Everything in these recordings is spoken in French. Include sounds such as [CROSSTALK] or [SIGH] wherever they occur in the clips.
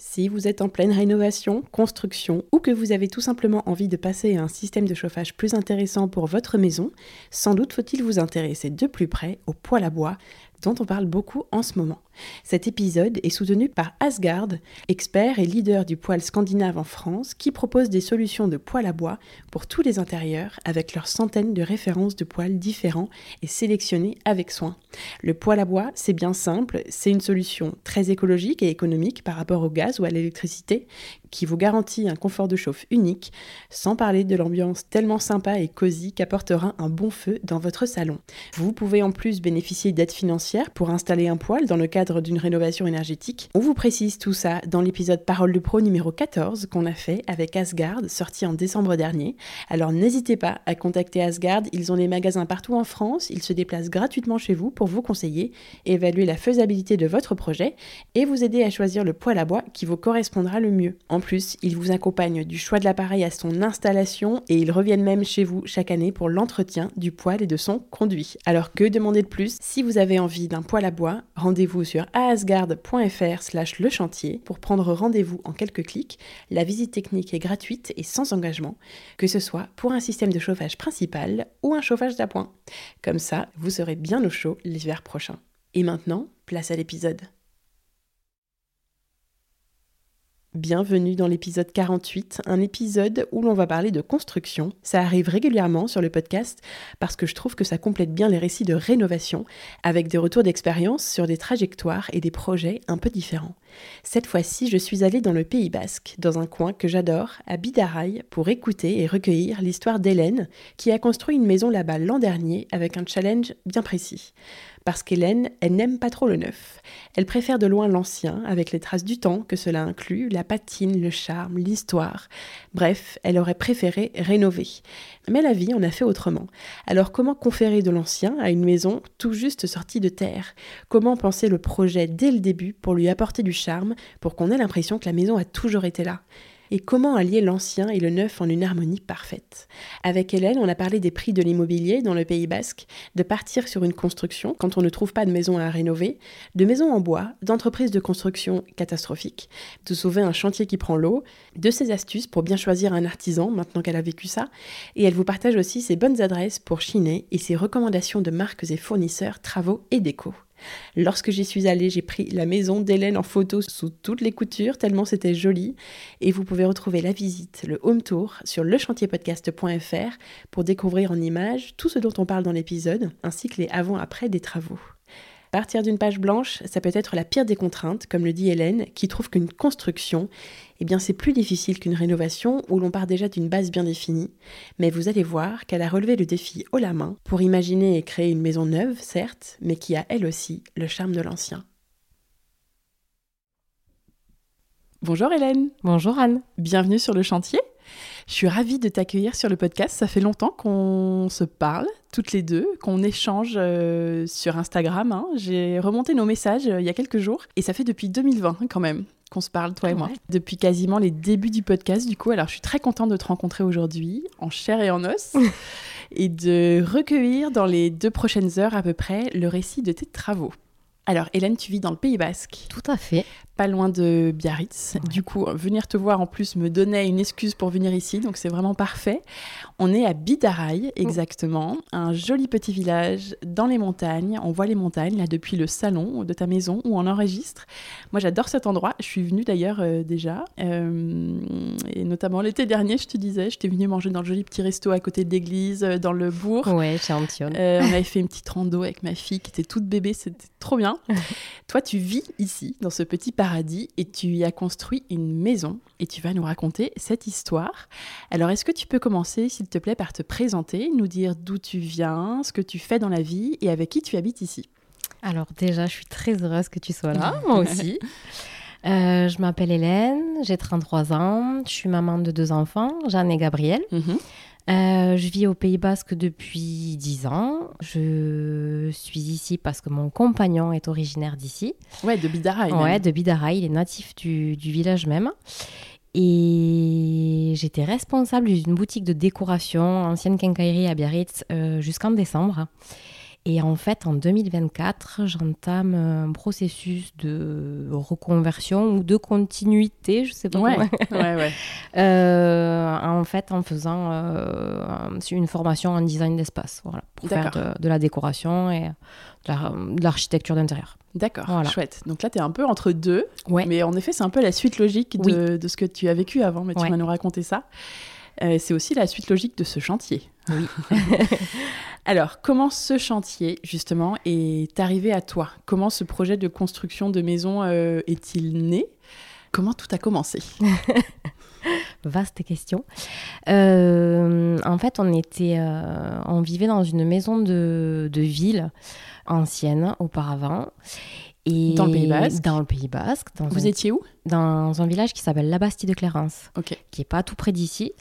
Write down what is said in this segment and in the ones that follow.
Si vous êtes en pleine rénovation, construction ou que vous avez tout simplement envie de passer à un système de chauffage plus intéressant pour votre maison, sans doute faut-il vous intéresser de plus près au poêle à bois dont on parle beaucoup en ce moment. Cet épisode est soutenu par Asgard, expert et leader du poêle scandinave en France, qui propose des solutions de poêle à bois pour tous les intérieurs avec leurs centaines de références de poêles différents et sélectionnés avec soin. Le poêle à bois, c'est bien simple, c'est une solution très écologique et économique par rapport au gaz ou à l'électricité qui vous garantit un confort de chauffe unique, sans parler de l'ambiance tellement sympa et cosy qu'apportera un bon feu dans votre salon. Vous pouvez en plus bénéficier d'aides financières pour installer un poêle dans le cadre d'une rénovation énergétique. On vous précise tout ça dans l'épisode Parole de Pro numéro 14 qu'on a fait avec Asgard, sorti en décembre dernier. Alors n'hésitez pas à contacter Asgard, ils ont des magasins partout en France, ils se déplacent gratuitement chez vous pour vous conseiller, évaluer la faisabilité de votre projet et vous aider à choisir le poêle à bois qui vous correspondra le mieux. En plus, ils vous accompagnent du choix de l'appareil à son installation et ils reviennent même chez vous chaque année pour l'entretien du poêle et de son conduit. Alors que demander de plus Si vous avez envie d'un poêle à bois, rendez-vous sur aasgard.fr slash le chantier pour prendre rendez-vous en quelques clics. La visite technique est gratuite et sans engagement, que ce soit pour un système de chauffage principal ou un chauffage d'appoint. Comme ça, vous serez bien au chaud l'hiver prochain. Et maintenant, place à l'épisode. Bienvenue dans l'épisode 48, un épisode où l'on va parler de construction. Ça arrive régulièrement sur le podcast parce que je trouve que ça complète bien les récits de rénovation avec des retours d'expérience sur des trajectoires et des projets un peu différents. Cette fois-ci, je suis allée dans le Pays Basque, dans un coin que j'adore, à Bidaraï, pour écouter et recueillir l'histoire d'Hélène qui a construit une maison là-bas l'an dernier avec un challenge bien précis parce qu'Hélène, elle n'aime pas trop le neuf. Elle préfère de loin l'ancien, avec les traces du temps que cela inclut, la patine, le charme, l'histoire. Bref, elle aurait préféré rénover. Mais la vie en a fait autrement. Alors comment conférer de l'ancien à une maison tout juste sortie de terre Comment penser le projet dès le début pour lui apporter du charme, pour qu'on ait l'impression que la maison a toujours été là et comment allier l'ancien et le neuf en une harmonie parfaite. Avec Hélène, on a parlé des prix de l'immobilier dans le Pays basque, de partir sur une construction quand on ne trouve pas de maison à rénover, de maisons en bois, d'entreprises de construction catastrophiques, de sauver un chantier qui prend l'eau, de ses astuces pour bien choisir un artisan maintenant qu'elle a vécu ça, et elle vous partage aussi ses bonnes adresses pour chiner et ses recommandations de marques et fournisseurs, travaux et déco. Lorsque j'y suis allée, j'ai pris la maison d'Hélène en photo sous toutes les coutures, tellement c'était joli. Et vous pouvez retrouver la visite, le home tour, sur lechantierpodcast.fr pour découvrir en images tout ce dont on parle dans l'épisode, ainsi que les avant-après des travaux. Partir d'une page blanche, ça peut être la pire des contraintes, comme le dit Hélène, qui trouve qu'une construction, eh bien c'est plus difficile qu'une rénovation où l'on part déjà d'une base bien définie. Mais vous allez voir qu'elle a relevé le défi haut la main pour imaginer et créer une maison neuve, certes, mais qui a elle aussi le charme de l'ancien. Bonjour Hélène. Bonjour Anne. Bienvenue sur le chantier. Je suis ravie de t'accueillir sur le podcast. Ça fait longtemps qu'on se parle, toutes les deux, qu'on échange euh, sur Instagram. Hein. J'ai remonté nos messages euh, il y a quelques jours et ça fait depuis 2020 hein, quand même qu'on se parle, toi et Ah moi, ouais. depuis quasiment les débuts du podcast. Du coup, alors je suis très contente de te rencontrer aujourd'hui, en chair et en [LAUGHS] os, et de recueillir dans les deux prochaines heures à peu près le récit de tes travaux. Alors, Hélène, tu vis dans le Pays Basque Tout à fait. pas loin de Biarritz. Ouais. Du coup, venir te voir en plus me donnait une excuse pour venir ici, donc c'est vraiment parfait. On est à Bidaraï, exactement, un joli petit village dans les montagnes. On voit les montagnes là depuis le salon de ta maison où on enregistre. Moi, j'adore cet endroit. Je suis venue d'ailleurs euh, déjà, Euh, et notamment l'été dernier, je te disais, j'étais venue manger dans le joli petit resto à côté de l'église, euh, dans le bourg. Ouais, chez Antione. Euh, on avait fait une petite rando avec ma fille qui était toute bébé, c'était trop bien. [LAUGHS] bien. Toi, tu vis ici, dans ce petit paradis, et tu y as construit une maison, et tu vas nous raconter cette histoire. Alors, est-ce que tu peux commencer, s'il te plaît, par te présenter, nous dire d'où tu viens, ce que tu fais dans la vie, et avec qui tu habites ici Alors déjà, je suis très heureuse que tu sois là, Ah, moi aussi. Euh, je m'appelle Hélène, j'ai 33 ans, je suis maman de deux enfants, Jeanne et Gabriel. [LAUGHS] Mhm. Euh, je vis au Pays Basque depuis 10 ans. Je suis ici parce que mon compagnon est originaire d'ici. Ouais, de Bidara. Ouais, de Bidara, il est natif du, du village même. Et j'étais responsable d'une boutique de décoration, ancienne quincaillerie à Biarritz, euh, jusqu'en décembre. Et en fait, en 2024, j'entame un processus de reconversion ou de continuité, je sais pas Ouais, comment. ouais, ouais. Euh, en fait, en faisant euh, un- une formation en design d'espace, voilà, pour faire de, de la décoration et de la- de l'architecture d'intérieur. D'accord, Voilà. chouette. Donc là, tu es un peu entre deux. Ouais. Mais en effet, c'est un peu la suite logique de, de ce que tu as vécu avant, mais tu Ouais. vas nous raconter ça. Euh, c'est aussi la suite logique de ce chantier. Oui. [LAUGHS] [LAUGHS] Alors, comment ce chantier, justement, est arrivé à toi Comment ce projet de construction de maison euh, est-il né Comment tout a commencé Mhm. Vaste question. Euh, en fait, on était, euh, on vivait dans une maison de, de ville ancienne auparavant. Et Dans le Pays Basque. Dans le Pays Basque, dans, Vous un, étiez où dans un village qui s'appelle La Bastille de Clarence, Ok. qui est pas tout près d'ici.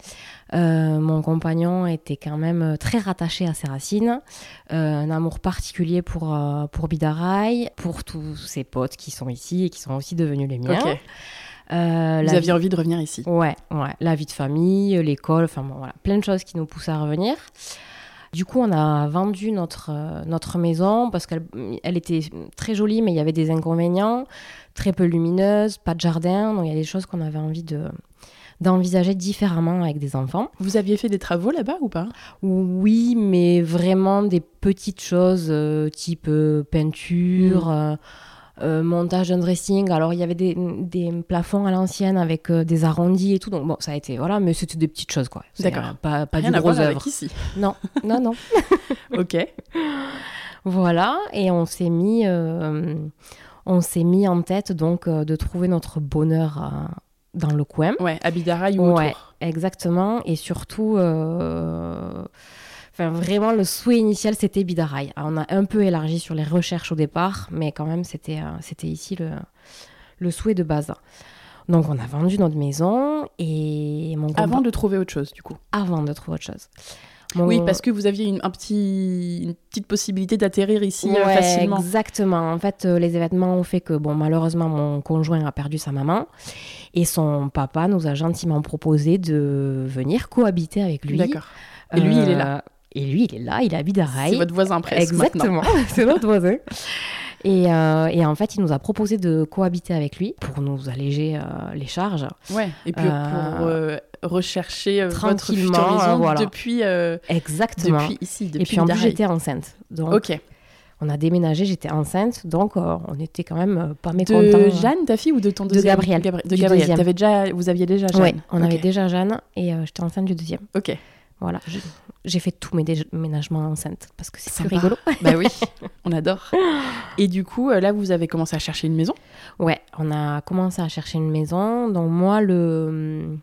Euh, mon compagnon était quand même très rattaché à ses racines, euh, un amour particulier pour, euh, pour Bidaraï, pour tous ses potes qui sont ici et qui sont aussi devenus les miens. Ok. Euh, Vous la vie- aviez envie de revenir ici Ouais, ouais, la vie de famille, euh, l'école, enfin bon, voilà, plein de choses qui nous poussent à revenir. Du coup, on a vendu notre, euh, notre maison parce qu'elle elle était très jolie, mais il y avait des inconvénients, très peu lumineuse, pas de jardin, donc il y a des choses qu'on avait envie de d'envisager différemment avec des enfants. Vous aviez fait des travaux là-bas ou pas Oui, mais vraiment des petites choses euh, type euh, peinture, Mm. euh, euh, montage d'un dressing. Alors il y avait des, des plafonds à l'ancienne avec euh, des arrondis et tout. Donc bon, ça a été voilà, mais c'était des petites choses quoi. C'est, D'accord. euh, pas pas Rien du à gros voir avec œuvre. ici. Non, [LAUGHS] non, non. Ok. Voilà. Et on s'est mis, euh, on s'est mis en tête donc euh, de trouver notre bonheur euh, dans le coin. Ouais, à Bidaraï ou Ouais. autour. Exactement, et surtout, euh, enfin vraiment le souhait initial c'était Bidaraï. Alors, on a un peu élargi sur les recherches au départ, mais quand même c'était euh, c'était ici le, le souhait de base. Donc on a vendu notre maison et mon compa- Avant de trouver autre chose, du coup. avant de trouver autre chose. Mon- Oui, parce que vous aviez une, un petit, une petite possibilité d'atterrir ici euh, Ouais, facilement. Exactement. En fait, euh, les événements ont fait que, bon, malheureusement, mon conjoint a perdu sa maman et son papa nous a gentiment proposé de venir cohabiter avec lui. D'accord. Et lui, il est là. Euh, Et lui, il est là, il habite à Rail. C'est votre voisin presque maintenant. Exactement, [LAUGHS] c'est notre voisin. Et, euh, et en fait, il nous a proposé de cohabiter avec lui pour nous alléger euh, les charges. Ouais. Et puis Euh, pour euh, rechercher euh, votre tranquillement, future maison euh, voilà. depuis, euh, Exactement. depuis ici, depuis et puis en plus, Darai. j'étais enceinte. Donc, Ok. on a déménagé, j'étais enceinte. Donc, euh, on était quand même euh, pas mécontents. De Jeanne, ta fille, ou de ton De deuxième Gabriel. Gabri- de Du Gabriel. deuxième. T'avais déjà, vous aviez déjà Jeanne. Ouais, on avait Ok. déjà Jeanne et euh, j'étais enceinte du deuxième. [LAUGHS] Ok. Voilà, J'ai- j'ai fait tous mes déménagements enceinte parce que c'est C'est plus rare. rigolo. bah oui, on adore. Et du coup, euh, là, vous avez commencé à chercher une maison. Ouais, on a commencé à chercher une maison. Donc moi, le,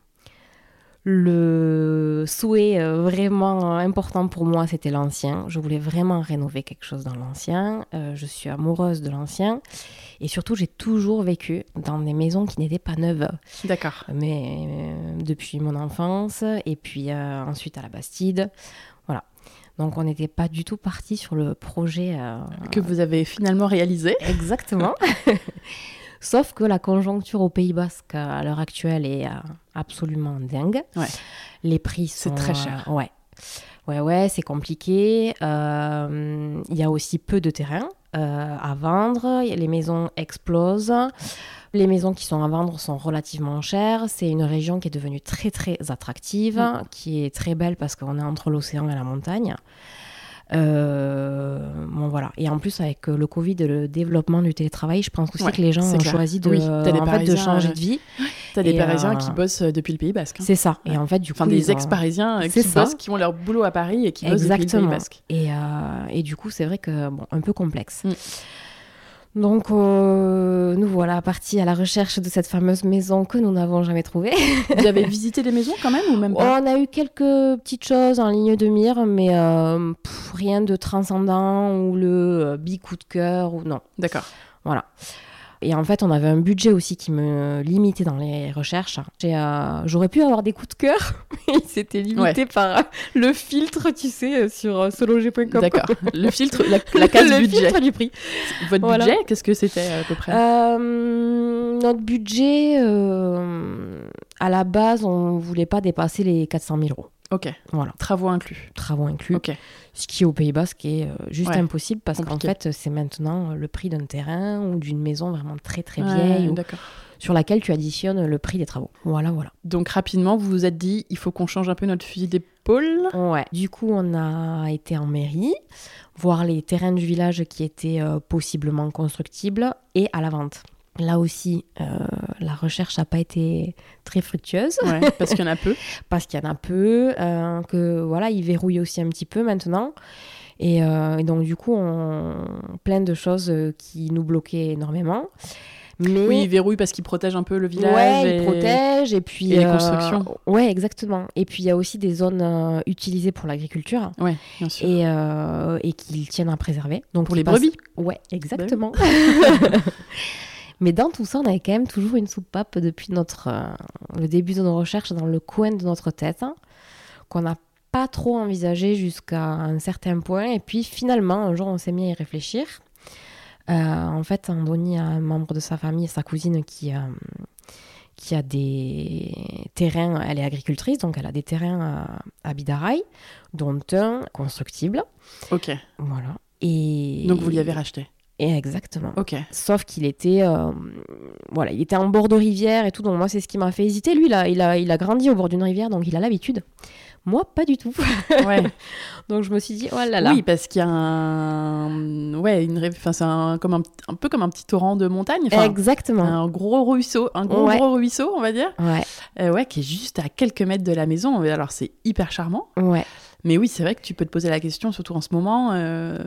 le souhait euh, vraiment important pour moi, c'était l'ancien. Je voulais vraiment rénover quelque chose dans l'ancien. Euh, je suis amoureuse de l'ancien. Et surtout, j'ai toujours vécu dans des maisons qui n'étaient pas neuves. D'accord. Mais euh, depuis mon enfance, et puis euh, ensuite à la Bastide. Voilà. Donc on n'était pas du tout parti sur le projet euh, Que vous avez finalement réalisé. [LAUGHS] Exactement. [LAUGHS] Sauf que la conjoncture au Pays Basque à l'heure actuelle est euh, absolument dingue. Ouais. Les prix C'est sont très euh, cher. ouais. Ouais, ouais, c'est compliqué. Euh, Il y a aussi peu de terrain euh, à vendre. Les maisons explosent. Les maisons qui sont à vendre sont relativement chères. C'est une région qui est devenue très, très attractive, Mm. qui est très belle parce qu'on est entre l'océan et la montagne. Euh, bon, voilà. Et en plus, avec euh, le Covid et le développement du télétravail, je pense aussi Ouais, que les gens c'est ont clair. choisi de, Oui, t'as des en fait, de Parisiens, changer euh, de vie. T'as des Et, Parisiens euh, qui bossent euh, depuis le Pays Basque. hein. C'est ça. Ouais. Et en fait, du Enfin, coup, ils des ont- ex-parisiens euh, C'est qui ça. bossent, qui ont leur boulot à Paris et qui bossent depuis le Pays Exactement. Basque. Et, euh, et du coup, c'est vrai que, bon, un peu complexe. Mm. Donc, euh, nous voilà partis à la recherche de cette fameuse maison que nous n'avons jamais trouvée. Vous avez visité des maisons quand même ou même pas Oh, On a eu quelques petites choses en ligne de mire, mais euh, pff, rien de transcendant ou le euh, bi coup de cœur ou non. D'accord. Voilà. Et en fait, on avait un budget aussi qui me limitait dans les recherches. J'ai, euh, J'aurais pu avoir des coups de cœur, [LAUGHS] mais c'était limité par euh, le filtre, tu sais, euh, sur euh, sologer.com. [LAUGHS] D'accord. Le filtre, la, la case le budget. filtre du prix. Votre Voilà. budget, qu'est-ce que c'était à peu près Euh, notre budget, euh, à la base, on voulait pas dépasser les 400 000 euros. Ok. Voilà, Travaux inclus. travaux inclus. Ok. Ce qui est aux Pays-Bas, ce qui est euh, juste Ouais. impossible parce qu'en Compliqué. fait, c'est maintenant euh, le prix d'un terrain ou d'une maison vraiment très très Ouais, vieille ou- D'accord. sur laquelle tu additionnes le prix des travaux. Voilà, voilà. Donc rapidement, vous vous êtes dit, il faut qu'on change un peu notre fusil d'épaule. Ouais. Du coup, on a été en mairie voir les terrains du village qui étaient euh, possiblement constructibles et à la vente. Là aussi, euh, la recherche n'a pas été très fructueuse Ouais, parce qu'il y en a peu. parce qu'il y en a peu, euh, que voilà, ils verrouillent aussi un petit peu maintenant. Et, euh, et donc du coup, on... plein de choses euh, qui nous bloquaient énormément. Mais [LAUGHS] Oui, ils verrouillent parce qu'ils protègent un peu le village. ouais, et- ils protègent et puis et les euh, constructions. ouais, exactement. Et puis il y a aussi des zones euh, utilisées pour l'agriculture Ouais, bien sûr. et, euh, et qu'ils tiennent à préserver. Donc Pour ils les passent- brebis. Ouais, exactement. Bah [LAUGHS] Mais dans tout ça, on avait quand même toujours une soupape depuis notre, euh, le début de nos recherches dans le coin de notre tête, hein, qu'on n'a pas trop envisagé jusqu'à un certain point. Et puis finalement, un jour, on s'est mis à y réfléchir. Euh, en fait, Andoni a un membre de sa famille, sa cousine, qui, euh, qui a des terrains, elle est agricultrice, donc elle a des terrains euh, à, à Bidaraï, dont un constructible. Ok. Voilà. Et... Donc vous l'y avez racheté. Et exactement. [LAUGHS] Ok. Sauf qu'il était, euh, voilà, il était en bord de rivière et tout, donc moi c'est ce qui m'a fait hésiter. Lui, il a, il, a, il a grandi au bord d'une rivière, donc il a l'habitude. Moi, pas du tout. [LAUGHS] Ouais. donc je me suis dit, oh là là. Oui, parce qu'il y a un. Ouais, une... rive- Enfin, c'est un... Comme un... p- un peu comme un petit torrent de montagne. Enfin, exactement. un gros ruisseau, un gros, Ouais. gros ruisseau, on va dire. Ouais, Euh, ouais, qui est juste à quelques mètres de la maison. Alors, c'est hyper charmant. ouais, Mais oui, c'est vrai que tu peux te poser la question, surtout en ce moment, euh,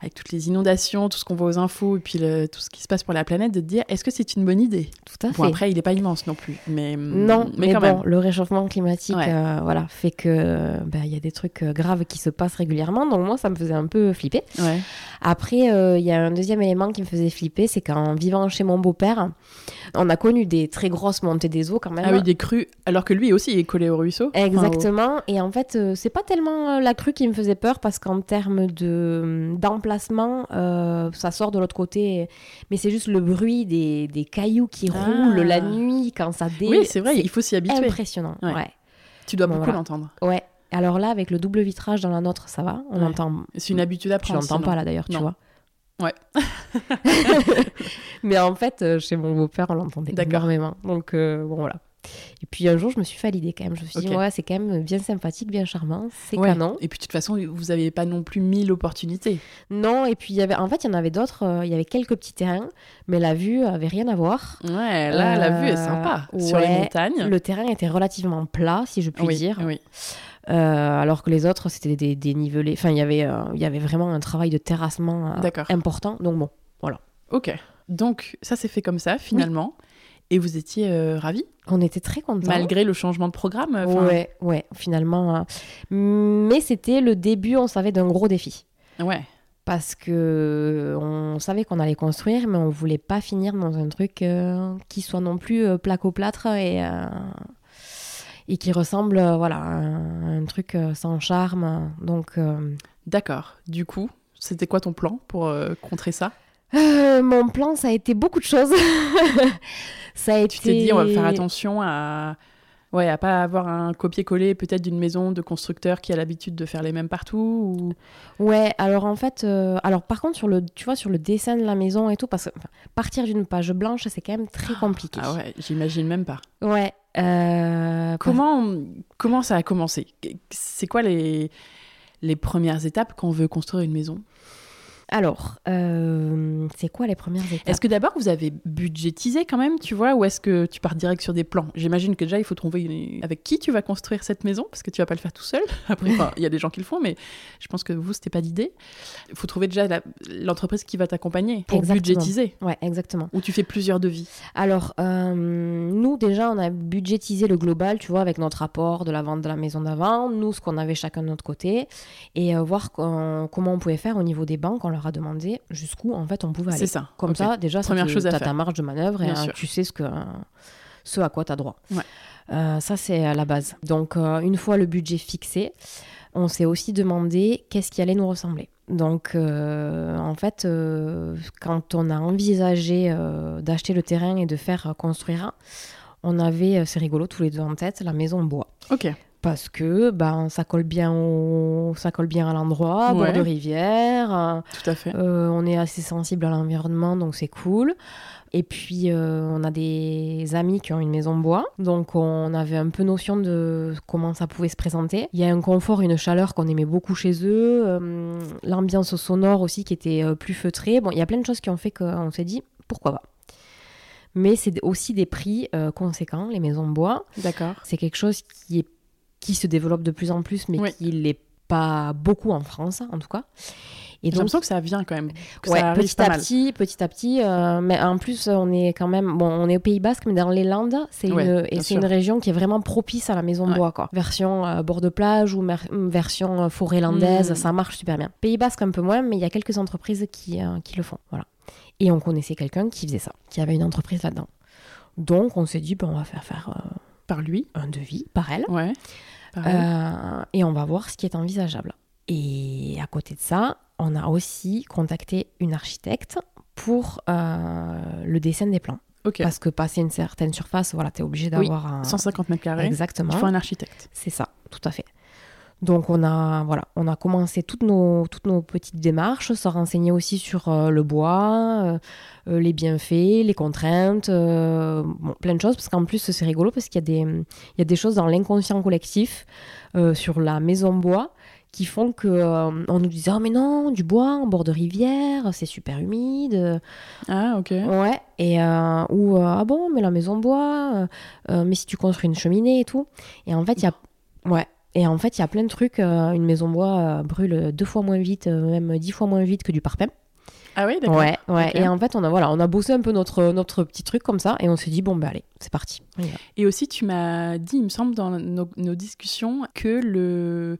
avec toutes les inondations, tout ce qu'on voit aux infos, et puis le- tout ce qui se passe pour la planète, de te dire est-ce que c'est une bonne idée tout à Bon, fait. après, il n'est pas immense non plus. Mais, non, mais, mais quand bon, même. le réchauffement climatique, Ouais. euh, voilà, fait que ben, il y a des trucs euh, graves qui se passent régulièrement, donc moi ça me faisait un peu flipper. Ouais. Après, euh, il y a un deuxième élément qui me faisait flipper, c'est qu'en vivant chez mon beau-père, on a connu des très grosses montées des eaux quand même. Ah oui, des crues, alors que lui aussi est collé au ruisseau. Enfin, au- Exactement. Et en fait, euh, c'est pas tellement euh, la crue qui me faisait peur parce qu'en termes de hum, d'emplacement, euh, ça sort de l'autre côté. Mais c'est juste le bruit des, des cailloux qui Ah. roulent la nuit quand ça dé. Oui, c'est vrai, il faut s'y habituer. impressionnant. Ouais. eh Ouais. Tu dois Bon, beaucoup voilà. l'entendre. Ouais. Alors là, avec le double vitrage dans la nôtre, ça va. On Ouais. entend. C'est une habitude à Tu prendre. l'entends sinon. pas là d'ailleurs, tu Non. vois. Ouais. [LAUGHS] Mais en fait, euh, chez mon beau-père, on l'entendait D'accord. énormément. Donc euh, bon voilà. Et puis un jour, je me suis fait à l'idée quand même. Je me suis dit, Ok. ouais, c'est quand même bien sympathique, bien charmant, c'est Ouais. canon. Et puis de toute façon, vous n'avez pas non plus mille opportunités. Non, et puis il y avait, en fait, il y en avait d'autres. euh, Il y avait quelques petits terrains, mais la vue avait rien à voir. Ouais, là, la Euh, vue est sympa. Sur les ouais. montagnes. Le terrain était relativement plat, si je puis oui, dire, oui. euh, alors que les autres c'était des, des nivelés. Enfin, il y avait, euh, il y avait vraiment un travail de terrassement euh, D'accord. important. Donc bon, Ah. Ok. Donc, ça s'est fait comme ça, finalement. Et vous étiez euh, ravis, on était très contents. malgré le changement de programme. enfin, Ouais, ouais, finalement. euh, Mais c'était le début, on savait d'un gros défi. ouais. Parce que euh, on savait qu'on allait construire, mais on voulait pas finir dans un truc euh, qui soit non plus euh, plaque au plâtre et, euh, et qui ressemble euh, voilà, à un, un truc euh, sans charme. Donc, euh, D'accord. Du coup, c'était quoi ton plan pour euh, contrer ça euh, mon plan, ça a été beaucoup de choses. [LAUGHS] ça a été... Tu t'es dit, on va faire attention à. Ouais, à pas avoir un copier-coller peut-être d'une maison de constructeur qui a l'habitude de faire les mêmes partout Ouais, alors en fait, euh, alors par contre, sur le, tu vois, sur le dessin de la maison et tout, parce que enfin, partir d'une page blanche, c'est quand même très ou... compliqué. Ah ouais, j'imagine même pas. Ouais. euh, parce- Comment, comment ça a commencé C'est quoi les, les premières étapes quand on veut construire une maison Alors, euh, c'est quoi les premières étapes Est-ce que d'abord vous avez budgétisé quand même, tu vois, ou est-ce que tu pars direct sur des plans J'imagine que déjà il faut trouver une- avec qui tu vas construire cette maison, parce que tu vas pas le faire tout seul. [LAUGHS] Après, enfin, il y a des gens qui le font, mais je pense que vous, c'était pas d'idée. Il faut trouver déjà la- l'entreprise qui va t'accompagner pour Exactement. budgétiser, Ouais, exactement. ou tu fais plusieurs devis. Alors, euh, nous, déjà, on a budgétisé le global, tu vois, avec notre rapport de la vente de la maison d'avant, nous, ce qu'on avait chacun de notre côté, et euh, voir qu'on- comment on pouvait faire au niveau des banques. On leur a demandé jusqu'où, en fait, on pouvait aller. C'est ça. Comme Ok. ça, déjà, ça Première te- chose à t'as faire. ta marge de manœuvre et Bien euh, sûr. tu sais ce, que, euh, ce à quoi tu as droit. Ouais. Euh, ça, c'est à la base. Donc, euh, une fois le budget fixé, on s'est aussi demandé qu'est-ce qui allait nous ressembler. Donc, euh, en fait, euh, quand on a envisagé euh, d'acheter le terrain et de faire euh, construire, un, on avait, euh, c'est rigolo, tous les deux en tête, la maison en bois. Ok. Parce que ben, ça, colle bien au- ça colle bien à l'endroit, bord Ouais. de rivière, euh, Tout à fait. euh, on est assez sensible à l'environnement, donc c'est cool. Et puis, euh, on a des amis qui ont une maison bois, donc on avait un peu notion de comment ça pouvait se présenter. Il y a un confort, une chaleur qu'on aimait beaucoup chez eux, euh, l'ambiance sonore aussi qui était euh, plus feutrée. Bon, il y a plein de choses qui ont fait qu'on s'est dit pourquoi pas. Mais c'est aussi des prix euh, conséquents, les maisons bois. D'accord. C'est quelque chose qui, est, qui se développe de plus en plus, mais Oui. qui l'est pas beaucoup en France, en tout cas. J'ai Et l'impression que ça vient quand même. Que Ouais, ça arrive petit pas à mal. petit, petit à petit. euh, mais en plus, on est quand même, bon, on est au Pays Basque, mais dans les Landes, c'est Ouais, une, bien et c'est sûr. une région qui est vraiment propice à la maison Ouais. bois, quoi. Version euh, bord de plage ou mer- version euh, forêt landaise, Mm. ça marche super bien. Pays Basque un peu moins, mais il y a quelques entreprises qui, euh, qui le font, voilà. Et on connaissait quelqu'un qui faisait ça, qui avait une entreprise là-dedans. Donc, on s'est dit, ben, on va faire faire euh, Par lui. un devis par elle. Ah Ouais. Par elle. Euh, et on va voir ce qui est envisageable. Et à côté de ça, on a aussi contacté une architecte pour euh, le dessin des plans. Ok. Parce que passer une certaine surface, voilà, tu es obligé Oui, d'avoir un... 150 mètres carrés. Exactement. Il faut un architecte. C'est ça, tout à fait. Donc on a, voilà, on a commencé toutes nos, toutes nos petites démarches, se renseigner aussi sur euh, le bois, euh, euh, les bienfaits, les contraintes, euh, bon, plein de choses, parce qu'en plus c'est rigolo, parce qu'il y, a des- il y a des choses dans l'inconscient collectif euh, sur la maison bois qui font que euh, on nous disait oh mais non du bois en bord de rivière c'est super humide euh, Ah, ok. Ouais, et euh, ou euh, ah bon, mais la maison bois, euh, euh, mais si tu construis une cheminée et tout. Et en fait, il y a ouais, et en fait, il y a plein de trucs. euh, une maison bois euh, brûle deux fois moins vite, euh, même dix fois moins vite que du parpaing. Ah, oui, d'accord. Ouais, ouais. Ok. Et en fait, on a voilà, on a bossé un peu notre notre petit truc comme ça, et on s'est dit bon bah allez, c'est parti. On y va. Et aussi, tu m'as dit, il me semble, dans nos, nos discussions, que le,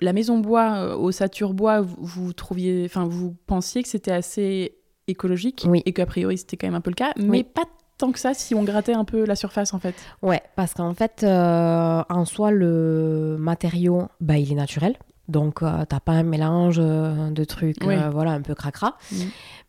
la maison bois euh, au Saturbois, vous, vous trouviez, enfin, vous pensiez que c'était assez écologique Oui. et qu'a priori c'était quand même un peu le cas, mais Oui. pas tant que ça si on grattait un peu la surface en fait. Ouais, parce qu'en fait, euh, en soi, le matériau, bah, il est naturel. Donc, euh, t'as pas un mélange euh, de trucs, Oui. euh, voilà, un peu cracra. Mhm.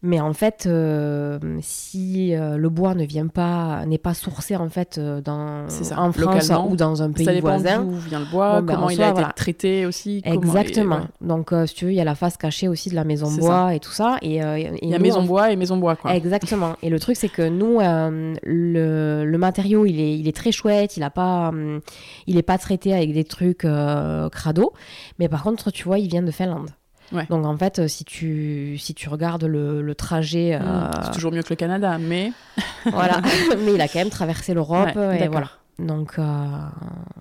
Mais en fait, euh, si euh, le bois ne vient pas, n'est pas sourcé en fait euh, dans, C'est ça, en France localement. ou dans un ça pays dépend Bah, voisin, d'où vient le bois, Bon, ben, comment en il soi, a été voilà. traité aussi. comment- et exactement. ouais. Donc, euh, si tu veux, il y a la face cachée aussi de la maison C'est bois et tout ça. Et, euh, et Il y a nous, maison en bois et maison bois quoi. Exactement. Et le truc, c'est que nous, euh, le, le matériau, il est, il est très chouette. Il a pas, hum, il est pas traité avec des trucs euh, crado. Mais par contre, tu vois, il vient de Finlande. Ouais. Donc en fait, euh, si tu, si tu regardes le, le trajet, euh, Hmm, C'est toujours mieux que le Canada, mais [LAUGHS] voilà. Mais il a quand même traversé l'Europe Mm. Ouais, et d'accord. voilà. Donc, euh,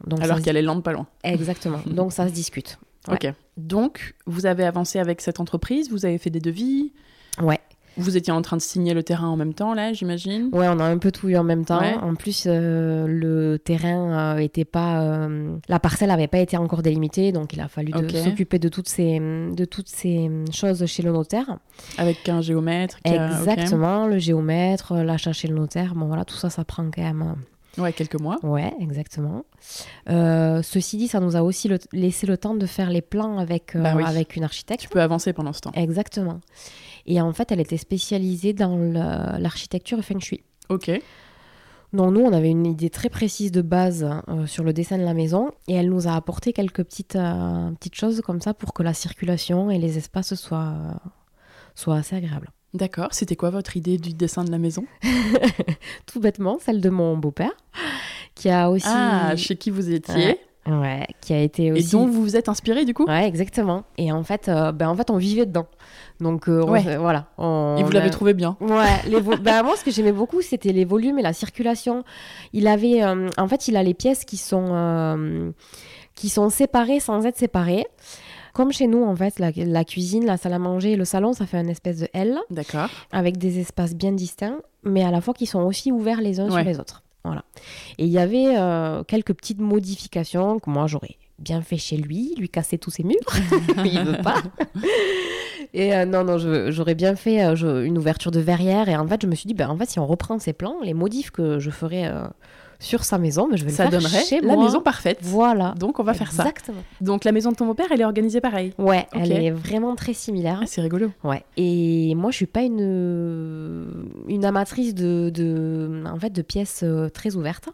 donc ça alors se- qu'il y a les Landes pas loin. exactement. Donc ça se discute. Ouais. Ok. Donc vous avez avancé avec cette entreprise, vous avez fait des devis, Ouais. vous étiez en train de signer le terrain en même temps là, j'imagine. Ouais, on a un peu tout eu en même temps. Ouais. En plus, euh, le terrain euh, était pas, euh, la parcelle n'avait pas été encore délimitée, donc il a fallu de- Ok. s'occuper de toutes ces, de toutes ces euh, choses chez le notaire. Avec un géomètre. qui a- ok. Exactement, le géomètre, euh, l'achat chez le notaire, bon voilà, tout ça, ça prend quand même. Ouais, quelques mois. euh, Ouais, exactement. Euh, ceci dit, ça nous a aussi le- laissé le temps de faire les plans avec, euh, Bah oui. avec une architecte. Tu peux avancer pendant ce temps. Exactement. Et en fait, elle était spécialisée dans le- l'architecture et feng shui. Ok. Non, nous, on avait une idée très précise de base euh, sur le dessin de la maison et elle nous a apporté quelques petites, euh, petites choses comme ça pour que la circulation et les espaces soient, euh, soient assez agréables. D'accord. C'était quoi votre idée du dessin de la maison Tout bêtement, celle de mon beau-père qui a aussi... Ah, chez qui vous étiez Ouais. Ouais, qui a été aussi. Et dont vous vous êtes inspiré du coup Ouais, exactement. Et en fait, euh, ben, en fait, on vivait dedans. Donc euh, on- Ouais. voilà. on- Et vous on l'avez a- trouvé bien. [LAUGHS] Ouais, les vo- bah, moi, ce que j'aimais beaucoup, c'était les volumes et la circulation. Il avait, euh, en fait, il a les pièces qui sont, euh, qui sont séparées sans être séparées. Comme chez nous, en fait, la, la cuisine, la salle à manger et le salon, ça fait un espèce de L D'accord. avec des espaces bien distincts, mais à la fois qui sont aussi ouverts les uns Ouais. sur les autres. Voilà. Et il y avait euh, quelques petites modifications que moi j'aurais bien fait chez lui, lui casser tous ses murs, [LAUGHS] mais il veut [LAUGHS] pas. et euh, non, non, je- j'aurais bien fait euh, je- une ouverture de verrière. Et en fait, je me suis dit, ben, en fait, si on reprend ces plans, les modifs que je ferais euh, sur sa maison, ben, je vais Ça le faire donnerait chez la moi. maison parfaite. Voilà. Donc on va faire ça. Exactement. Donc la maison de ton beau-père, elle est organisée pareil. Ouais, Ok. elle est vraiment très similaire. Ah, c'est rigolo. Ouais. Et moi, je suis pas une une amatrice de, de en fait de pièces euh, très ouvertes.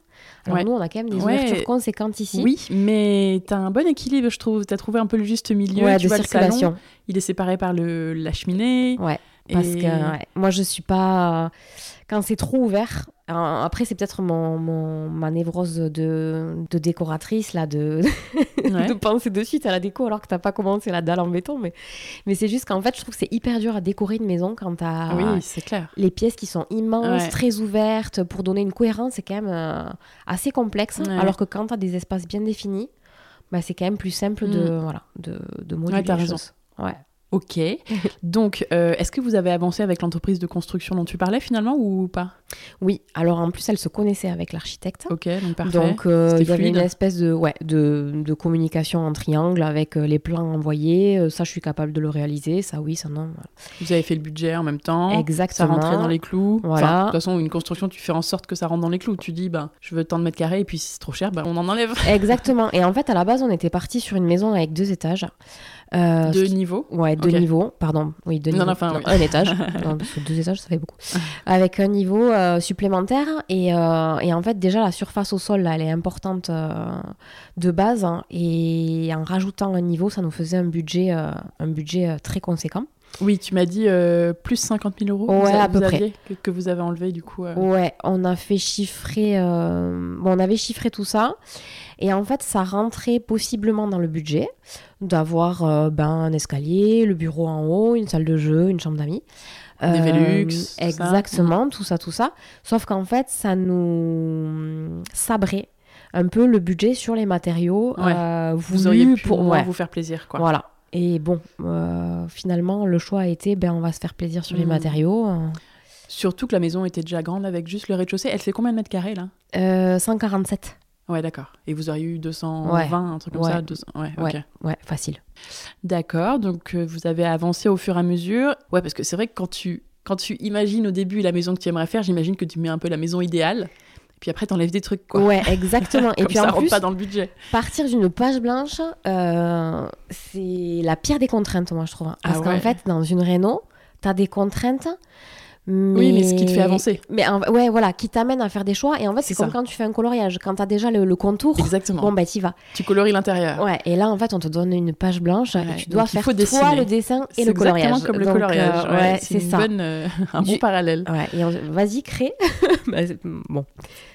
Alors Ouais. nous, on a quand même des Ouais. ouvertures conséquentes ici. Oui, mais t'as un bon équilibre, je trouve. T'as trouvé un peu le juste milieu. Ouais, tu de vois, le salon, circulation. il est séparé par le, la cheminée. Ouais, Parce Et- que ouais, moi, je suis pas quand c'est trop ouvert. alors, après, c'est peut-être mon, mon- ma névrose de, de décoratrice là de [LAUGHS] [LAUGHS] Ouais. de penser de suite à la déco alors que t'as pas commencé la dalle en béton. Mais mais c'est juste qu'en fait, je trouve que c'est hyper dur à décorer une maison quand t'as Ah oui, c'est clair. les pièces qui sont immenses, Ouais. très ouvertes, pour donner une cohérence, c'est quand même euh, assez complexe. Ouais. Alors que quand tu as des espaces bien définis, bah, c'est quand même plus simple de, Mm. voilà, de, de moduler Ouais, t'as les raison. choses. Ouais. Ok. [LAUGHS] Donc, euh, est-ce que vous avez avancé avec l'entreprise de construction dont tu parlais finalement ou pas Oui, alors en plus, elle se connaissait avec l'architecte. Ok, donc Oh, parfait. Donc euh, C'était il y avait fluide. une espèce de, ouais, de, de communication en triangle avec euh, les plans envoyés. Euh, ça, je suis capable de le réaliser. Ça, oui, ça, non. voilà. Vous avez fait le budget en même temps. Ça Exactement. rentrait dans les clous. Voilà. Enfin, de toute façon, une construction, tu fais en sorte que ça rentre dans les clous. Tu dis, ben, je veux tant de mètres carrés, et puis si c'est trop cher, ben, on en enlève. [LAUGHS] Exactement. Et en fait, à la base, on était parti sur une maison avec deux étages. Euh, Deux niveaux. Ouais, deux Ok. niveaux, pardon. Oui, deux Non, niveaux. non, enfin, oui. [LAUGHS] Un étage. Non, parce que deux étages, ça fait beaucoup. Avec un niveau euh, supplémentaire. Et, euh, et en fait, déjà, la surface au sol, là, elle est importante euh, de base. hein. et en rajoutant un niveau, ça nous faisait un budget, euh, un budget euh, très conséquent. Oui, tu m'as dit euh, plus 50 000 euros que Ouais, vous a- à peu vous près. aviez- que, que vous avez enlevé du coup. euh. Ouais, on a fait chiffrer. euh, Bon, on avait chiffré tout ça. Et en fait, ça rentrait possiblement dans le budget d'avoir euh, ben, un escalier, le bureau en haut, une salle de jeu, une chambre d'amis. Euh, Des Velux, tout ça. Exactement, tout ça, tout ça. Sauf qu'en fait, ça nous sabrait un peu le budget sur les matériaux Ouais. euh, Vous voulus auriez pu pour. au moins ouais. vous faire plaisir, quoi. Voilà. Et bon, euh, finalement, le choix a été ben, on va se faire plaisir sur les Mhm. matériaux. Surtout que la maison était déjà grande avec juste le rez-de-chaussée. Elle fait combien de mètres carrés là Euh, 147. Ouais, d'accord. Et vous auriez eu 220, un truc comme Ouais. ça 200... Ouais, ok. Ouais, ouais, facile. D'accord, donc euh, vous avez avancé au fur et à mesure. Ouais, parce que c'est vrai que quand tu, quand tu imagines au début la maison que tu aimerais faire, j'imagine que tu mets un peu la maison idéale. Et puis après, t'enlèves des trucs, quoi. Ouais, [LAUGHS] exactement. Et Comme puis ça en rentre plus, pas dans le budget. partir d'une page blanche, euh, c'est la pire des contraintes, moi, je trouve. Parce Ah qu'en ouais. fait, dans une réno, t'as des contraintes. Mais... Oui, mais ce qui te fait [LAUGHS] avancer. Mais en- ouais, voilà, qui t'amène à faire des choix. Et en fait, C'est c'est ça. comme quand tu fais un coloriage. Quand t'as déjà le, le contour, Exactement. bon, bah, t'y vas. Tu coloris l'intérieur. Ouais, et là, en fait, on te donne une page blanche Ouais, et tu dois donc il faire faut toi dessiner. le dessin C'est et le exactement coloriage. comme le Donc, euh, coloriage. ouais, ouais, c'est c'est une ça. bonne, euh, un bon Du- parallèle. Ouais, et on- vas-y, crée. [LAUGHS] Bah, c'est- bon,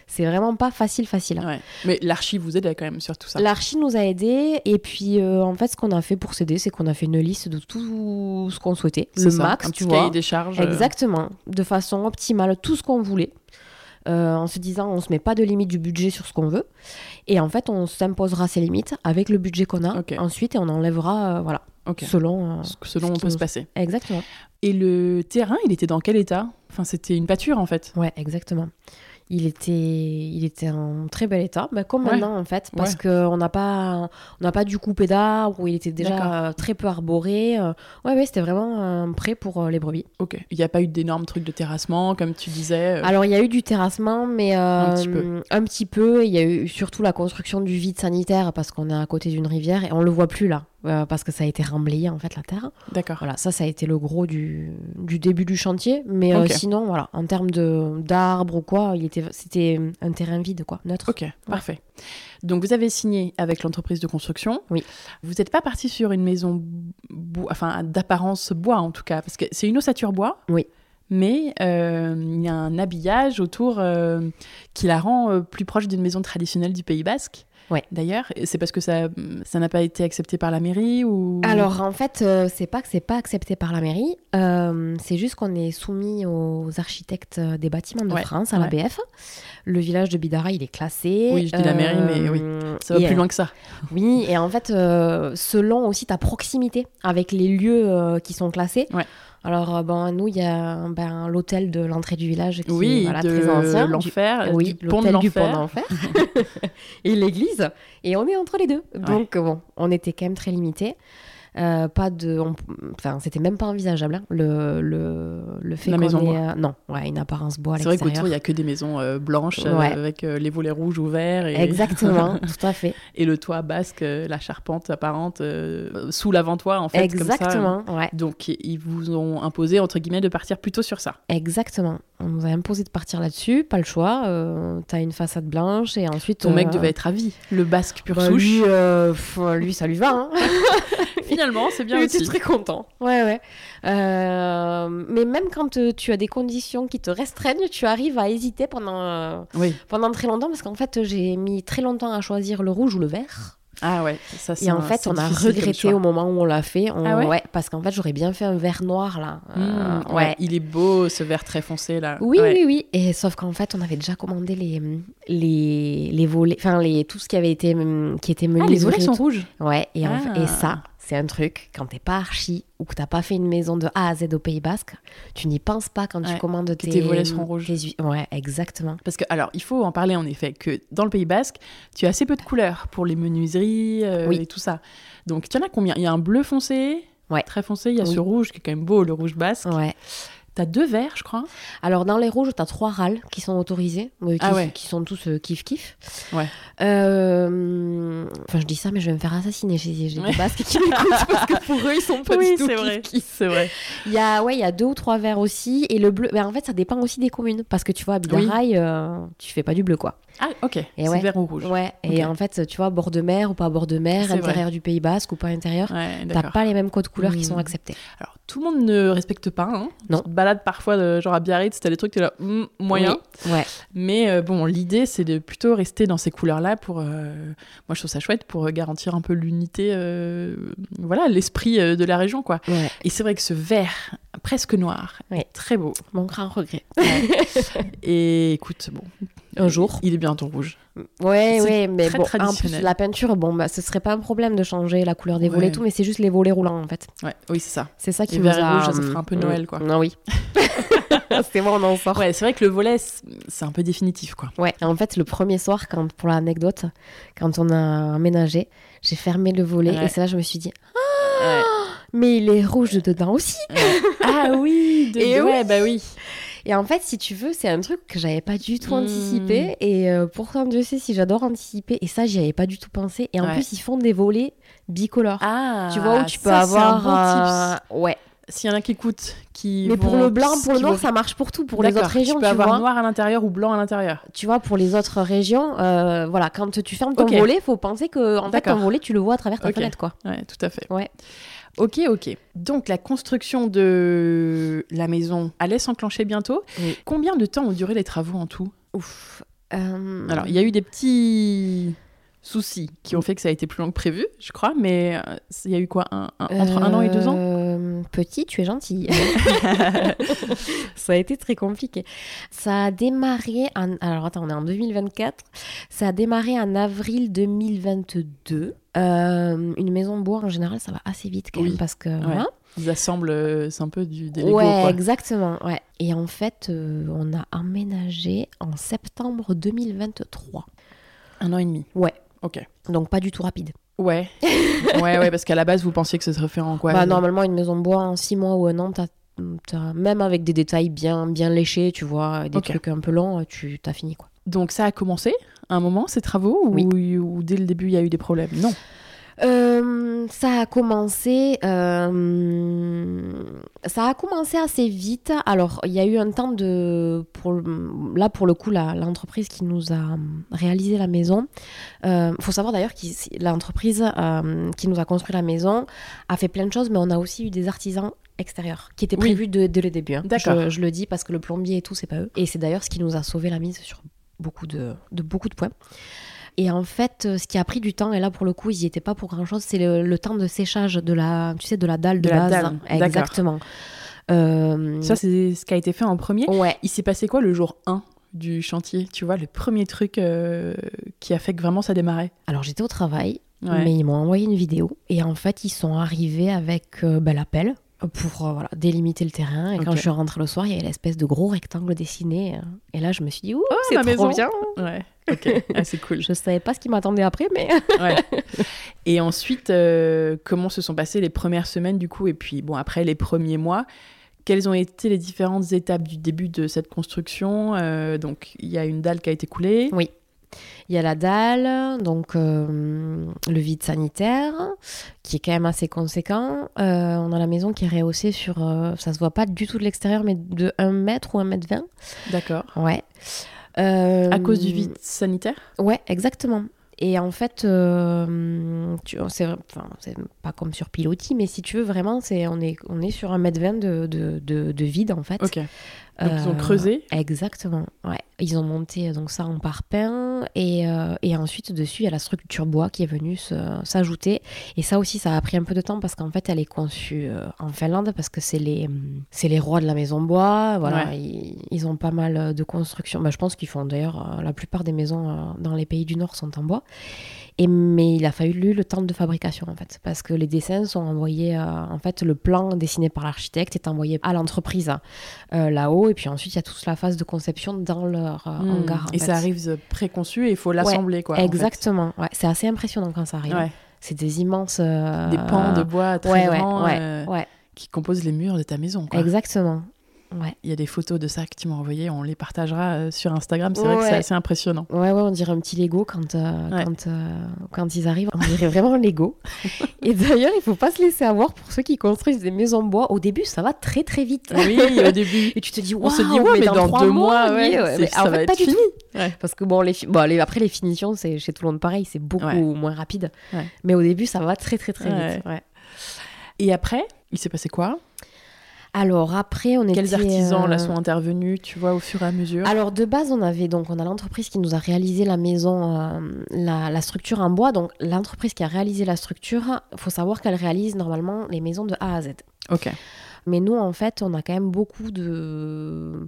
c'est vraiment pas facile, facile. hein. Ouais. Mais l'archi vous aide quand même sur tout ça. L'archi nous a aidés et puis euh, en fait ce qu'on a fait pour s'aider c'est qu'on a fait une liste de tout ce qu'on souhaitait, C'est le ça, max un tu petit cahier vois. des charges. euh, Exactement, de façon optimale tout ce qu'on voulait. euh, en se disant on se met pas de limite du budget sur ce qu'on veut et en fait on s'imposera ces limites avec le budget qu'on a Ok. ensuite et on enlèvera euh, voilà Ok. selon euh, Selon ce on qui peut se nous- passer. exactement Et le terrain, il était dans quel état Enfin, c'était une pâture en fait. ouais exactement il était il était en très bel état bah, comme Ouais. maintenant en fait parce Ouais. que on n'a pas on n'a pas dû couper d'arbres où il était D'accord. déjà euh, très peu arboré euh. ouais ouais c'était vraiment euh, prêt pour euh, les brebis Ok. Il n'y a pas eu d'énormes trucs de terrassement, comme tu disais. euh, Alors, il y a eu du terrassement, mais euh, petit peu. un petit peu. Il y a eu surtout la construction du vide sanitaire parce qu'on est à côté d'une rivière et on le voit plus là euh, parce que ça a été remblayé en fait la terre. D'accord. Voilà, ça, ça a été le gros du, du début du chantier. Mais euh, Ok. sinon, voilà, en termes de d'arbres ou quoi, il était c'était un terrain vide quoi, neutre. Ok, parfait. Donc vous avez signé avec l'entreprise de construction. Oui. Vous n'êtes pas parti sur une maison bo- enfin d'apparence bois en tout cas, parce que c'est une ossature bois. Oui. Mais euh, il y a un habillage autour euh, qui la rend euh, plus proche d'une maison traditionnelle du Pays Basque. Ouais. D'ailleurs, c'est parce que ça ça n'a pas été accepté par la mairie ou Alors en fait, euh, c'est pas que c'est pas accepté par la mairie, euh, c'est juste qu'on est soumis aux architectes euh, des bâtiments de Ouais, France, à ouais. l'ABF. Le village de Bidara, il est classé. Euh, Oui, je dis la mairie, mais oui, ça va et, plus loin que ça. Oui, et en fait, euh, selon aussi ta proximité avec les lieux euh, qui sont classés. Ouais. Alors, euh, bon, nous, il y a ben, l'hôtel de l'entrée du village qui est Oui, voilà, de très ancien. du- l'enfer, euh, oui, du pont de l'hôtel du pont l'enfer. d'enfer [LAUGHS] et l'église. Et on est entre les deux. Donc, bon, on était quand même très limité. pas de, on- enfin, c'était même pas envisageable. hein, le, le, le fait La qu'on maison ait, euh, non, ouais, une apparence bois à C'est vrai l'extérieur. qu'autour, il n'y a que des maisons euh, blanches euh, Ouais. avec euh, les volets rouges ouverts et, [LAUGHS] Exactement, tout à fait. et le toit basque, euh, la charpente apparente euh, sous l'avant-toit en fait. Comme ça. hein. Exactement, ouais. Donc ils vous ont imposé entre guillemets de partir plutôt sur ça. Exactement. On nous a imposé de partir là-dessus, pas le choix. euh, T'as une façade blanche et ensuite. Ton mec euh, devait être ravi. Le basque pur bah, souche. Lui, euh, pff, lui, ça lui va. hein. [LAUGHS] Finalement, c'est bien [LAUGHS] Il était aussi. très content. Ouais, ouais. Euh, mais même quand euh, tu as des conditions qui te restreignent, tu arrives à hésiter pendant, euh, Oui. pendant très longtemps parce qu'en fait, j'ai mis très longtemps à choisir le rouge ou le vert. Ah ouais. Ça, c'est Et en un- fait, c'est on a difficile comme choix. regretté au moment où on l'a fait. On- Ah ouais Parce qu'en fait, j'aurais bien fait un vert noir là. Euh, Mmh, ouais. Il est beau ce vert très foncé là. Oui, Ouais. oui, oui. Et sauf qu'en fait, on avait déjà commandé les, les, les volets, enfin, les, tout ce qui avait été, hum, qui était mené. Ah, les volets sont rouges. Ouais, et, en- Ah. et ça, c'est un truc, quand t'es pas archi ou que t'as pas fait une maison de A à Z au Pays Basque, tu n'y penses pas quand Ouais, tu commandes tes, tes volets seront rouges. tes hui- ouais, exactement. Parce que, alors, il faut en parler en effet, que dans le Pays Basque, tu as assez peu de couleurs pour les menuiseries euh, Oui. et tout ça. Donc, tu en as combien Il y a un bleu foncé, Ouais. très foncé, il y a Oui. ce rouge qui est quand même beau, le rouge basque. Ouais. Tu as deux verts, je crois. Alors, dans les rouges, t'as trois râles qui sont autorisés, euh, qui, Ah ouais. qui sont tous euh, kiff-kiff. Ouais. Euh, Enfin, je dis ça, mais je vais me faire assassiner chez j'ai Ouais. des Basques [LAUGHS] qui m'écoutent parce que pour eux, ils sont pas du tout C'est vrai. Il y a ouais, il y a deux ou trois verts aussi et le bleu. ben, en fait, ça dépend aussi des communes parce que tu vois, à Bidaraï, euh, tu fais pas du bleu quoi. Ah, ok. C'est ouais. vert ou rouge. Ouais. Et Ok. en fait, tu vois, bord de mer ou pas bord de mer, C'est intérieur du Pays Basque ou pas intérieur, Ouais, t'as d'accord. pas les mêmes codes couleurs qui sont Hmm. acceptés. Alors, tout le monde ne respecte pas. Hein. Non. Tu te balades parfois, de, genre à Biarritz, t'as des trucs, t'es là, hmm, moyen. Oui, Ouais. Mais euh, bon, l'idée, c'est de plutôt rester dans ces couleurs-là pour. euh, moi, je trouve ça chouette pour euh, garantir un peu l'unité, euh, voilà, l'esprit euh, de la région, quoi. Ouais. Et c'est vrai que ce vert, presque noir, Ouais. est très beau. Mon grand regret. Et écoute, bon. Un jour. Il est bien ton rouge. Ouais, C'est ouais, mais très bon, en plus traditionnel. la peinture, bon, bah, ce serait pas un problème de changer la couleur des Ouais. volets et tout, mais c'est juste les volets roulants en fait. Ouais, oui, c'est ça. C'est ça qui Les nous verts et a. rouges, ça ferait un peu Hmm. Noël, quoi. Non, oui. [LAUGHS] c'est moi, on en sort. Ouais, c'est vrai que le volet, c'est c'est un peu définitif, quoi. Ouais, en fait, le premier soir, quand, pour l'anecdote, quand on a aménagé, j'ai fermé le volet Ouais. et c'est là que je me suis dit, ah mais il est rouge de dedans aussi. Ah oui, de- Et ouais, bah oui. Et en fait, si tu veux, c'est un truc que j'avais pas du tout Mm. anticipé. Et euh, pourtant, Dieu sait si j'adore anticiper. Et ça, j'y avais pas du tout pensé. Et en Ouais. plus, ils font des volets bicolores. Ah, tu vois, où tu peux ça, c'est avoir. un bon euh, Ouais. tips. S'il y en a qui écoutent, qui. Mais pour vont- le blanc, pour le qui noir, vont- ça marche pour tout. Pour les D'accord, autres régions, tu tu, peux avoir vois. noir à l'intérieur ou blanc à l'intérieur. Tu vois, pour les autres régions, euh, voilà, quand tu fermes ton Ok. volet, faut penser que, en fait, D'accord. ton volet, tu le vois à travers ta Ok. fenêtre, quoi. Ouais, tout à fait. Ouais. Ok, ok. Donc la construction de la maison allait s'enclencher bientôt. Oui. Combien de temps ont duré les travaux en tout Ouf. Euh, Alors, il y a eu des petits soucis qui ont fait que ça a été plus long que prévu, je crois, mais euh, il y a eu quoi un- un- Entre un an et deux ans euh, Petit, tu [LAUGHS] es gentil. ça a été très compliqué. Ça a démarré. En... Alors attends, on est en 2024. Ça a démarré en avril 2022. Euh, une maison bois en général, ça va assez vite quand Oui. même parce que. hein. Ils assemblent, euh, c'est un peu du, des ouais, Lego, quoi. exactement. Ouais. Et en fait, euh, on a emménagé en septembre 2023. Un an et demi. Ouais. Ok. Donc pas du tout rapide. Ouais. ouais, ouais, parce qu'à la base, vous pensiez que ce serait fait [LAUGHS] en quoi bah, normalement, une maison de bois en 6 mois ou un an, t'as- t'as- même avec des détails bien, bien léchés, tu vois, des Ok. trucs un peu lents, tu t'as fini quoi. Donc ça a commencé à un moment, ces travaux, ou, ou dès le début, il y a eu des problèmes Non. Euh, ça a commencé, euh, ça a commencé assez vite. Alors, il y a eu un temps de, pour, le- là pour le coup, la- l'entreprise qui nous a euh, réalisé la maison. euh, faut savoir d'ailleurs que l'entreprise euh, qui nous a construit la maison a fait plein de choses, mais on a aussi eu des artisans extérieurs qui étaient Oui. prévus de- dès le début. hein. D'accord. Je, je le dis parce que le plombier et tout, c'est pas eux. Et c'est d'ailleurs ce qui nous a sauvé la mise sur beaucoup de, de beaucoup de points. Et en fait, euh, ce qui a pris du temps, et là pour le coup, ils n'y étaient pas pour grand chose, c'est le, le, temps de séchage de la, tu sais, de la dalle de, De la base. dalle, d'accord. Exactement. Euh, Ça, c'est ce qui a été fait en premier. ouais. Il s'est passé quoi le jour 1 du chantier Tu vois, le premier truc euh, qui a fait que vraiment ça démarrait. Alors j'étais au travail, Ouais. mais ils m'ont envoyé une vidéo et en fait ils sont arrivés avec euh, ben, la pelle pour euh, voilà, délimiter le terrain. Et quand Ok. je suis rentrée le soir, il y avait l'espèce de gros rectangle dessiné. euh, Et là je me suis dit, ouh, c'est ma trop Oh, maison. bien. Ouais. [LAUGHS] Ok. Ah, c'est cool. Je savais pas ce qui m'attendait après, mais Ouais. Et ensuite, euh, comment se sont passées les premières semaines du coup, et puis bon après les premiers mois. Quelles ont été les différentes étapes du début de cette construction Euh, Donc il y a une dalle qui a été coulée. Oui. il y a la dalle, donc euh, le vide sanitaire qui est quand même assez conséquent. Euh, on a la maison qui est rehaussée sur, euh, ça se voit pas du tout de l'extérieur, mais de 1 mètre ou 1 mètre 20. D'accord. Ouais. Euh, À cause du vide sanitaire Ouais, exactement. Et en fait, euh, tu- c'est enfin, c'est pas comme sur pilotis, mais si tu veux vraiment, c'est on est on est sur un mètre vingt de, de, de- de vide en fait. Ok. Donc ils ont Euh, creusé. Exactement. Ouais. Ils ont monté euh, donc ça en parpaing et, euh, et ensuite dessus il y a la structure bois qui est venue se- s'ajouter et ça aussi ça a pris un peu de temps parce qu'en fait elle est conçue euh, en Finlande parce que c'est les hum, c'est les rois de la maison bois voilà Ouais. ils, ils ont pas mal euh, de constructions bah, je pense qu'ils font d'ailleurs euh, la plupart des maisons euh, dans les pays du Nord sont en bois et mais il a fallu le temps de fabrication en fait parce que les dessins sont envoyés euh, en fait le plan dessiné par l'architecte est envoyé à l'entreprise euh, là-haut. Et puis ensuite, il y a toute la phase de conception dans leur euh, Hmm. hangar. en et fait. ça arrive euh, préconçu et il faut l'assembler quoi. en fait. Exactement. Ouais, c'est assez impressionnant quand ça arrive. Ouais. C'est des immenses. euh, Des pans de bois très ouais, ouais, grands ouais, euh, ouais. qui composent les murs de ta maison. quoi. Exactement. Ouais. Il y a des photos de ça que tu m'as envoyées, on les partagera euh, sur Instagram. C'est vrai que Ouais. c'est assez [LAUGHS] impressionnant. Ouais, ouais, on dirait un petit Lego quand, euh, Ouais. quand, euh, quand ils arrivent. On dirait vraiment [LAUGHS] un Lego. Et d'ailleurs, il faut pas se laisser avoir pour ceux qui construisent des maisons en bois. Au début, ça va très très vite. Oui, au début. Et tu te dis, On se dit, waouh, ouais, mais dans trois deux mois, on y est, ouais, c'est- Mais ça va en fait, être pas du fini. tout. Ouais. Parce que bon, les, fi- bon, les- après, les finitions, c'est chez tout le monde pareil, c'est beaucoup Ouais. moins rapide. Ouais. Mais au début, ça va très, très, très Ouais. vite. ouais. Et après, il s'est passé quoi Alors, après, on Quels était, artisans là euh, sont intervenus, tu vois, au fur et à mesure Alors de base, on avait donc on a l'entreprise qui nous a réalisé la maison, euh, la, la structure en bois. Donc l'entreprise qui a réalisé la structure, faut savoir qu'elle réalise normalement les maisons de A à Z. Ok. Mais nous, en fait, on a quand même beaucoup de,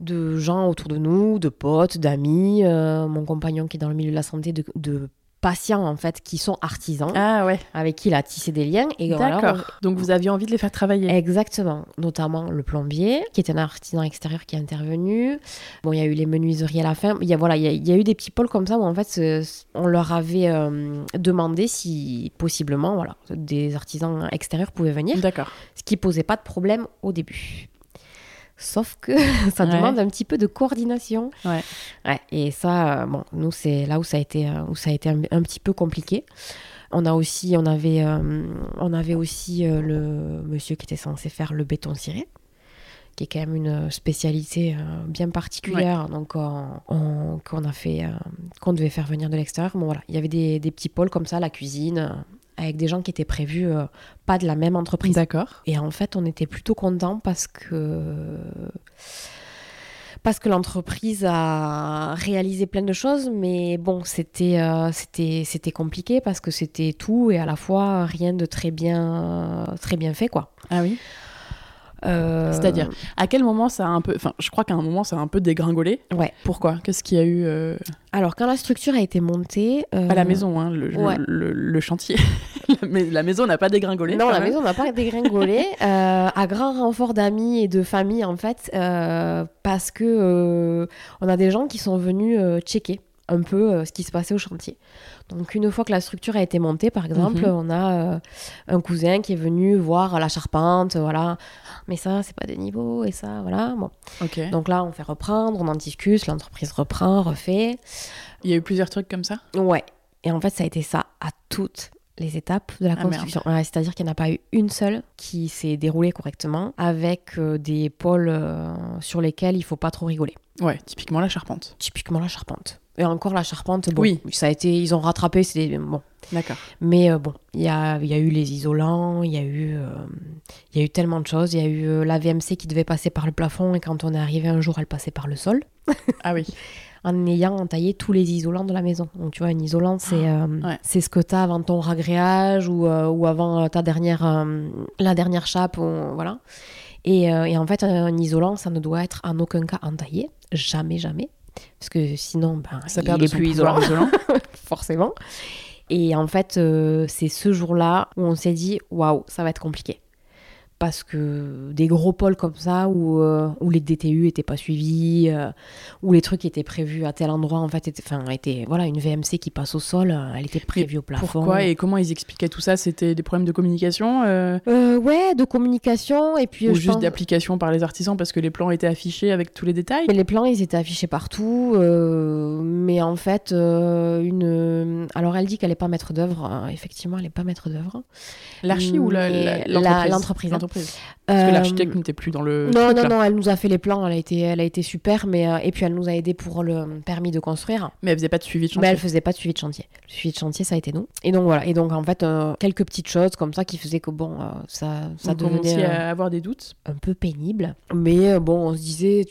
de gens autour de nous, de potes, d'amis, euh, mon compagnon qui est dans le milieu de la santé, de, de patients, en fait, qui sont artisans, Ah ouais, avec qui il a tissé des liens. Et voilà, d'accord. Donc vous aviez envie de les faire on- travailler. Exactement, notamment le plombier, qui est un artisan extérieur qui est intervenu. Bon, il y a eu les menuiseries à la fin. Il y a, voilà, il y a, il y a eu des petits pôles comme ça où en fait, ce- ce- on leur avait euh, demandé si possiblement, voilà, des artisans extérieurs pouvaient venir D'accord. ce qui posait pas de problème au début. Sauf que [LAUGHS] ça Ouais. demande un petit peu de coordination. Ouais. Ouais, et ça, euh, bon, nous, c'est là où ça a été, euh, où ça a été un, un petit peu compliqué. On a aussi, on avait, euh, on avait aussi euh, le monsieur qui était censé faire le béton ciré, qui est quand même une spécialité euh, bien particulière, donc on- on- qu'on a fait, euh, qu'on devait faire venir de l'extérieur. Bon voilà, il y avait des, des petits pôles comme ça, la cuisine, euh, avec des gens qui étaient prévus euh, pas de la même entreprise. D'accord. Et en fait, on était plutôt contents parce que parce que l'entreprise a réalisé plein de choses, mais bon, c'était euh, c'était c'était compliqué parce que c'était tout et à la fois rien de très bien très bien fait quoi. Ah oui. Euh, C'est-à-dire À quel moment ça a un peu. Enfin, je crois qu'à un moment ça a un peu dégringolé. Ouais. Pourquoi Qu'est-ce qu'il y a eu euh, Alors quand la structure a été montée à la euh, maison, hein, le, ouais. le- le chantier [LAUGHS] la, mais- la maison n'a pas dégringolé. Non, quand la même. maison n'a [LAUGHS] pas dégringolé. euh, à grand renfort d'amis et de famille, en fait, euh, parce que euh, on a des gens qui sont venus euh, checker un peu euh, ce qui se passait au chantier. Donc, une fois que la structure a été montée, par exemple, Mhm. on a euh, un cousin qui est venu voir la charpente, voilà. Mais ça, c'est pas de niveau, et ça, voilà. Bon. Ok. Donc là, on fait reprendre, on en discute, l'entreprise reprend, refait. Il y a eu plusieurs trucs comme ça. Ouais. Et en fait, ça a été ça à toutes les étapes de la Ah, merde. construction. Ouais, C'est-à-dire qu'il n'y en a pas eu une seule qui s'est déroulée correctement avec euh, des pôles euh, sur lesquels il faut pas trop rigoler. Ouais, typiquement la charpente. Typiquement la charpente. Et encore la charpente, bon, Oui. ça a été, ils ont rattrapé, c'est des- bon. D'accord. Mais euh, bon, il y a, il y a eu les isolants, il y a eu, euh, il y a eu tellement de choses. Il y a eu [LAUGHS] euh, la VMC qui devait passer par le plafond et quand on est arrivé un jour, elle passait par le sol. Ah oui. en ayant entaillé tous les isolants de la maison. Donc tu vois, un isolant, c'est euh, Ouais. c'est ce que tu as avant ton ragréage ou, euh, ou avant euh, ta dernière, euh, la dernière chape. ou- voilà. Et, euh, et en fait, un, un isolant, ça ne doit être en aucun cas entaillé. Jamais, jamais. Parce que sinon, ben, Ça il perd de est son plus isolant pouvoir isolant. forcément. Et en fait, euh, c'est ce jour-là où on s'est dit waouh, ça va être compliqué. Parce que des gros pôles comme ça, où, euh, où les DTU n'étaient pas suivis, euh, où les trucs qui étaient prévus à tel endroit, en fait, étaient, enfin, étaient- voilà, une VMC qui passe au sol, euh, elle était prévue au plafond. Pourquoi et comment ils expliquaient tout ça C'était des problèmes de communication euh, Euh, Ouais, de communication, et puis ou je juste pense- d'application par les artisans parce que les plans étaient affichés avec tous les détails Mais les plans, ils étaient affichés partout. euh, mais en fait, euh, une. Alors, elle dit qu'elle n'est pas maître d'œuvre. euh, effectivement, elle n'est pas maître d'œuvre. L'archi ou la- la- Mais la- l'entreprise l'entreprise. L'entreprise. Parce que Euh, l'architecte n'était plus dans le. Non, truc, non, là. non, elle nous a fait les plans, elle a été, elle a été super, mais, euh, et puis elle nous a aidé pour le permis de construire, Mais elle faisait pas de suivi de chantier. mais elle faisait pas de suivi de chantier. Le suivi de chantier, ça a été nous. Et donc voilà, et donc en fait, euh, quelques petites choses comme ça qui faisaient que bon, euh, ça, ça Donc, on devenait commençait à avoir des doutes. euh, un peu pénible, mais euh, bon, on se disait,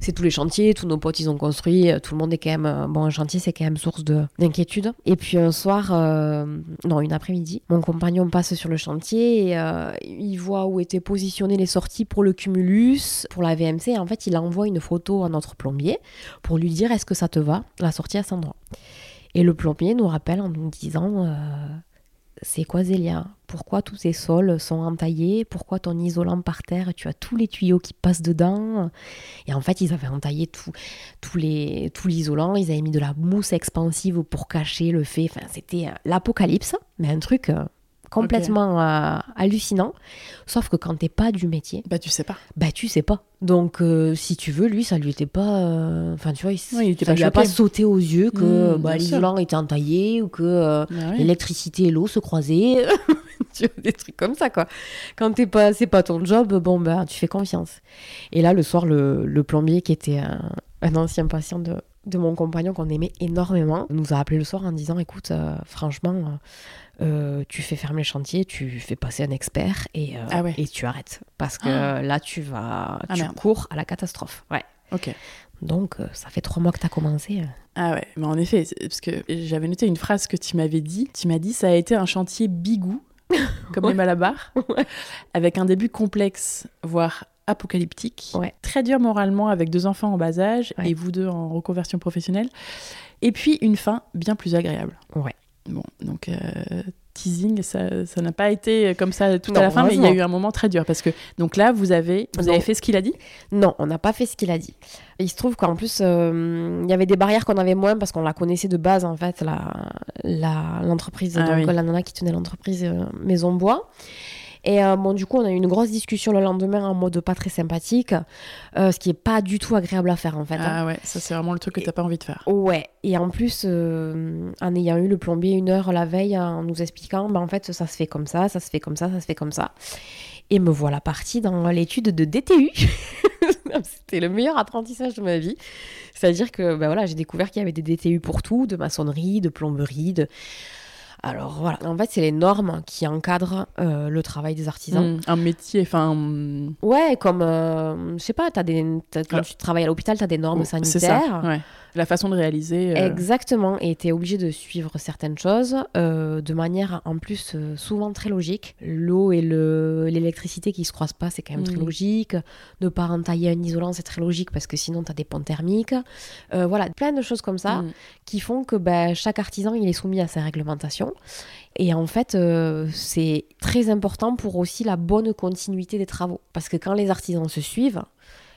c'est tous les chantiers, tous nos potes ils ont construit, euh, tout le monde est quand même, euh, bon, un chantier c'est quand même source de- d'inquiétude. Et puis un soir, euh, non, une après-midi, mon compagnon passe sur le chantier et euh, il voit où étaient positionnées les sorties pour le cumulus, pour la VMC. Et en fait, il envoie une photo à notre plombier pour lui dire est-ce que ça te va, la sortie à cet endroit. Et le plombier nous rappelle en nous disant euh, c'est quoi Zélia Pourquoi tous ces sols sont entaillés Pourquoi ton isolant par terre Tu as tous les tuyaux qui passent dedans Et en fait, ils avaient entaillé tout, tous les, tout l'isolant. Ils avaient mis de la mousse expansive pour cacher le fait. Enfin, c'était euh, l'apocalypse, mais un truc euh, complètement euh, hallucinant. Sauf que quand t'es pas du métier, Bah, tu sais pas. bah tu sais pas. Donc euh, si tu veux, lui, ça lui était pas. euh, Enfin, tu vois, il, s- Oui, il était ça pas lui a choqué. pas sauté aux yeux que Mmh, bah, bien sûr. l'isolant était entaillé ou que. euh, Ah l'électricité et l'eau se croisaient, [LAUGHS] tu vois, des trucs comme ça quoi. Quand t'es pas, c'est pas ton job, bon ben tu fais confiance. Et là le soir le, le plombier qui était un, un ancien patient de de mon compagnon qu'on aimait énormément nous a appelé le soir en disant écoute euh, franchement euh, tu fais fermer le chantier tu fais passer un expert et, euh, Ah ouais. et tu arrêtes parce que Ah. là tu vas Ah tu merde. cours à la catastrophe ouais Ok. donc euh, ça fait trois mois que t'as commencé euh. Ah ouais, mais en effet, c'est- parce que j'avais noté une phrase que tu m'avais dit. Tu m'as dit ça a été un chantier [LAUGHS] bigou, comme les Malabar, avec un début complexe, voire apocalyptique, Ouais. très dur moralement avec deux enfants en bas âge Ouais. et vous deux en reconversion professionnelle, et puis une fin bien plus agréable. Ouais. Bon, donc euh, teasing, ça ça n'a pas été comme ça tout à Non, la fin, mais il y a heureusement. eu un moment très dur parce que donc là vous avez vous Non. avez fait ce qu'il a dit. Non, on n'a pas fait ce qu'il a dit. Il se trouve qu'en plus, euh, il y avait des barrières qu'on avait moins parce qu'on la connaissait de base, en fait, la- la- l'entreprise, Ah donc oui. la nana qui tenait l'entreprise euh, Maison Bois. Et euh, bon, du coup, on a eu une grosse discussion le lendemain en mode pas très sympathique, euh, ce qui est pas du tout agréable à faire, en fait. hein. Ah ouais, ça c'est vraiment le truc que t'as pas envie de faire. Ouais, et en plus, euh, en ayant eu le plombier une heure la veille, en nous expliquant, bah en fait, ça se fait comme ça, ça se fait comme ça, ça se fait comme ça. Et me voilà partie dans l'étude de DTU. [LAUGHS] C'était le meilleur apprentissage de ma vie. C'est-à-dire que bah voilà, j'ai découvert qu'il y avait des DTU pour tout, de maçonnerie, de plomberie, de... Alors voilà, en fait, c'est les normes qui encadrent euh, le travail des artisans. Mm, Un métier, enfin. mm, Ouais, comme, euh, je sais pas, as des, t'as- quand Là. Oh, tu travailles à l'hôpital, tu as des normes C'est sanitaires. ça, ouais. La façon de réaliser. euh, Exactement, et tu es obligé de suivre certaines choses euh, de manière en plus euh, souvent très logique. L'eau et le- l'électricité qui se croisent pas, c'est quand même très Mhm. logique. Ne pas entailler un isolant, c'est très logique parce que sinon tu as des ponts thermiques. Euh, voilà, plein de choses comme ça mm. qui font que bah, chaque artisan il est soumis à ses réglementations. Et en fait, euh, c'est très important pour aussi la bonne continuité des travaux. Parce que quand les artisans se suivent,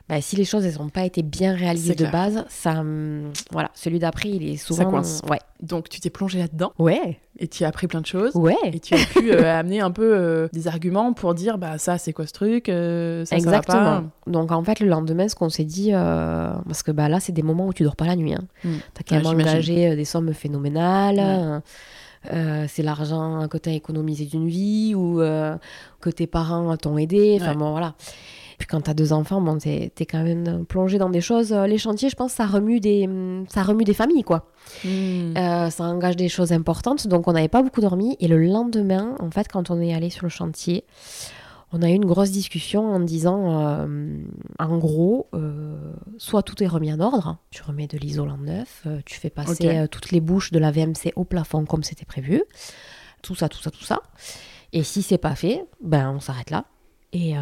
bah, si les choses elles n'ont pas été bien réalisées C'est de clair. base, ça, hum, voilà, celui d'après, il est souvent... coince. Ouais. Donc tu t'es plongé là-dedans Ouais. et tu as appris plein de choses. Ouais. Et tu as pu euh, [LAUGHS] amener un peu euh, des arguments pour dire bah ça c'est quoi ce truc euh, ça, ça va Exactement. pas. Donc en fait, le lendemain, ce qu'on s'est dit, euh, parce que bah, là, c'est des moments où tu dors pas la nuit. Hein. Mm. T'as quand Ouais, même j'imagine. engagé euh, des sommes phénoménales. Ouais. euh, euh, c'est l'argent que t'as économisé d'une vie ou euh, que tes parents t'ont aidé. Enfin Ouais. bon, voilà. Puis quand t'as deux enfants, bon, t'es t'es quand même plongé dans des choses. Euh, Les chantiers, je pense, ça remue des, ça remue des familles, quoi. Mm. Euh, ça engage des choses importantes, donc on n'avait pas beaucoup dormi. Et le lendemain, en fait, quand on est allé sur le chantier, on a eu une grosse discussion en disant, euh, en gros, euh, soit tout est remis en ordre, tu remets de l'isolant neuf, euh, tu fais passer Ok. euh, toutes les bouches de la VMC au plafond comme c'était prévu, tout ça, tout ça, tout ça. Et si c'est pas fait, ben on s'arrête là. Et, euh,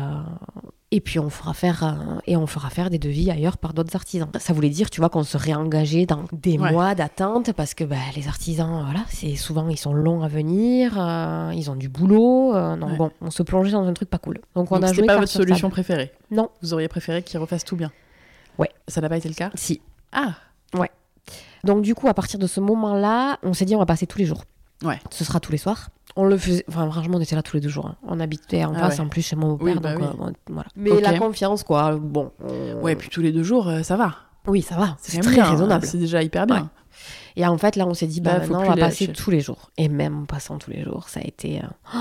et puis on fera faire euh, et on fera faire des devis ailleurs par d'autres artisans. Ça voulait dire, tu vois, qu'on se réengageait dans des Ouais. mois d'attente parce que ben, les artisans, voilà, c'est souvent ils sont longs à venir, euh, ils ont du boulot. euh, non, Ouais. bon, on se plongeait dans un truc pas cool. Donc on Donc, a c'était joué pas carte votre sur solution table. préférée. Non. Vous auriez préféré qu'ils refassent tout bien. Ouais. Ça n'a pas été le cas. Si. Ah. Donc du coup, à partir de ce moment-là, on s'est dit on va passer tous les jours. Ouais. Ce sera tous les soirs. On le faisait. Enfin, franchement, on était là tous les deux jours. hein. On habitait en Ah face, ouais. en plus chez mon père, Oui, bah donc oui. euh, on- voilà. Mais Ok. la confiance, quoi. Bon. on- Ouais, puis tous les deux jours, euh, ça va. Oui, ça va. C'est quand très même bien, hein. raisonnable. C'est déjà hyper bien. Et en fait, là, on s'est dit, bah, Là, faut maintenant, on plus va les passer lâcher. tous les jours. Et même en passant tous les jours, ça a été euh, [GASPS] oh,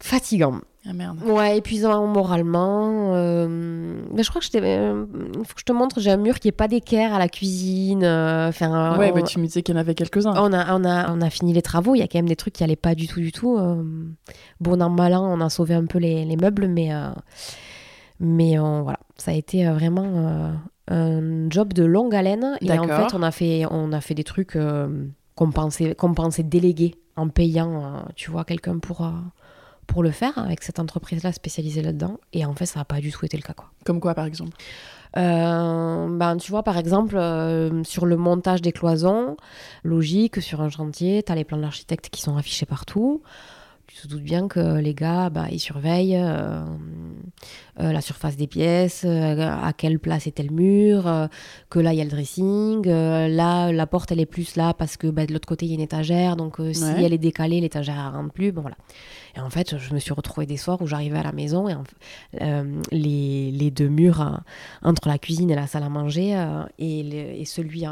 fatigant. Ah merde. Ouais, épuisant moralement. euh, Mais je crois que je t'ai- euh, il faut que je te montre, j'ai un mur qui est pas d'équerre à la cuisine. euh, Enfin, euh, ouais, on... Oh. bah, tu me disais qu'il y en avait quelques-uns. on a, on, a, on a fini les travaux, il y a quand même des trucs qui allaient pas du tout, du tout. euh, Bon an, mal an, on a sauvé un peu les, les meubles, mais, euh, mais euh, voilà, ça a été euh, vraiment euh, un job de longue haleine. Et en D'accord. fait, on a fait, on a fait des trucs euh, qu'on pensait, qu'on pensait déléguer en payant, euh, tu vois, quelqu'un pour, euh, pour le faire avec cette entreprise-là spécialisée là-dedans. Et en fait, ça n'a pas du tout été le cas, quoi. Comme quoi, par exemple Euh, ben, tu vois, par exemple, euh, sur le montage des cloisons, logique, sur un chantier, tu as les plans de l'architecte qui sont affichés partout. Tu te doutes bien que les gars, bah, ils surveillent euh, euh, la surface des pièces, euh, à quelle place est le mur, euh, que là, il y a le dressing, euh, là, la porte, elle est plus là parce que bah, de l'autre côté, il y a une étagère, donc euh, si Ouais. elle est décalée, l'étagère, elle rentre plus. Bon, voilà. Et en fait, je me suis retrouvée des soirs où j'arrivais à la maison et en f- euh, les, les deux murs euh, entre la cuisine et la salle à manger euh, et, le- et celui euh,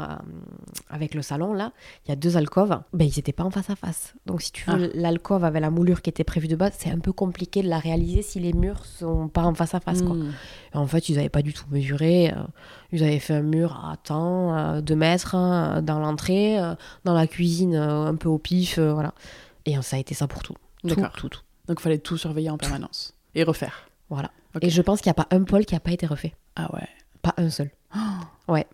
avec le salon, là, il y a deux alcôves, ben, ils n'étaient pas en face à face. Donc, si tu Ah. veux, l'alcôve avec la moulure qui était prévue de base, c'est un peu compliqué de la réaliser si les murs sont pas en face à face. quoi. Hmm. Et en fait, ils n'avaient pas du tout mesuré. euh, Ils avaient fait un mur à temps, euh, deux mètres, hein, dans l'entrée, euh, dans la cuisine, euh, un peu au pif, euh, voilà. Et euh, ça a été ça pour tout. Tout, D'accord. tout, tout. Donc, il fallait tout surveiller en permanence. Et refaire. Voilà. Ok. Et je pense qu'il n'y a pas un pôle qui n'a pas été refait. Ah ouais. Pas un seul. [GASPS] Ouais.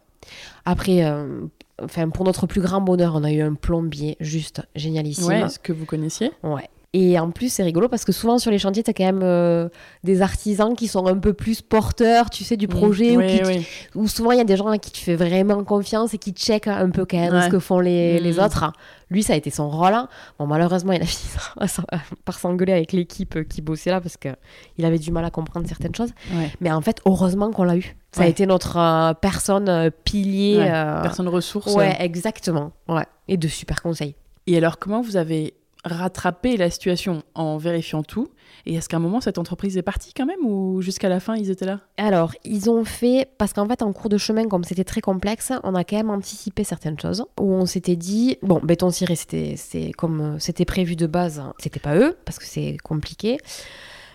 Après, euh, enfin, pour notre plus grand bonheur, on a eu un plombier juste génialissime. Ouais, ce que vous connaissiez Ouais. Et en plus, c'est rigolo parce que souvent sur les chantiers, t'as quand même euh, des artisans qui sont un peu plus porteurs, tu sais, du projet, Hmm. ou, Ouais, qui te- ouais. ou souvent il y a des gens à qui tu fais vraiment confiance et qui checkent un peu quand même Ouais. ce que font les, les Mhm. autres. Lui, ça a été son rôle. hein. Bon, malheureusement, il a [LAUGHS] fini par s'engueuler avec l'équipe qui bossait là parce que il avait du mal à comprendre certaines choses. Ouais. Mais en fait, heureusement qu'on l'a eu. Ça a Ouais. été notre euh, personne euh, pilier. Ouais, euh, Personne ressource. ouais, exactement. Ouais. Et de super conseils. Et alors, comment vous avez rattrapé la situation en vérifiant tout Et est-ce qu'à un moment, cette entreprise est partie quand même ou jusqu'à la fin, ils étaient là Alors, ils ont fait, parce qu'en fait, en cours de chemin, comme c'était très complexe, on a quand même anticipé certaines choses, où on s'était dit, bon, béton ciré, c'était c'est comme euh, c'était prévu de base, hein, c'était pas eux, parce que c'est compliqué.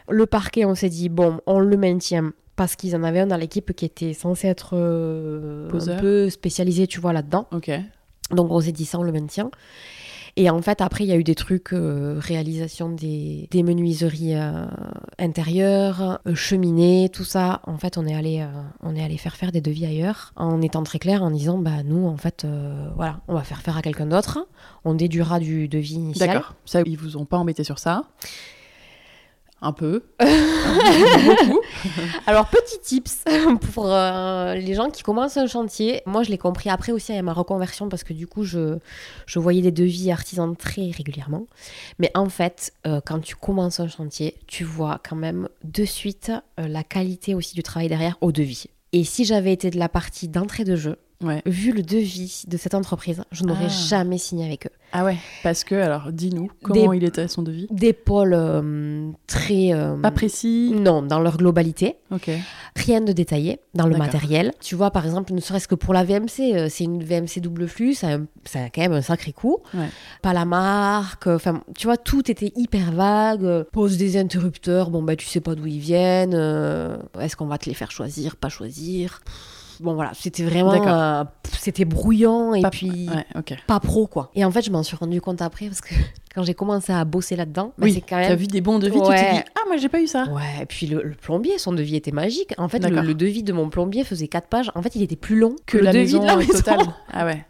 Le parquet, on s'est dit, bon, on le maintient. Parce qu'ils en avaient un dans l'équipe qui était censé être euh, un Poseur. peu spécialisé, tu vois, là-dedans. Ok. Donc on s'est dit ça, on le maintient. Et en fait, après, il y a eu des trucs, euh, réalisation des, des menuiseries euh, intérieures, euh, cheminées, tout ça. En fait, on est allé, euh, on est allé faire faire des devis ailleurs, en étant très clair, en disant, bah nous, en fait, euh, voilà, on va faire faire à quelqu'un d'autre, on déduira du devis initial. D'accord. Ça, ils vous ont pas embêté sur ça Un peu. Beaucoup. Alors, petit tips [LAUGHS] pour euh, les gens qui commencent un chantier. Moi, je l'ai compris après aussi à ma reconversion parce que du coup, je, je voyais des devis artisans très régulièrement. Mais en fait, euh, quand tu commences un chantier, tu vois quand même de suite euh, la qualité aussi du travail derrière au devis. Et si j'avais été de la partie d'entrée de jeu, Ouais. vu le devis de cette entreprise, je n'aurais Ah. jamais signé avec eux. Ah ouais. Parce que, alors, dis-nous, comment Des- il était son devis Des pôles euh, très... euh, Pas précis. Non, dans leur globalité. Ok. rien de détaillé dans le D'accord. matériel. Tu vois, par exemple, ne serait-ce que pour la VMC, euh, c'est une VMC double flux, ça a, un- ça a quand même un sacré coût. Ouais. Pas la marque, euh, enfin, tu vois, tout était hyper vague. euh, Pose des interrupteurs, bon, bah, tu sais pas d'où ils viennent. euh, Est-ce qu'on va te les faire choisir, pas choisir Pff, Bon, voilà, c'était vraiment. D'accord. euh, pff, c'était brouillant et Pas- puis Ouais, ok. pas pro, quoi. Et en fait, je m'en suis rendu compte après parce que. [LAUGHS] quand j'ai commencé à bosser là-dedans, bah, Oui, c'est quand T'as même. vu des bons devis, tu t'es Ouais. dit ah moi j'ai pas eu ça. Ouais, et puis le, le plombier, son devis était magique. En fait, le, D'accord. le devis de mon plombier faisait 4 pages. En fait, il était plus long Que le la devis maison, de la [LAUGHS] euh, maison. totale. Ah ouais.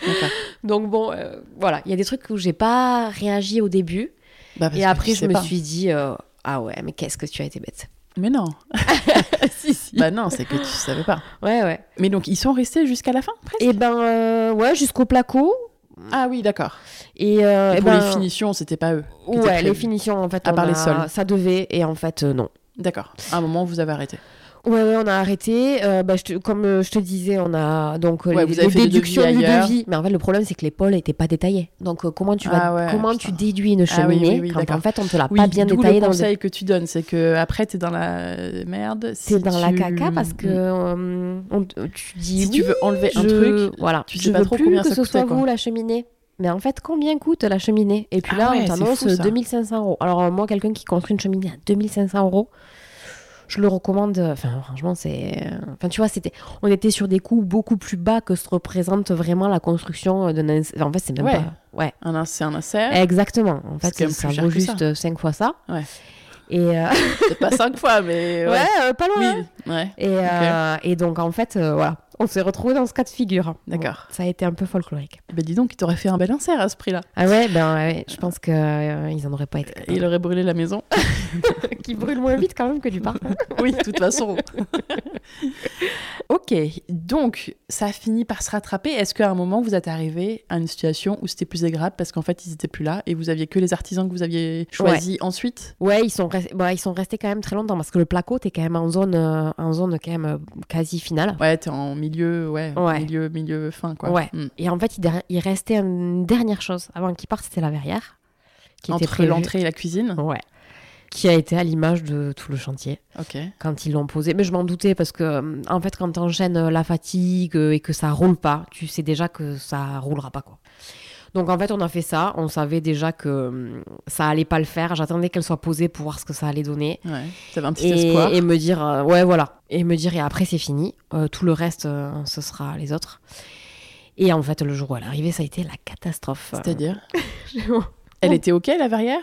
D'accord. Donc bon, euh, voilà, il y a des trucs où j'ai pas réagi au début. Bah, parce et que après, tu je sais me pas. suis dit, euh, ah ouais, mais qu'est-ce que tu as [LAUGHS] été bête. Mais non. si, si. Bah non, c'est que tu savais pas. ouais, ouais. Mais donc ils sont restés jusqu'à la fin presque. Et ben, euh, ouais, jusqu'au placo. Ah oui, d'accord. Et, euh, Et eh pour ben, les finitions, c'était pas eux. qui étaient Ouais, les prévus. finitions, en fait. À on part les a- sols. Ça devait, et en fait, euh, non. D'accord. À un moment, vous avez arrêté. Ouais, ouais, on a arrêté. Euh, bah, je te- comme euh, je te disais, on a donc euh, Ouais, les, vous avez les fait des déductions devis du ailleurs. devis. Mais en fait, le problème, c'est que les pôles n'étaient pas détaillés. Donc, euh, comment tu vas, Ah ouais, comment putain. tu déduis une Ah oui, oui, cheminée oui, quand d'accord. en fait, on te l'a Oui, Ah, pas bien d'où détaillé le dans le conseil que tu donnes, c'est que après t'es dans la merde. T'es si dans la tu- Mm, caca parce que euh, on- tu dis si tu oui, veux enlever un je- truc, voilà, tu je sais pas veux trop plus combien que ça ce soit coûtait, quoi. vous la cheminée. Mais en fait, combien coûte la cheminée Et puis Ah là, ouais, on c'est t'annonce fou, ça. 2500 euros. Alors euh, moi, quelqu'un qui construit une cheminée à 2500 euros, je le recommande. euh, Enfin, franchement, c'est. euh, Enfin, tu vois, c'était. On était sur des coûts beaucoup plus bas que ce représente vraiment la construction euh, d'un. ins- enfin, en fait, c'est même Ouais. pas. Ouais. un in- c'est un insert, Eh. Exactement. En C'est fait, quand même ça plus cher vaut que ça. juste 5 fois ça. Ouais. Et euh, peut-être pas cinq fois, mais [LAUGHS] ouais, ouais. euh, pas loin. hein. Oui, ouais. Et, euh, et donc, en fait, euh, voilà, on s'est retrouvés dans ce cas de figure. D'accord. Bon, ça a été un peu folklorique. Ben dis donc, il t'aurait fait un bel insert à ce prix-là. Ah ouais, ben ouais, je pense qu'ils n'en auraient pas été. Et il aurait brûlé la maison. Qui brûle moins vite quand même que du parfum. oui, de toute façon. ok, donc ça a fini par se rattraper. Est-ce qu'à un moment, vous êtes arrivé à une situation où c'était plus agréable parce qu'en fait, ils étaient plus là et vous aviez que les artisans que vous aviez choisis ensuite [LAUGHS] Ouais, ils sont, res- bah, ils sont restés quand même très longtemps parce que le placo, t'es quand même en zone, euh, en zone quand même euh, quasi finale. Ouais, t'es en milieu, ouais, Ouais. milieu, milieu fin, quoi. Ouais. Mm. Et en fait, il, der- il restait une dernière chose avant qu'ils partent, c'était la verrière. Qui était Entre prévue. l'entrée et la cuisine. Ouais. Qui a été à l'image de tout le chantier. Ok. quand ils l'ont posé. Mais je m'en doutais parce que, euh, en fait, quand t'enchaînes euh, la fatigue euh, et que ça roule pas, tu sais déjà que ça roulera pas, quoi. Donc, en fait, on a fait ça. On savait déjà que euh, ça allait pas le faire. J'attendais qu'elle soit posée pour voir ce que ça allait donner. Ouais. T'avais un petit Et, espoir. et me dire, euh, ouais, voilà. Et me dire, et après, c'est fini. Euh, tout le reste, euh, ce sera les autres. Et en fait, le jour où elle est arrivée, ça a été la catastrophe. [LAUGHS] C'est-à-dire Euh, Elle était ok la verrière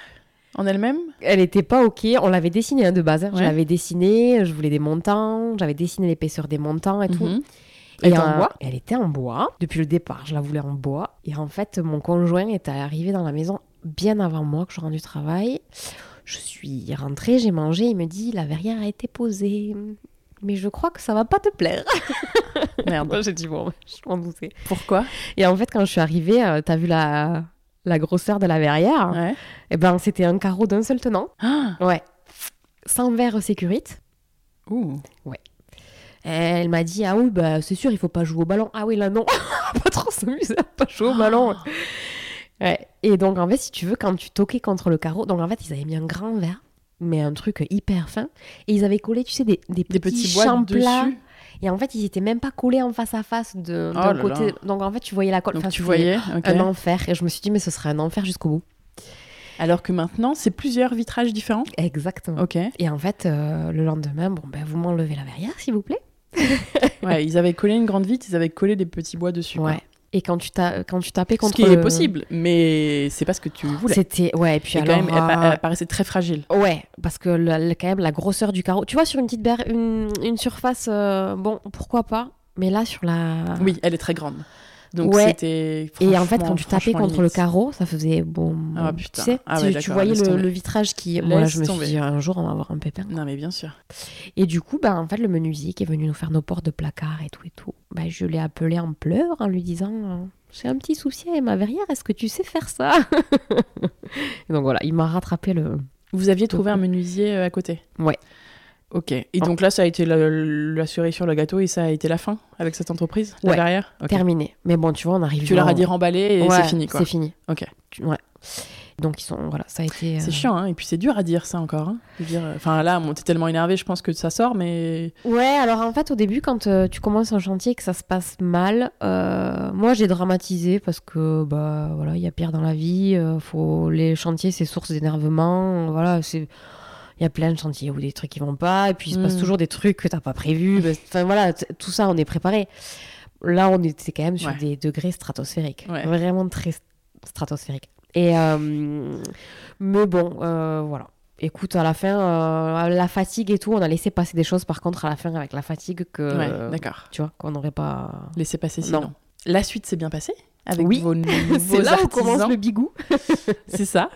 en elle-même Elle était pas ok. On l'avait dessinée hein, de base. Je Ouais. l'avais dessinée. Je voulais des montants. J'avais dessiné l'épaisseur des montants et tout. Mhm. Elle était en euh, bois Elle était en bois. Depuis le départ, je la voulais en bois. Et en fait, mon conjoint est arrivé dans la maison bien avant moi que je rentre du travail. Je suis rentrée, j'ai mangé. Il me dit La verrière a été posée. Mais je crois que ça va pas te plaire. [LAUGHS] Merde. j'ai dit Bon, [LAUGHS] je m'en doutais. Pourquoi Et en fait, quand je suis arrivée, euh, t'as vu la, la grosseur de la verrière Ouais. Eh ben, c'était un carreau d'un seul tenant. Ah Ouais. Sans verre sécurite. Ouh. Elle m'a dit ah oui bah c'est sûr il faut pas jouer au ballon ah oui là non [LAUGHS] on va pas trop s'amuser à pas jouer au ballon Ah. Ouais. et donc en fait si tu veux quand tu toquais contre le carreau donc en fait ils avaient mis un grand verre mais un truc hyper fin et ils avaient collé tu sais des, des, Des petits bois champlats. dessus. et en fait ils étaient même pas collés en face à face de Oh d'un là côté là. donc en fait tu voyais la colle Donc Enfin, tu voyais. c'était ok. un enfer et je me suis dit mais ce serait un enfer jusqu'au bout Alors que maintenant, c'est plusieurs vitrages différents. exactement Ok. et en fait euh, le lendemain bon ben vous m'enlevez la verrière s'il vous plaît Ouais, ils avaient collé une grande vitre, ils avaient collé des petits bois dessus. quoi. ouais et quand tu, t'as- quand tu tapais Ce contre euh, qui est le- possible, mais c'est pas ce que tu voulais. C'était ouais, et puis Et alors quand même, bah, elle, pa- euh, elle paraissait très fragile. ouais, parce que le- le- quand même la grosseur du carreau. Tu vois sur une petite berre, une, une surface euh, bon, pourquoi pas, mais là sur la Oui, elle est très grande. Donc Ah. Ouais. c'était. Et en fait, quand franchement, tu tapais franchement contre le limite. carreau, ça faisait bon. Ah, tu putain. sais, Ah tu, ouais, tu d'accord, voyais laisse le, tomber. le vitrage qui. Moi, Laisse je me suis tomber. dit un jour, on va avoir un pépin. Non, mais bien sûr. Et du coup, bah, en fait, le menuisier qui est venu nous faire nos portes de placard et tout et tout, bah, je l'ai appelé en pleurs en lui disant euh, J'ai un petit souci avec ma verrière, est-ce que tu sais faire ça [LAUGHS] Et Donc voilà, il m'a rattrapé le. Vous aviez trouvé un menuisier euh, à côté Ouais. Ok. Et Oh. donc là, ça a été la, la cerise sur le gâteau et ça a été la fin avec cette entreprise Ouais. derrière Terminé. Mais bon, tu vois, on arrive. Tu leur as en- dit remballer et Ouais, c'est fini quoi. C'est fini. Ok. Tu- Ouais. Donc ils sont voilà, ça a été. euh, C'est chiant, hein. et puis c'est dur à dire ça encore. hein. De dire, euh, Enfin là, on était tellement énervé, je pense que ça sort, mais Ouais, alors en fait au début quand euh, tu commences un chantier et que ça se passe mal, euh, moi j'ai dramatisé parce que bah voilà, il y a pire dans la vie, euh, faut les chantiers c'est source d'énervement, euh, voilà, c'est il y a plein de chantiers où des trucs qui vont pas et puis il se passe Mm. toujours des trucs que t'as [LAUGHS] pas prévus. parce- Enfin voilà, t- tout ça on est préparé. Là on était quand même sur Ouais. des degrés stratosphériques, Ouais. vraiment très stratosphériques. Et, euh, mais bon, euh, voilà. Écoute, à la fin, euh, la fatigue et tout, on a laissé passer des choses par contre à la fin avec la fatigue que. Ouais, d'accord. Tu vois, qu'on n'aurait [LAUGHS] pas. Laissez passer sinon. Euh, Non. La suite s'est bien passée avec Oui. [LAUGHS] vos nouveaux C'est là où artisans. commence le bigou. [LAUGHS] C'est ça.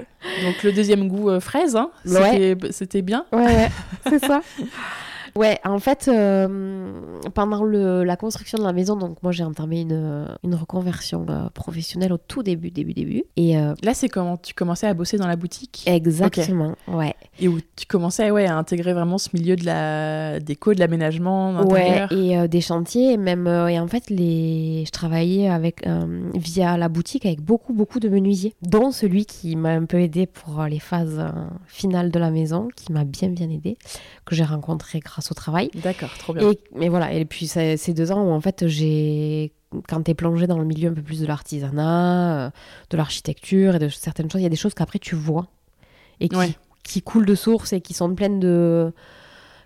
Donc le deuxième goût euh, fraise, hein, Ouais. c'était- c'était bien. Ouais, [LAUGHS] ouais, c'est ça. Ouais, en fait, euh, pendant le, la construction de la maison, donc moi j'ai entamé une, une reconversion euh, professionnelle au tout début, début, début. Et euh, Là, c'est comment tu commençais à bosser dans la boutique exactement, ouais. et où tu commençais ouais, à intégrer vraiment ce milieu de la déco, de l'aménagement, Ouais, d'intérieur. et euh, des chantiers, et même. euh, et en fait, les... je travaillais avec, euh, via la boutique avec beaucoup, beaucoup de menuisiers, dont celui qui m'a un peu aidé pour euh, les phases euh, finales de la maison, qui m'a bien, bien aidé, que j'ai rencontré grâce au travail. D'accord, trop [LAUGHS] bien. Et, mais voilà, et puis ça- ces deux ans où en fait j'ai. Quand t'es plongé dans le milieu un peu plus de l'artisanat, euh, de l'architecture et de certaines choses, il y a des choses qu'après tu vois et qui, Ouais. qui coulent de source et qui sont pleines de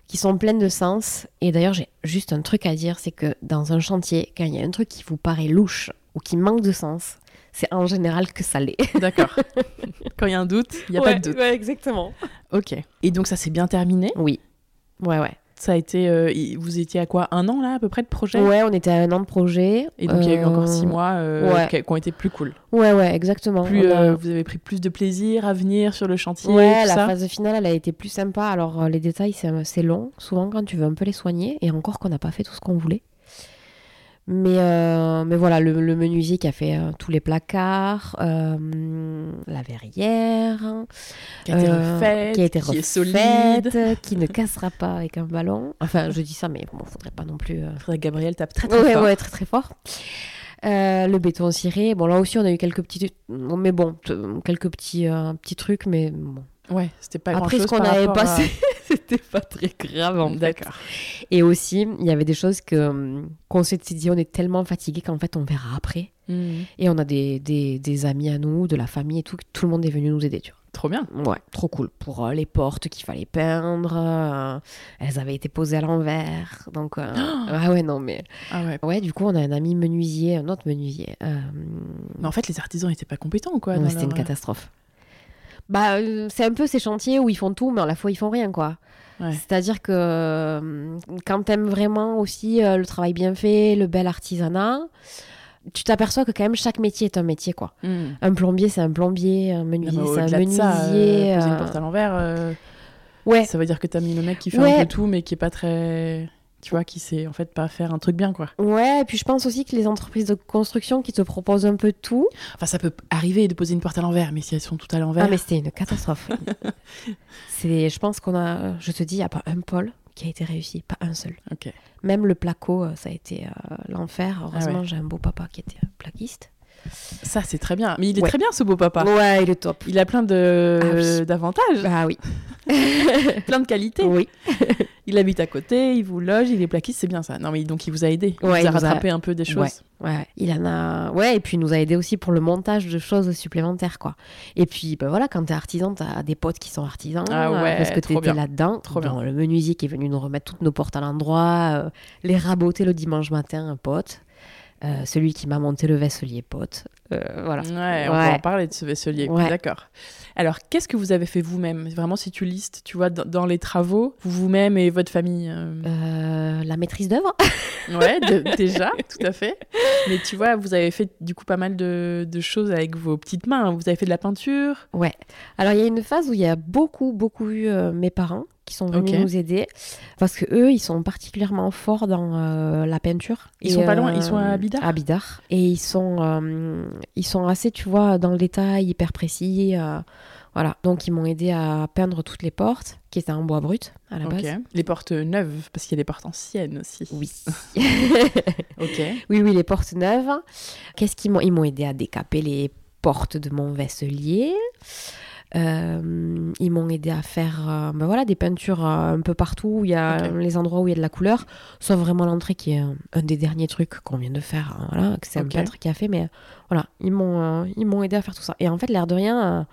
qui sont pleines de sens. Et d'ailleurs, j'ai juste un truc à dire, c'est que dans un chantier, quand il y a un truc qui vous paraît louche ou qui manque de sens, c'est en général que ça l'est. D'accord. Quand il y a un doute, il [LAUGHS] n'y a pas de doute. exactement. Ok. Et donc ça s'est bien terminé. Oui. Ouais, ouais. Ça a été, euh, y- vous étiez à quoi un an là à peu près de projet. Ouais, on était à un an de projet. Et donc il y a eu encore six Euh, mois euh, ouais. qui qui ont été plus cool. Ouais, ouais, exactement. Plus, On a- euh, vous avez pris plus de plaisir à venir sur le chantier. Ouais, tout la ça. phase finale, elle a été plus sympa. Alors, euh, les détails, c'est c'est long, souvent quand tu veux un peu les soigner, et encore qu'on n'a pas fait tout ce qu'on voulait. Mais, euh, mais voilà, le, le menuisier qui a fait euh, tous les placards, euh, la verrière, qui a été euh, refaite, qui a été est refaite, solide. qui ne cassera pas avec un ballon. Enfin, je dis ça, mais bon, faudrait pas non plus. euh, Faudrait que Gabriel tape très très Ouais, fort. ouais, très très fort. Euh, le béton ciré, bon là aussi on a eu quelques petits, mais bon, t- quelques petits, euh, petits trucs, mais bon, Ouais, c'était pas après grand-chose ce qu'on par avait rapport à- passé, [LAUGHS] c'était pas très grave [LAUGHS] en fait. D'accord. Et aussi, il y avait des choses que euh, qu'on s'était dit, on est tellement fatigué qu'en fait on verra après. Mhm. Et on a des, des, des amis à nous, de la famille et tout, que tout le monde est venu nous aider. Tu Trop bien. vois. Ouais, trop cool. Pour euh, les portes qu'il fallait peindre, euh, elles avaient été posées à l'envers. Donc, [GASPS] euh, ah ouais, non mais. Ah ouais. Ouais, du coup, on a un ami menuisier, un autre menuisier. euh, Mais en fait, les artisans n'étaient pas compétents ou quoi Ouais, dans c'était une leur- euh, catastrophe. Bah, euh, c'est un peu ces chantiers où ils font tout, mais à la fois ils font rien, quoi. Ouais. C'est-à-dire que euh, quand t'aimes vraiment aussi euh, le travail bien fait, le bel artisanat, tu t'aperçois que quand même chaque métier est un métier, quoi. Mhm. Un plombier, c'est un plombier, un Non, menuisier, mais c'est Ah un bah, au-delà de menuisier. ça, euh, poser une euh, porte à l'envers, euh, Ouais, ça veut dire que t'as mis le mec qui fait Ouais. un peu tout, mais qui est pas très, tu vois, qui sait en fait pas faire un truc bien quoi. ouais. Et puis je pense aussi que les entreprises de construction qui te proposent un peu tout, Enfin, ça peut arriver de poser une porte à l'envers, mais si elles sont toutes à l'envers, Ah, mais c'était une catastrophe. c'est, je pense qu'on a, je te dis, il n'y a pas un pôle qui a été réussi, pas un seul. Ok. Même le placo, euh, ça a été euh, l'enfer. Heureusement, j'ai un beau papa qui était euh, plaquiste. ça c'est très bien. Mais il est Ouais. très bien ce beau papa. Ouais, il est top. Il a plein de Ah oui. d'avantages, Ah oui. plein de qualités. oui. Il habite à côté, il vous loge, il est plaquiste, c'est bien ça. Non mais donc il vous a aidé, il Ouais, vous a il nous a- rattrapé un peu des choses. Ouais, ouais. il en a. Ouais, et puis il nous a aidé aussi pour le montage de choses supplémentaires, quoi. Et puis, bah voilà, quand t'es artisan, t'as des potes qui sont artisans. Ah euh, ouais, parce que trop t'étais bien. là-dedans. Trop Bon, Le menuisier qui est venu nous remettre toutes nos portes à l'endroit, euh, les raboter le dimanche matin, un pote. Euh, celui qui m'a monté le vaisselier, pote. Euh, voilà. Ouais, on Ouais. va en parler de ce vaisselier. Ouais. D'accord. Alors, qu'est-ce que vous avez fait vous-même Vraiment, si tu listes, tu vois, dans, dans les travaux, vous-même et votre famille. euh, Euh, la maîtrise d'œuvre Ouais, [LAUGHS] de- déjà, tout à fait. Mais tu vois, vous avez fait du coup pas mal de, de choses avec vos petites mains. Vous avez fait de la peinture. Ouais. Alors il y a une phase où il y a beaucoup, beaucoup eu euh, mes parents qui sont venus Ok. nous aider parce que eux, ils sont particulièrement forts dans euh, la peinture. Ils Et, sont pas loin, ils sont à Bidart À Bidart. Et ils sont, euh, ils sont assez, tu vois, dans le détail, hyper précis. euh, voilà. Donc ils m'ont aidé à peindre toutes les portes qui étaient en bois brut à la Ok. base. Les portes neuves, parce qu'il y a des portes anciennes aussi. Oui. Ok. Oui, oui, les portes neuves. Qu'est-ce qu'ils m'ont Ils m'ont aidé à décaper les portes de mon vaisselier. Euh, ils m'ont aidé à faire euh, ben voilà, des peintures euh, un peu partout, où il y a Ok. euh, les endroits où il y a de la couleur, sauf vraiment l'entrée qui est euh, un des derniers trucs qu'on vient de faire, hein, voilà, que c'est Ok. un peintre qui a fait, mais euh, voilà, ils m'ont, euh, ils m'ont aidé à faire tout ça. Et en fait, l'air de rien, euh,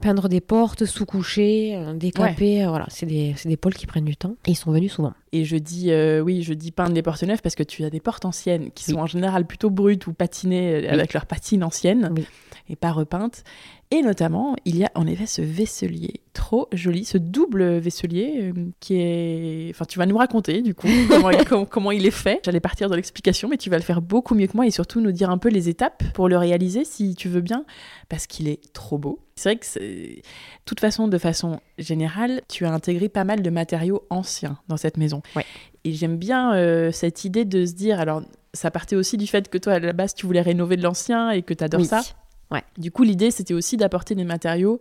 peindre des portes, sous-coucher, euh, décaper. euh, Voilà, c'est des, c'est des pôles qui prennent du temps. Et ils sont venus souvent. Et je dis, euh, oui, je dis peindre les portes neuves parce que tu as des portes anciennes qui sont en général plutôt brutes ou patinées euh, avec leurs patines anciennes Oui. et pas repeintes. Et notamment, il y a en effet ce vaisselier trop joli, ce double vaisselier euh, qui est. Enfin, tu vas nous raconter du [LAUGHS] coup comment, il, com- comment il est fait. J'allais partir de l'explication, mais tu vas le faire beaucoup mieux que moi et surtout nous dire un peu les étapes pour le réaliser si tu veux bien, parce qu'il est trop beau. C'est vrai que c'est. De toute façon, de façon générale, tu as intégré pas mal de matériaux anciens dans cette maison. Ouais. Et j'aime bien euh, cette idée de se dire, alors ça partait aussi du fait que toi, à la base, tu voulais rénover de l'ancien et que tu adores Oui. ça. Du coup, l'idée, c'était aussi d'apporter des matériaux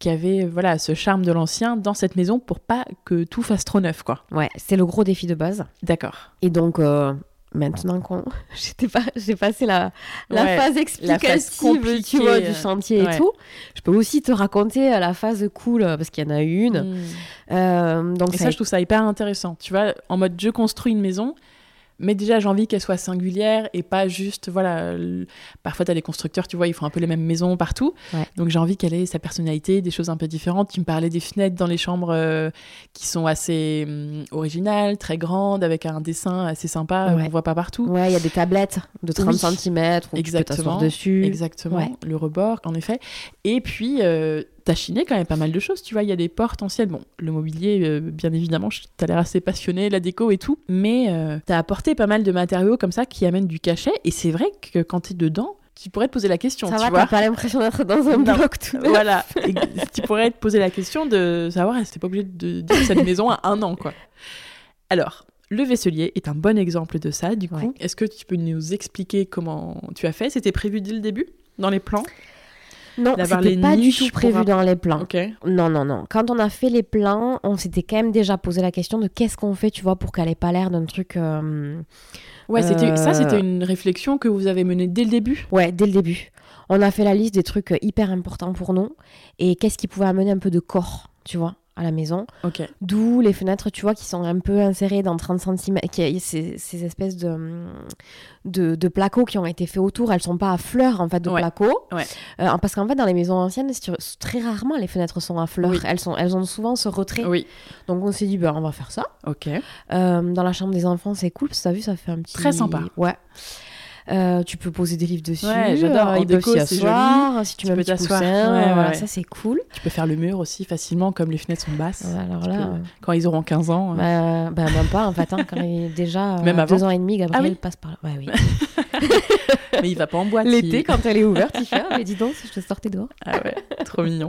qui avaient voilà, ce charme de l'ancien dans cette maison pour pas que tout fasse trop neuf, quoi. Ouais, c'est le gros défi de base. D'accord. Et donc, euh, maintenant qu'on. [LAUGHS] j'étais pas... J'ai passé la, la Ouais, phase la phase explicative tu compliquée, vois, du euh, chantier ouais. et tout, je peux aussi te raconter euh, la phase cool, parce qu'il y en a eu une. Mm. Euh, donc Et ça ça, je trouve ça hyper intéressant. Tu vois, en mode je construis une maison, mais déjà j'ai envie qu'elle soit singulière et pas juste, voilà. l- Parfois, tu as des constructeurs, tu vois, ils font un peu les mêmes maisons partout. Ouais. Donc j'ai envie qu'elle ait sa personnalité, des choses un peu différentes. Tu me parlais des fenêtres dans les chambres euh, qui sont assez hum, originales, très grandes, avec un dessin assez sympa, Ouais. on voit pas partout. Ouais, il y a des tablettes de 30 Oui. cm où tu peux Exactement. t'asseoir dessus. Exactement, Ouais. le rebord, en effet. Et puis, euh, t'as chiné quand même pas mal de choses, tu vois. Il y a des portes anciennes. Bon, le mobilier, euh, bien évidemment, je- t'as l'air assez passionné, la déco et tout. Mais euh, t'as apporté pas mal de matériaux comme ça qui amènent du cachet. Et c'est vrai que quand t'es dedans, tu pourrais te poser la question, ça tu va, t'as vois. pas l'impression d'être dans un Non. bloc tout neuf. Voilà, Et tu pourrais te poser la question de savoir, est-ce que t'es pas obligé de dire [LAUGHS] cette maison à un an, quoi. Alors, le vaisselier est un bon exemple de ça, du coup. Ouais. Est-ce que tu peux nous expliquer comment tu as fait C'était prévu dès le début, dans les plans [LAUGHS] Non, D'avoir les c'était pas du niches tout pour prévu un- dans les plans. Ok. Non, non, non. Quand on a fait les plans, on s'était quand même déjà posé la question de qu'est-ce qu'on fait, tu vois, pour qu'elle ait pas l'air d'un truc... euh, Ouais, c'était ça, Euh, c'était une réflexion que vous avez menée dès le début. Ouais, dès le début. On a fait la liste des trucs hyper importants pour nous et qu'est-ce qui pouvait amener un peu de corps, tu vois, à la maison. Ok. D'où les fenêtres, tu vois, qui sont un peu insérées dans 30 cm, ces, ces espèces de, hum, de, de placos qui ont été faits autour, elles sont pas à fleurs en fait de Ouais, placos. ouais. Euh, parce qu'en fait, dans les maisons anciennes, si tu- très rarement les fenêtres sont à fleurs, Oui. elles, sont, elles ont souvent ce retrait. Oui. Donc on s'est dit, ben, on va faire ça. Ok. Euh, dans la chambre des enfants, c'est cool, parce que t'as vu, ça fait un petit. Très sympa. Ouais. Euh, tu peux poser des livres dessus. Ouais, j'adore. euh, En Ils peuvent déco, s'y c'est joli. asseoir. euh, Si tu, Tu mets un peux petit t'asseoir. coussin, Ouais, ouais, voilà, ouais. ça c'est cool. Tu peux faire le mur aussi facilement, comme les fenêtres sont basses. Alors Tu là, peux- Quand ils auront 15 ans. euh, bah, bah, même pas en fait, hein, quand il est déjà [LAUGHS] euh, Même avant. deux ans et demi, Gabriel Ah oui. passe par là. [LAUGHS] Ouais, oui. Mais il va pas en boîte. il- L'été, quand elle est ouverte, [LAUGHS] il fait Ah, mais dis donc, je te sortais dehors. Ah ouais, trop [LAUGHS] mignon.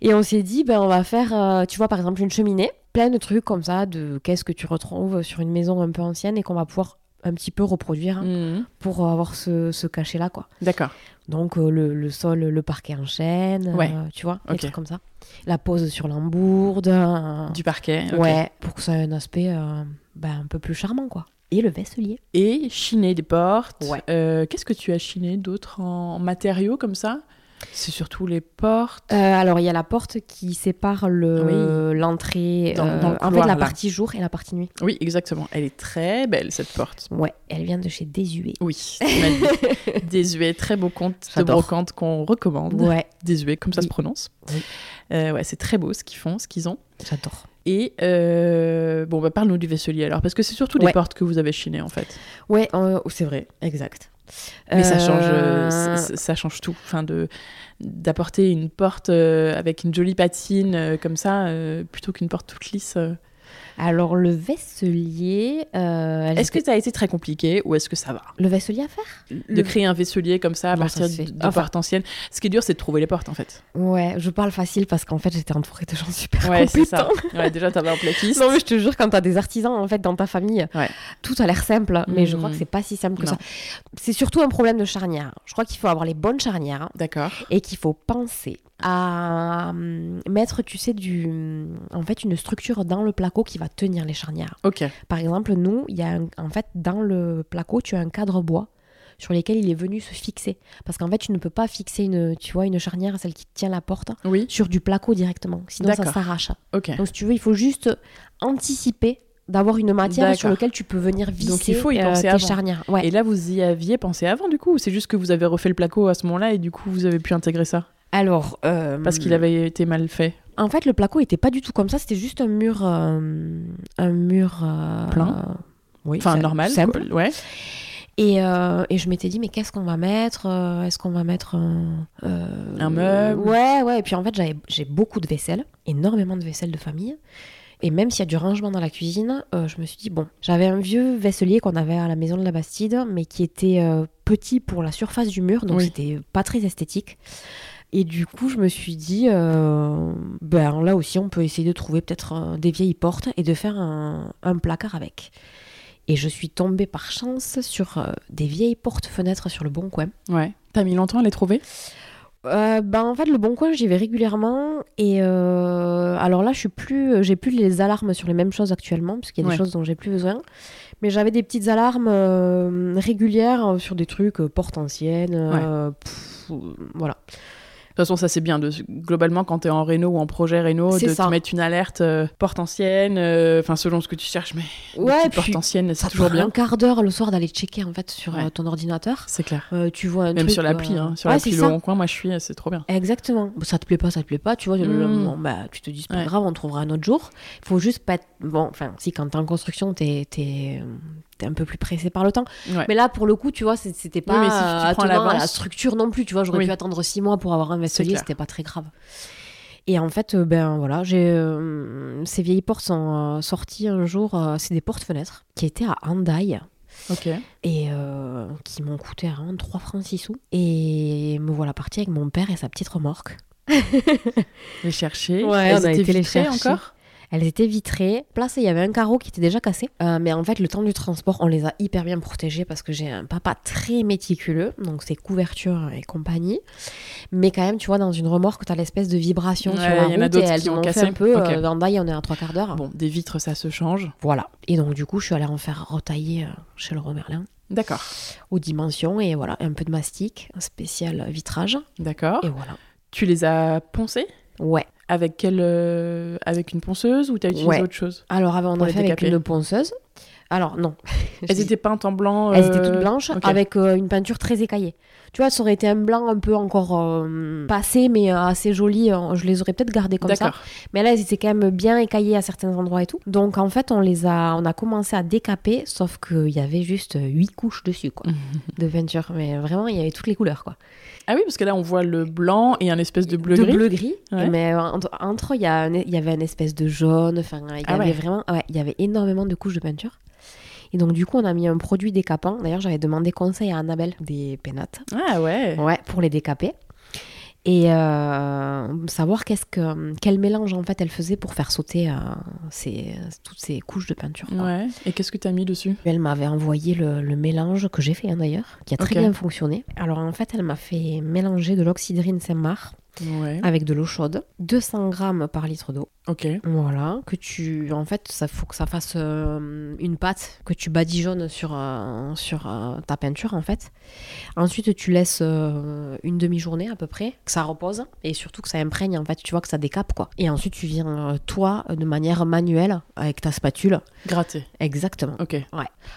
Et on s'est dit, ben, on va faire, euh, tu vois, par exemple, une cheminée, plein de trucs comme ça, de qu'est-ce que tu retrouves sur une maison un peu ancienne et qu'on va pouvoir un petit peu reproduire hein, Mhm. pour avoir ce, ce cachet-là, quoi. D'accord. Donc euh, le, le sol, le parquet en chêne, euh, Ouais. tu vois, des Ok. trucs comme ça. La pose sur l'embourde. euh, Du parquet. ok. Ouais, pour que ça ait un aspect euh, ben, un peu plus charmant, quoi. Et le vaisselier. Et chiner des portes. Ouais. Euh, Qu'est-ce que tu as chiné d'autre en matériaux comme ça C'est surtout les portes. Euh, alors, il y a la porte qui sépare le- l'entrée, euh, Dans- dans le en fait, couloir, la là. partie jour et la partie nuit. Oui, exactement. Elle est très belle cette porte. Ouais, elle vient de chez Désuet. Oui, tu m'as dit. [LAUGHS] désuet, très beau conte de J'adore. brocante qu'on recommande. Ouais, Désuet, comme ça Oui. se prononce. Oui. Euh, ouais, c'est très beau ce qu'ils font, ce qu'ils ont. j'adore. Et euh, bon, bah parle-nous du vaisselier alors, parce que c'est surtout des Ouais. portes que vous avez chinées en fait. Ouais, euh, c'est vrai, exact. Mais ça change, euh, Euh, c- c- ça change tout. Enfin, de d'apporter une porte euh, avec une jolie patine euh, comme ça, euh, plutôt qu'une porte toute lisse. euh. Alors, le vaisselier. euh, elles Est-ce que ça a été très compliqué ou est-ce que ça va étaient- Le vaisselier à faire De créer un vaisselier comme ça à Non, partir ça se de, fait. de Enfin- portes anciennes. Ce qui est dur, c'est de trouver les portes en fait. Ouais, je parle facile parce qu'en fait, j'étais entourée de gens super [LAUGHS] Ouais, c'est compétents. ça. Ouais, déjà, t'avais un platiste. Non mais je te jure, quand t'as des artisans en fait dans ta famille, Ouais. tout a l'air simple, mais je crois Mhm. que c'est pas si simple que Non. ça. C'est surtout un problème de charnière. Je crois qu'il faut avoir les bonnes charnières D'accord. et qu'il faut penser à hum, mettre, tu sais, du, en fait, une structure dans le placo qui va tenir les charnières. Ok. Par exemple, nous, il y a un- en fait dans le placo, tu as un cadre bois sur lesquels il est venu se fixer, parce qu'en fait, tu ne peux pas fixer une, tu vois, une charnière, celle qui tient la porte, Oui. sur du placo directement, sinon ça D'accord. s'arrache. Ok. Donc, si tu veux, il faut juste anticiper d'avoir une matière D'accord. sur laquelle tu peux venir visser Donc, il faut y euh, penser tes avant. charnières. Ouais. Et là, vous y aviez pensé avant, du coup ou C'est juste que vous avez refait le placo à ce moment-là et du coup, vous avez pu intégrer ça Alors. euh, Parce qu'il avait été mal fait. En fait, le placo était pas du tout comme ça. C'était juste un mur. euh, un mur. euh, Plein. Oui, Enfin, c'est- normal. simple. quoi. Ouais. Et, euh, et je m'étais dit, mais qu'est-ce qu'on va mettre Euh, Est-ce qu'on va mettre un, euh, Un meuble Ouais, ouais. Et puis en fait, j'avais- j'ai beaucoup de vaisselle, énormément de vaisselle de famille. Et même s'il y a du rangement dans la cuisine, euh, je me suis dit, bon, j'avais un vieux vaisselier qu'on avait à la maison de la Bastide, mais qui était euh, petit pour la surface du mur, donc Oui. c'était pas très esthétique. Et du coup, je me suis dit, euh, ben là aussi, on peut essayer de trouver peut-être euh, des vieilles portes et de faire un, un placard avec. Et je suis tombée par chance sur euh, des vieilles portes-fenêtres sur le Bon Coin. Ouais. T'as mis longtemps à les trouver Euh, ben, en fait, le Bon Coin, j'y vais régulièrement. Et euh, alors là, je suis plus, euh, j'ai plus les alarmes sur les mêmes choses actuellement, parce qu'il y a Ouais. des choses dont j'ai plus besoin. Mais j'avais des petites alarmes euh, régulières euh, sur des trucs, euh, portes anciennes, euh, pff, euh, voilà. De toute façon, ça c'est bien. De, globalement, quand t'es en réno ou en projet réno, C'est de ça. te mettre une alerte euh, porte ancienne, euh, enfin selon ce que tu cherches, mais une Ouais, petite puis porte ancienne, c'est ça toujours toujours bien. un quart d'heure le soir d'aller checker en fait sur Ouais. euh, ton ordinateur. C'est clair. Euh, tu vois un Même truc, sur l'appli, euh, hein, sur ouais, l'appli c'est Le ça. Bon Coin, moi je suis, euh, c'est trop bien. Exactement. Bon, Ça te plaît pas, ça te plaît pas, tu vois, le- le- Mm. bah, tu te dis, c'est pas Ouais. grave, on trouvera un autre jour. Il faut juste pas être... Bon, enfin, si quand t'es en construction, t'es es, un peu plus pressé par le temps. Ouais. Mais là, pour le coup, tu vois, c'est- c'était pas mais si tu euh, prends attenant à la l'avance- structure non plus, tu vois, j'aurais Oui. pu attendre six mois pour avoir un vaisselier, clair. c'était pas très grave. Et en fait, euh, ben voilà, j'ai euh, ces vieilles portes sont euh, sorties un jour, euh, c'est des portes-fenêtres qui étaient à Handaï Ok. et euh, qui m'ont coûté vraiment 3 francs 6 sous. Et me voilà partie avec mon père et sa petite remorque. Les chercher. Ouais, Elles on a étaient été les vitrées chercher. encore. Elles étaient vitrées, placées, il y avait un carreau qui était déjà cassé. Euh, mais en fait, le temps du transport, on les a hyper bien protégées parce que j'ai un papa très méticuleux, donc c'est couverture et compagnie. Mais quand même, tu vois, dans une remorque, t'as l'espèce de vibration sur Ouais, la il y en a route et d'autres qui elles ont ont fait cassé. un peu. Ok. euh, dans Daï, on est à trois quarts d'heure. Bon, des vitres, ça se change. Voilà. Et donc, du coup, je suis allée en faire retailler euh, chez Leroy Merlin D'accord. aux dimensions et voilà, un peu de mastic, un spécial vitrage. D'accord. Et voilà. Tu les as poncées Ouais. avec quelle euh, avec une ponceuse ou t'as utilisé Ouais. autre chose Alors, on Pour a les fait avec décaper. une ponceuse. [LAUGHS] Alors, non. Elles étaient peintes en blanc. Elles euh, étaient toutes blanches ok. avec euh, une peinture très écaillée. Tu vois, ça aurait été un blanc un peu encore euh, passé, mais euh, assez joli. euh, je les aurais peut-être gardées comme ça. Hmm. D'accord. Mais là, elles étaient quand même bien écaillées à certains endroits et tout. Donc, en fait, on les a, on a commencé à décaper, sauf qu'il y avait juste euh, huit couches dessus, quoi, [LAUGHS] de peinture. Mais vraiment, il y avait toutes les couleurs, quoi. Ah oui, parce que là on voit le blanc et un espèce de bleu gris. De bleu gris. Ouais. Mais euh, entre, entre, il y, a un- il y avait une espèce de jaune. Enfin, il y Ah avait ouais. vraiment, ouais, il y avait énormément de couches de peinture. Et donc, du coup, on a mis un produit décapant. D'ailleurs, j'avais demandé conseil à Annabelle des pénates. Ah ouais. Ouais, pour les décaper. Et euh, savoir qu'est-ce que, quel mélange en fait elle faisait pour faire sauter euh, ces- toutes ces couches de peinture. quoi. Ouais. Et qu'est-ce que t'as mis dessus Elle m'avait envoyé le, le mélange que j'ai fait hein, d'ailleurs, qui a très Ok. bien fonctionné. Alors en fait, elle m'a fait mélanger de l'oxydrine Saint-Marc Ouais. avec de l'eau chaude, 200 grammes par litre d'eau. Ok. Voilà, que tu, en fait, ça faut que ça fasse euh, une pâte que tu badigeonnes sur euh, sur euh, ta peinture en fait. Ensuite, tu laisses euh, une demi-journée à peu près, que ça repose et surtout que ça imprègne en fait. Tu vois que ça décape quoi. Et ensuite, tu viens euh, toi de manière manuelle avec ta spatule. Gratté. Exactement. Ok.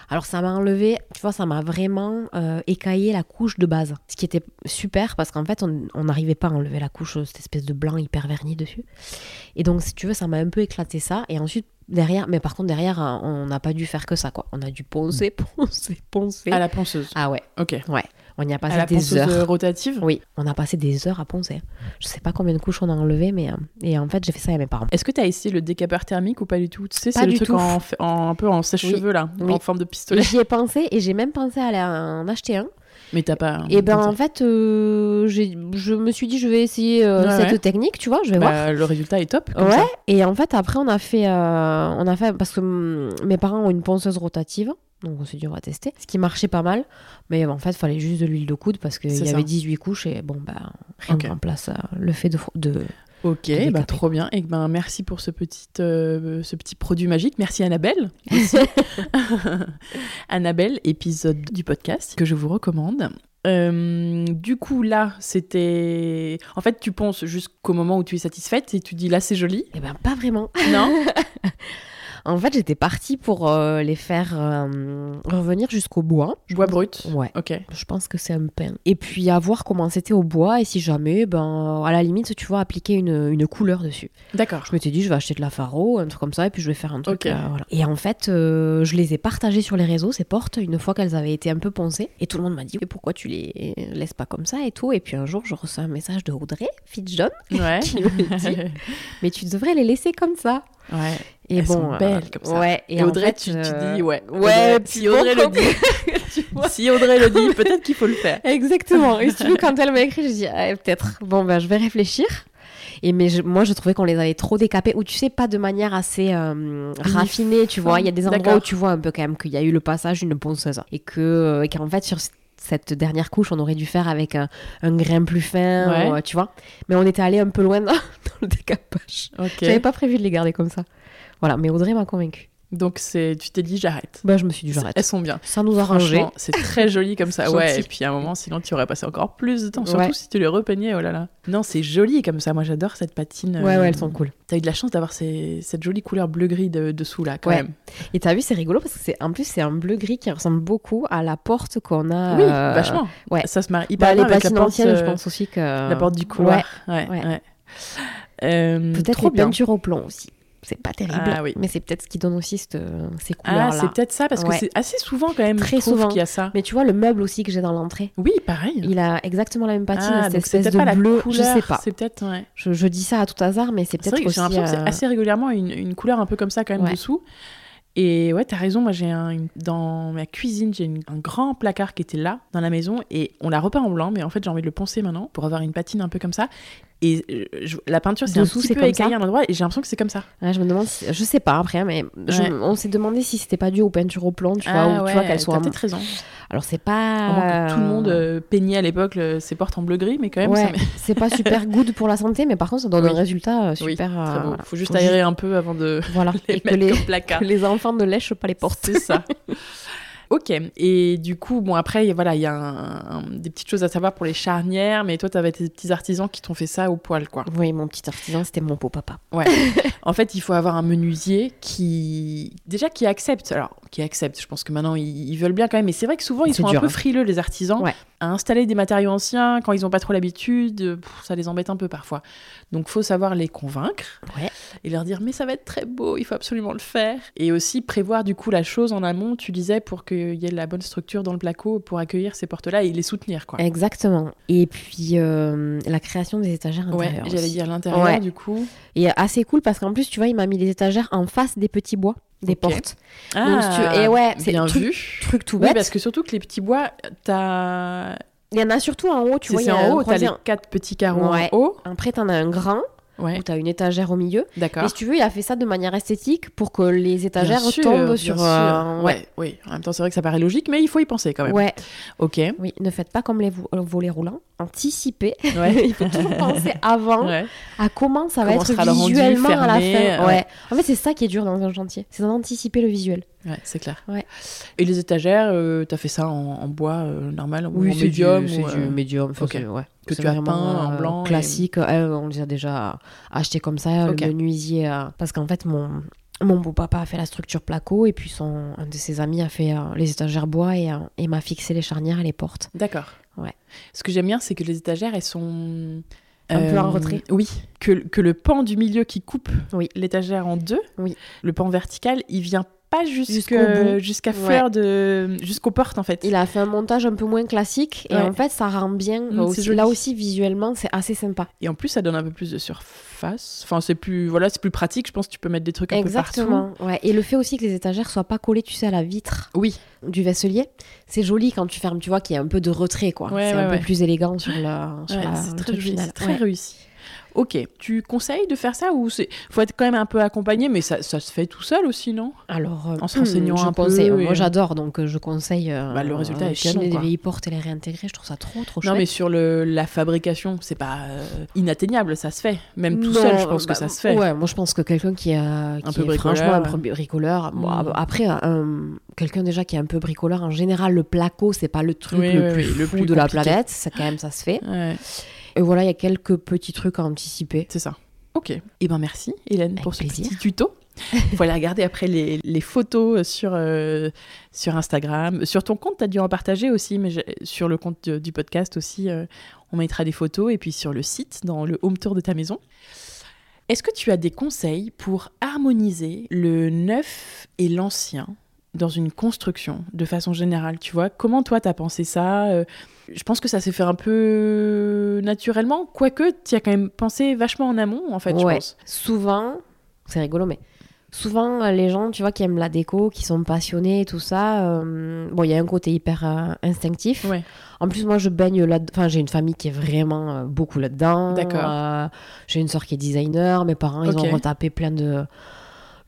Alors ça m'a enlevé, tu vois, ça m'a vraiment euh, écaillé la couche de base. Ce qui était super parce qu'en fait, on on n'arrivait pas à enlever la couche, euh, cette espèce de blanc hyper verni dessus. Et donc, si tu veux, ça m'a un peu éclaté ça. Et ensuite, derrière, mais par contre, derrière, euh, on n'a pas dû faire que ça, quoi. On a dû poncer, [LAUGHS] poncer, poncer. À la ponceuse. Ah ouais, Ok. on y a à la passé ponceuse des euh, heures. rotative. Oui, on a passé des heures à poncer. hein. Je sais pas combien de couches on a enlevé, mais. euh, Et en fait, j'ai fait ça à mes parents. Est-ce que t'as essayé le décapeur thermique ou pas du tout Tu sais, Pas c'est le du truc tout. en, f- en- un peu en sèche-cheveux là, Oui. en forme de pistolet. J'y ai pensé et j'ai même pensé à aller en acheter un. Mais t'as pas. Et ben en fait, euh, j'ai- je me suis dit je vais essayer euh, Ouais, cette ouais. technique, tu vois, je vais voir. Bah, le résultat est top. comme ouais. ça. Et en fait après on a fait, euh, on a fait parce que hum, mes parents ont une ponceuse rotative. Donc on s'est dit on va tester, ce qui marchait pas mal, mais en fait fallait juste de l'huile de coude parce qu'il C'est y ça. avait 18 couches et bon bah rien Ok. ne remplace euh, le fait de, fro- de... Ok, décapé. bah, trop bien. Et ben merci pour ce petit, euh, ce petit produit magique. Merci Annabelle. aussi. [LAUGHS] Annabelle, épisode du podcast que je vous recommande. Euh, du coup, là, c'était. En fait, tu penses jusqu'au moment où tu es satisfaite et tu dis là, c'est joli. Eh ben pas vraiment. Non [LAUGHS] En fait, j'étais partie pour euh, les faire euh, revenir jusqu'au bois. Bois brut. Ouais. Ok. Je pense que c'est un pain. Et puis à voir comment c'était au bois et si jamais, ben, à la limite, tu vois, appliquer une, une couleur dessus. D'accord. Je m'étais dit, je vais acheter de la faro, un truc comme ça, et puis je vais faire un Ok. truc. euh, voilà. Et en fait, euh, je les ai partagées sur les réseaux, ces portes, une fois qu'elles avaient été un peu poncées. Et tout le monde m'a dit, mais pourquoi tu les laisses pas comme ça et tout. Et puis un jour, je reçois un message de Audrey Fitzjohn Ouais. [LAUGHS] qui me dit, [LAUGHS] ouais. mais tu devrais les laisser comme ça. Et Elles bon, sont euh, belles comme ça. Ouais, et Et en Audrey, fait, tu, tu euh, dis, ouais. Ouais, si Audrey le dit, [LAUGHS] si Audrey le dit, peut-être qu'il faut le faire. Exactement. Et si tu veux, quand elle m'a écrit, j'ai dit Ah, peut-être. Bon, ben, je vais réfléchir. Et mais je- moi, je trouvais qu'on les avait trop décapés, ou tu sais, pas de manière assez euh, raffinée, tu vois. Il y a des endroits D'accord. où tu vois un peu quand même qu'il y a eu le passage d'une ponceuse. Et que, euh, et qu'en fait, sur c- cette dernière couche, on aurait dû faire avec un, un grain plus fin, Ouais. ou, euh, tu vois. Mais on était allé un peu loin [LAUGHS] dans, dans le décapage. Ok. J'avais pas prévu de les garder comme ça. Voilà, mais Audrey m'a convaincue. Donc c'est, tu t'es dit, j'arrête. Bah, je me suis dit, j'arrête. Elles sont bien. Ça nous a arrangé. Franchement, c'est [LAUGHS] très joli comme ça. Gentil. Ouais, et puis à un moment, sinon tu aurais passé encore plus de temps, surtout Ouais. si tu les repeignais, oh là là. Non, c'est joli comme ça. Moi, j'adore cette patine. Ouais, euh, ouais, elles sont cool. T'as eu de la chance d'avoir ces- cette jolie couleur bleu-gris de- dessous là, quand Ouais. même. Et t'as vu, c'est rigolo parce que c'est en plus c'est un bleu gris qui ressemble beaucoup à la porte qu'on a. Oui, euh, vachement. ouais. Ça se marie Bah, hyper les bien avec la patines porte, anciennes, je euh, pense aussi que. la porte du couloir. Ouais, ouais. ouais. Euh, Peut-être trop les bien. peintures au plomb aussi. C'est pas terrible, Ah oui. mais c'est peut-être ce qui donne aussi cette- euh, ces Ah, couleurs-là. c'est peut-être ça parce que Ouais. c'est assez souvent quand même. Très je trouve, souvent. qu'il y a ça. mais tu vois le meuble aussi que j'ai dans l'entrée, Oui, pareil. il a exactement la même patine, Ah, donc cette c'est espèce peut-être de pas la bleu. couleur. je sais pas. C'est peut-être. ouais. Je, je dis ça à tout hasard, mais c'est C'est peut-être vrai que aussi. j'ai l'impression que euh, c'est assez régulièrement une, une couleur un peu comme ça quand même Ouais. dessous. Et ouais, t'as raison, moi j'ai un, une- dans ma cuisine, j'ai une- un grand placard qui était là, dans la maison, et on l'a repeint en blanc, mais en fait j'ai envie de le poncer maintenant pour avoir une patine un peu comme ça. Et euh, je- la peinture, c'est un Dessous, petit c'est peu comme écaillé ça à un endroit, et j'ai l'impression que c'est comme ça. euh, ouais, je me demande, si- je sais pas après, mais je- Ouais. Ah on s'est demandé si c'était pas dû aux peintures au plomb, tu vois, ou tu vois qu'elles soient. T'as peut-être raison. Alors c'est À moins pas. que tout le monde euh, peignait à l'époque le- ses portes en bleu-gris, mais quand même, ça Ouais, met- c'est pas [LAUGHS] super good pour la santé, mais par contre, ça donne Oui. un résultat euh, Oui, super. euh, très beau. voilà. Faut juste aérer un peu avant [LAUGHS] de Voilà, [LAUGHS] les et que mettre les, au placard. que les enfants ne lèchent pas les portes. C'est ça. [LAUGHS] Ok, et du coup, bon, après, voilà, il y a un- un- des petites choses à savoir pour les charnières, mais toi, t'avais tes petits artisans qui t'ont fait ça au poil, quoi. Oui, mon petit artisan, c'était mon beau papa. En fait, il faut avoir un menuisier qui, déjà, qui accepte. Alors, qui accepte, je pense que maintenant, ils, ils veulent bien quand même, mais c'est vrai que souvent, ils C'est sont dur, un peu hein. frileux, les artisans, Ouais. à installer des matériaux anciens quand ils n'ont pas trop l'habitude, euh, pff, ça les embête un peu parfois. Donc, faut savoir les convaincre Ouais. et leur dire, mais ça va être très beau, il faut absolument le faire. Et aussi prévoir, du coup, la chose en amont, tu disais, pour qu'il y ait la bonne structure dans le placo pour accueillir ces portes-là et les soutenir, quoi. Exactement. Et puis, euh, la création des étagères Ouais, intérieures. j'allais aussi. dire l'intérieur, Ouais. du coup. Et assez cool parce qu'en plus, tu vois, il m'a mis les étagères en face des petits bois, des Ok. Ah, portes. Donc, si tu- et ouais, c'est bien le truc- vu. Truc tout Oui, bête. parce que surtout que les petits bois, t'as. Il y en a surtout en haut, tu Tu vois. il y c'est a un en haut, t'as croisé- les quatre petits carreaux Ouais. en haut. Après, t'en as un grand Ouais, où t'as une étagère au milieu. Et d'accord. si tu veux, il a fait ça de manière esthétique pour que les étagères Bien sûr, tombent bien sur. sûr. euh, ouais. Ouais, oui. En même temps, c'est vrai que ça paraît logique, mais il faut y penser quand même. ouais. Ok. Oui, ne faites pas comme les vo- euh, volets roulants. [LAUGHS] Anticipez. Ouais. Il faut toujours penser [LAUGHS] avant Ouais. à comment ça va Comment être sera le rendu, visuellement à la fermé, fin. euh, Ouais. En fait, c'est ça qui est dur dans un chantier. C'est d'anticiper le visuel. Ouais, c'est clair. Ouais. Et les étagères, euh, t'as fait ça en, en bois euh, normal ou en c'est du, médium ou, euh, médium. enfin, c'est- que tu as vraiment, peint en euh, blanc et- Classique. Euh, on les a déjà achetés comme ça, Ok. le menuisier. euh, parce qu'en fait, mon. Mon beau-papa a fait la structure placo et puis son, un de ses amis a fait euh, les étagères bois et, euh, et m'a fixé les charnières et les portes. D'accord. Ouais. Ce que j'aime bien, c'est que les étagères, elles sont. euh, Un peu en retrait. Oui. Que, que le pan du milieu qui coupe Oui. l'étagère en deux, Oui. le pan vertical, il vient pas jusque- Jusqu'au bout. jusqu'à Ouais. fleur de. jusqu'aux portes, en fait. Il a fait un montage un peu moins classique et Ouais. en fait ça rend bien. Mm, aussi- c'est joli. là aussi visuellement c'est assez sympa. Et en plus, ça donne un peu plus de surface. Enfin, c'est plus, voilà, c'est plus pratique. Je pense que tu peux mettre des trucs un peu Exactement. Ouais. Et le fait aussi que les étagères soient pas collées, tu sais, à la vitre partout. Oui. du vaisselier, c'est joli quand tu fermes, tu vois qu'il y a un peu de retrait quoi. Ouais, c'est ouais, un ouais. peu plus élégant sur la sur Ouais, la- c'est le très, truc joli, final. c'est très Ouais. réussi. Ok. Tu conseilles de faire ça ou c'est faut être quand même un peu accompagné, mais ça, ça se fait tout seul aussi, non Alors, euh, En se renseignant je un peu conseille- et- Moi, j'adore, donc euh, je conseille. euh, Bah, le résultat est chiner canon, des quoi. vieilles portes et les réintégrer, je trouve ça trop, trop chouette. Non, mais sur le, la fabrication, c'est pas euh, inatteignable, ça se fait. Même tout Non, seul, je pense bah, que ça se fait. Ouais, moi je pense que quelqu'un qui, a, qui peu est bricoleur. franchement un peu bricoleur, bon, Mm. après un- quelqu'un déjà qui est un peu bricoleur, en général le placo c'est pas le truc Oui, le, oui, plus oui, le fou plus de la compliqué. planète, ça quand même ça se fait. Ouais, Et voilà, il y a quelques petits trucs à anticiper. c'est ça. Ok. Ok. Eh ben merci, Hélène, Avec pour ce plaisir. petit tuto. [LAUGHS] Faut aller regarder après les, les photos sur, euh, sur Instagram. Sur ton compte, tu as dû en partager aussi, mais j'ai- sur le compte de- du podcast aussi, euh, on mettra des photos. Et puis sur le site, dans le home tour de ta maison. Est-ce que tu as des conseils pour harmoniser le neuf et l'ancien dans une construction, de façon générale, tu vois Comment toi, t'as pensé ça Euh, Je pense que ça s'est fait un peu naturellement, quoique tu as quand même pensé vachement en amont, en fait, je Ouais. pense. Souvent, c'est rigolo, mais souvent, euh, les gens, tu vois, qui aiment la déco, qui sont passionnés et tout ça, euh, bon, il y a un côté hyper euh, instinctif. Ouais. En plus, moi, je baigne là Enfin, j'ai une famille qui est vraiment euh, beaucoup là-dedans. D'accord. Euh, j'ai une sœur qui est designer. Mes parents, ils Ok. ont retapé plein de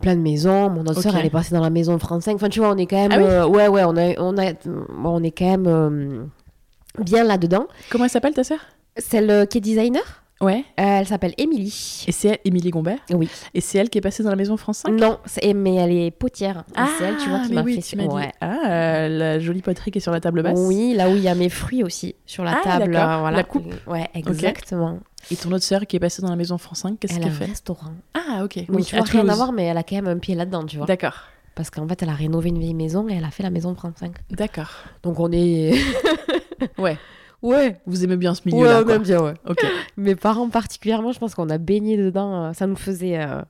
plein de maisons. Mon autre Ok. sœur, elle est passée dans la maison France 5. Enfin, tu vois, on est quand même... Ah oui euh, ouais, ouais, on, a, on, a, bon, on est quand même euh, bien là-dedans. Comment elle s'appelle ta sœur Celle euh, qui est designer, Ouais. euh, elle s'appelle Émilie. Et c'est elle, Émilie Gombert Oui. Et c'est elle qui est passée dans la maison France 5 Non, c'est- mais elle est potière. Et c'est elle, Ah, tu vois, qui mais m'a oui, fait... tu m'as dit. ouais. Ah, euh, la jolie poterie qui est sur la table basse. Oui, là où il y a mes fruits aussi, sur la Ah, table. d'accord. euh, voilà. La coupe. Ouais, exactement. Et ton autre sœur qui est passée dans la maison France 5, qu'est-ce Elle a qu'elle un fait restaurant. Ah, ok. Oui, Oui, tu vois, à rien à Toulouse. voir, mais elle a quand même un pied là-dedans, tu vois. D'accord. Parce qu'en fait, elle a rénové une vieille maison et elle a fait la maison de 35. D'accord. Donc on est. Ouais. [LAUGHS] Ouais. Vous aimez bien ce Ouais, milieu-là, on quoi. aime bien, ouais. Ok. [LAUGHS] Mes parents particulièrement, je pense qu'on a baigné dedans. euh, Ça nous faisait. euh,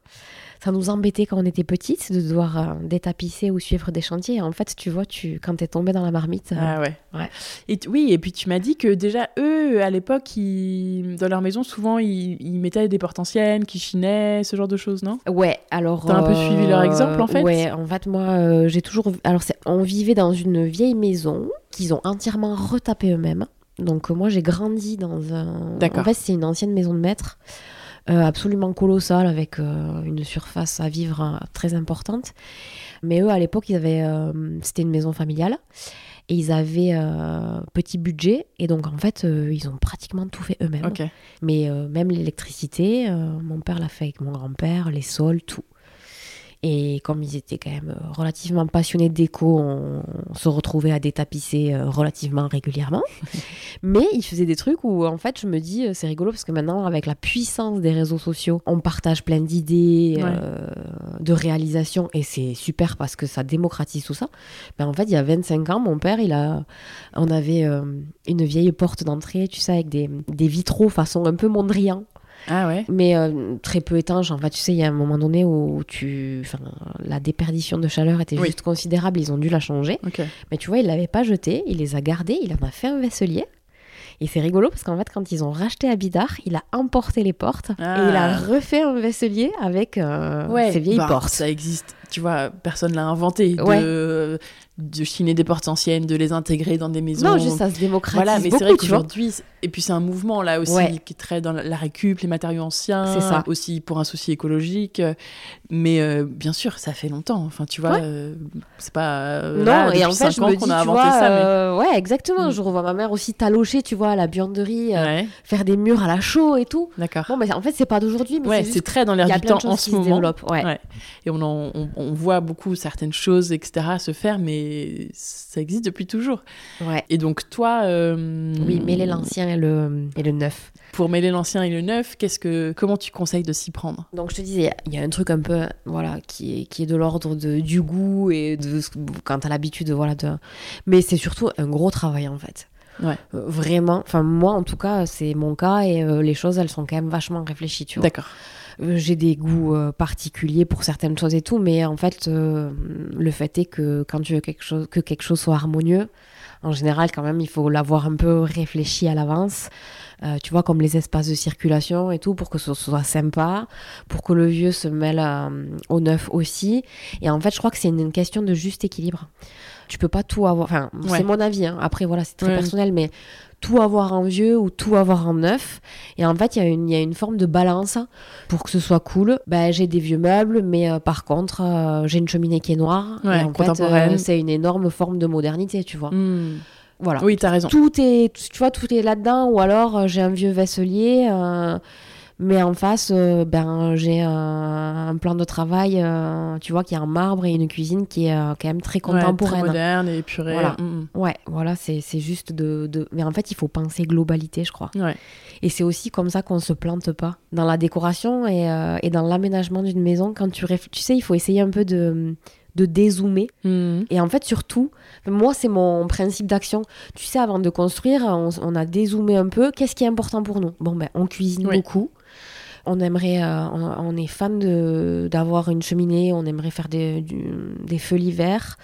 Ça nous embêtait quand on était petites de devoir euh, détapisser ou suivre des chantiers. Et En fait, tu vois, tu quand t'es tombée dans la marmite. euh, [LAUGHS] Ah ouais. Ouais. Et tu- oui, et puis tu m'as dit que déjà, eux, à l'époque, ils- dans leur maison, souvent, ils, ils mettaient des portes anciennes, qui chinaient, ce genre de choses, non Ouais, alors. hein. euh, T'as un peu suivi leur exemple, en fait Ouais, en fait, moi, euh, j'ai toujours. Alors, c'est- on vivait dans une vieille maison qu'ils ont entièrement retapée eux-mêmes. Donc, euh, moi, j'ai grandi dans un. D'accord. En fait, c'est une ancienne maison de maître, euh, absolument colossale, avec euh, une surface à vivre euh, très importante. Mais eux, à l'époque, ils avaient. euh, C'était une maison familiale. Et ils avaient euh, petit budget. Et donc, en fait, euh, ils ont pratiquement tout fait eux-mêmes. Ok. Mais euh, même l'électricité, euh, mon père l'a fait avec mon grand-père, les sols, tout. Et comme ils étaient quand même euh, relativement passionnés de déco, on, on se retrouvait à détapisser euh, relativement régulièrement. Mais ils faisaient des trucs où, en fait, je me dis, euh, c'est rigolo parce que maintenant, avec la puissance des réseaux sociaux, on partage plein d'idées, Ouais. euh, de réalisations, et c'est super parce que ça démocratise tout ça. Mais en fait, il y a 25 ans, mon père, il a, on avait euh, une vieille porte d'entrée, tu sais, avec des, des vitraux façon un peu mondrian Ah ouais mais euh, très peu étanche. Enfin, tu sais, il y a un moment donné où tu, enfin, la déperdition de chaleur était Oui. juste considérable. Ils ont dû la changer. Ok. Mais tu vois, ils l'avaient pas jetée. Il les a gardés. Il en a fait un vaisselier. Et c'est rigolo parce qu'en fait, quand ils ont racheté Abidar, il a emporté les portes Ah. et il a refait un vaisselier avec euh, ces vieilles Bah, portes. Ça existe, tu vois, personne l'a inventé. Ouais. De, de chiner des portes anciennes, de les intégrer dans des maisons. Non, juste ça se démocratise Voilà, mais c'est beaucoup, vrai tu vois. qu'aujourd'hui, c'est- et puis c'est un mouvement là aussi Ouais. qui est très dans la- la récup, les matériaux anciens, C'est ça. aussi pour un souci écologique. euh, Mais euh, bien sûr, ça fait longtemps. Enfin, tu vois, euh, c'est pas euh, Non, là, et depuis en fait, cinq je ans me dis, qu'on a tu inventé vois, ça. mais- euh, ouais, exactement. Mm. Je revois ma mère aussi talocher, tu vois, à la buanderie, euh, Ouais, faire des murs à la chaux et tout. d'accord. Bon, mais en fait, c'est pas d'aujourd'hui, mais ouais, c'est juste c'est très dans l'air Il y du a plein temps de choses en ce qui se moment. développent. Ouais. Ouais. Et on, en- on, on voit beaucoup certaines choses, etc., se faire, mais ça existe depuis toujours. ouais. Et donc, toi. euh, Oui, mêler l'ancien et le, et le neuf. Pour mêler l'ancien et le neuf, qu'est-ce que, comment tu conseilles de s'y prendre Donc je te disais, il y a un truc un peu voilà qui est, qui est de l'ordre de- du goût et de ce- quand t'as l'habitude voilà de mais c'est surtout un gros travail en fait. Ouais. Euh, vraiment, enfin moi en tout cas c'est mon cas et euh, les choses elles sont quand même vachement réfléchies tu vois. D'accord. Euh, j'ai des goûts euh, particuliers pour certaines choses et tout, mais en fait, euh, le fait est que quand tu veux quelque chose, que quelque chose soit harmonieux, en général, quand même, il faut l'avoir un peu réfléchi à l'avance. Euh, tu vois, comme les espaces de circulation et tout, pour que ce soit sympa, pour que le vieux se mêle euh, au neuf aussi. Et en fait, je crois que c'est une, une question de juste équilibre. Tu peux pas tout avoir. Enfin, Ouais. c'est mon avis. hein. Après, voilà, c'est très Ouais. personnel, mais tout avoir en vieux ou tout avoir en neuf. Et en fait, il y, a une- il y a une forme de balance pour que ce soit cool, bah, j'ai des vieux meubles, mais euh, par contre, euh, j'ai une cheminée qui est noire. Ouais, et en contemporaine. fait, euh, c'est une énorme forme de modernité, tu vois. Hmm. Voilà. Oui, t'as raison. Tout est, tu vois, tout est là-dedans. Ou alors, euh, j'ai un vieux vaisselier. euh, Mais en face, euh, ben, j'ai euh, un plan de travail, euh, tu vois, qui a un marbre et une cuisine qui est euh, quand même très Ouais, très contemporaine. moderne et épuré. Voilà. Mm, ouais, voilà, c'est c'est juste de, de- Mais en fait, il faut penser globalité, je crois. mm. Ouais. Et c'est aussi comme ça qu'on se plante pas dans la décoration et, euh, et dans l'aménagement d'une maison. Quand tu réfléchis, tu sais, il faut essayer un peu de, de dézoomer. Mm. Et en fait, surtout, moi, c'est mon principe d'action. Tu sais, avant de construire, on, on a dézoomé un peu. Qu'est-ce qui est important pour nous Bon, ben, on cuisine Oui. beaucoup. On aimerait, euh, on, on est fan de- d'avoir une cheminée. On aimerait faire des, du- des feux l'hiver.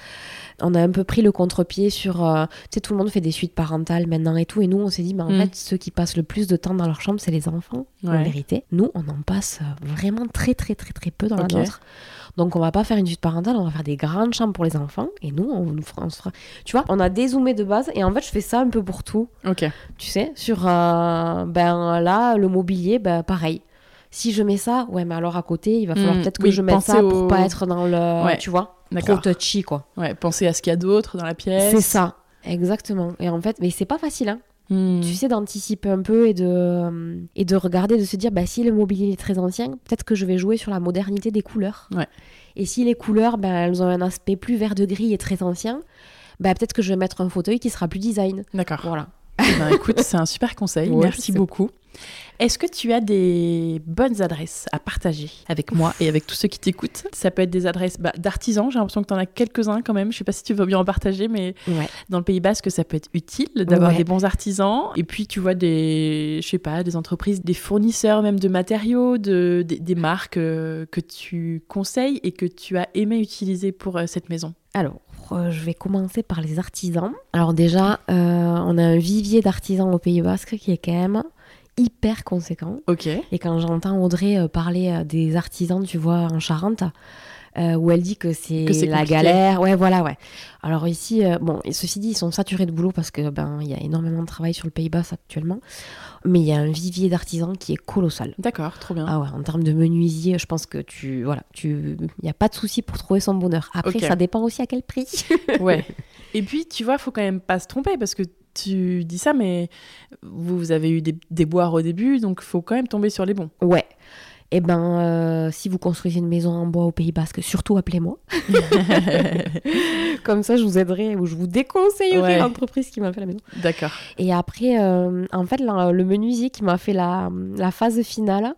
On a un peu pris le contre-pied sur, euh, tu sais, tout le monde fait des suites parentales maintenant et tout. Et nous, on s'est dit, mais en Mm. fait, ceux qui passent le plus de temps dans leur chambre, c'est les enfants. En Ouais. vérité, nous, on en passe euh, vraiment très, très, très, très peu dans Ok. la nôtre. Donc, on va pas faire une suite parentale, on va faire des grandes chambres pour les enfants. Et nous, on, nous fera- on se fera. Tu vois, on a dézoomé de base. Et en fait, je fais ça un peu pour tout. Ok. Tu sais, sur. euh, ben là, le mobilier, ben pareil. Si je mets ça, ouais, mais alors à côté, il va falloir Mm, peut-être que oui, je mette pensez ça au- pour pas être dans le. Ouais, tu vois, trop D'accord. touchy, quoi. Ouais, pensez à ce qu'il y a d'autre dans la pièce. C'est ça. Exactement. Et en fait, mais c'est pas facile, hein Mm. tu sais, d'anticiper un peu et de, euh, et de regarder, de se dire, bah, si le mobilier est très ancien, peut-être que je vais jouer sur la modernité des couleurs. Ouais. Et si les couleurs, bah, elles ont un aspect plus vert de gris et très ancien, bah, peut-être que je vais mettre un fauteuil qui sera plus design. D'accord. Voilà. Eh ben, écoute, c'est un super conseil. [LAUGHS] Ouais, Merci c'est- beaucoup. Est-ce que tu as des bonnes adresses à partager avec moi et avec tous ceux qui t'écoutent Ça peut être des adresses bah, d'artisans. J'ai l'impression que tu en as quelques-uns quand même. Je sais pas si tu veux bien en partager, mais Ouais. dans le Pays Basque, ça peut être utile d'avoir Ouais. des bons artisans. Et puis, tu vois, des, je sais pas, des entreprises, des fournisseurs même de matériaux, de, des, des marques euh, que tu conseilles et que tu as aimé utiliser pour euh, cette maison. Alors, euh, je vais commencer par les artisans. Alors déjà, euh, on a un vivier d'artisans au Pays Basque qui est quand même hyper conséquent. Ok. Et quand j'entends Audrey euh, parler euh, des artisans, tu vois, en Charente, euh, où elle dit que c'est Que c'est la compliqué. galère. Ouais, voilà, ouais. Alors ici, euh, bon, et ceci dit, ils sont saturés de boulot parce que ben il y a énormément de travail sur le Pays Basque actuellement. Mais il y a un vivier d'artisans qui est colossal. D'accord, trop bien. Ah ouais, en termes de menuisier, je pense que tu. Voilà, tu. Il n'y a pas de souci pour trouver son bonheur. Après, Ok. ça dépend aussi à quel prix. Ouais. [LAUGHS] Et puis, tu vois, faut quand même pas se tromper parce que tu dis ça, mais vous, vous avez eu des, des boires au début, donc faut quand même tomber sur les bons. Ouais. Eh ben, euh, si vous construisez une maison en bois au Pays Basque, [LAUGHS] surtout appelez-moi. Comme ça, je vous aiderai ou je vous déconseillerai Ouais. l'entreprise qui m'a fait la maison. D'accord. Et après, euh, en fait, la- le menuisier qui m'a fait la, la phase finale,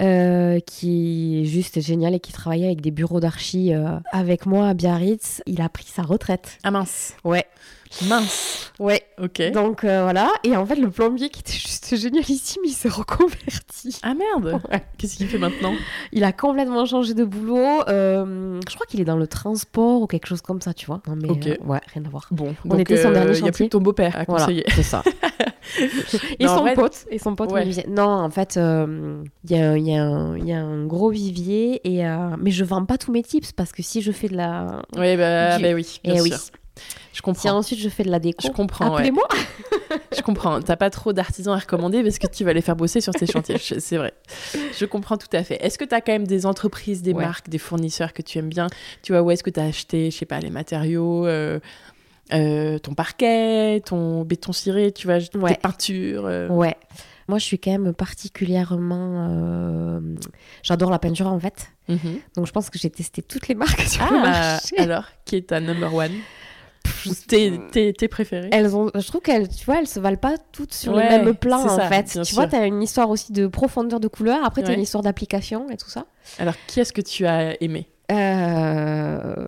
euh, qui est juste génial et qui travaillait avec des bureaux d'archi euh, avec moi à Biarritz, il a pris sa retraite. Ah mince. Ouais. Mince. Ouais. Ok. Donc euh, voilà. Et en fait, le plombier qui était juste génialissime, il s'est reconverti. Ah merde. Ouais. Qu'est-ce qu'il fait maintenant Il a complètement changé de boulot. Euh, je crois qu'il est dans le transport ou quelque chose comme ça, tu vois. Non, mais Ok. euh, ouais, rien à voir. Bon, On donc, était son dernier Il n'y a plus chantier. que ton beau-père à Voilà, conseiller. [LAUGHS] c'est ça. et Non, en son vrai- pote, et son pote Ouais. me disait non, en fait, euh, il y, a un- il y a un- il y a un gros vivier et euh, mais je vends pas tous mes tips parce que si je fais de la Oui, bah, Du- bah oui, bien Eh oui. sûr. Je si comprends. ensuite je fais de la déco, Je comprends, ouais. appelez-moi. Je comprends. T'as pas trop d'artisans à recommander parce que tu vas les faire bosser [LAUGHS] sur tes chantiers. Je- C'est vrai. Je comprends tout à fait. Est-ce que t'as quand même des entreprises, des Ouais. marques, des fournisseurs que tu aimes bien Tu vois, où est-ce que t'as acheté, je sais pas, les matériaux euh, euh, ton parquet, ton béton ciré, tu vois, Ouais. tes peintures. euh. Ouais. Moi, je suis quand même particulièrement. euh, J'adore la peinture en fait. Mhm. Donc, je pense que j'ai testé toutes les marques [LAUGHS] sur le Ah, marché. alors, qui est ta number one Ou Tes, tes, tes préférés Elles ont, je trouve qu'elles, tu vois, elles se valent pas toutes sur Ouais, les mêmes plans c'est en ça, fait. bien Tu sûr. vois, t'as une histoire aussi de profondeur de couleur. Après, t'as Ouais. une histoire d'application et tout ça. Alors, qui est-ce que tu as aimé Euh,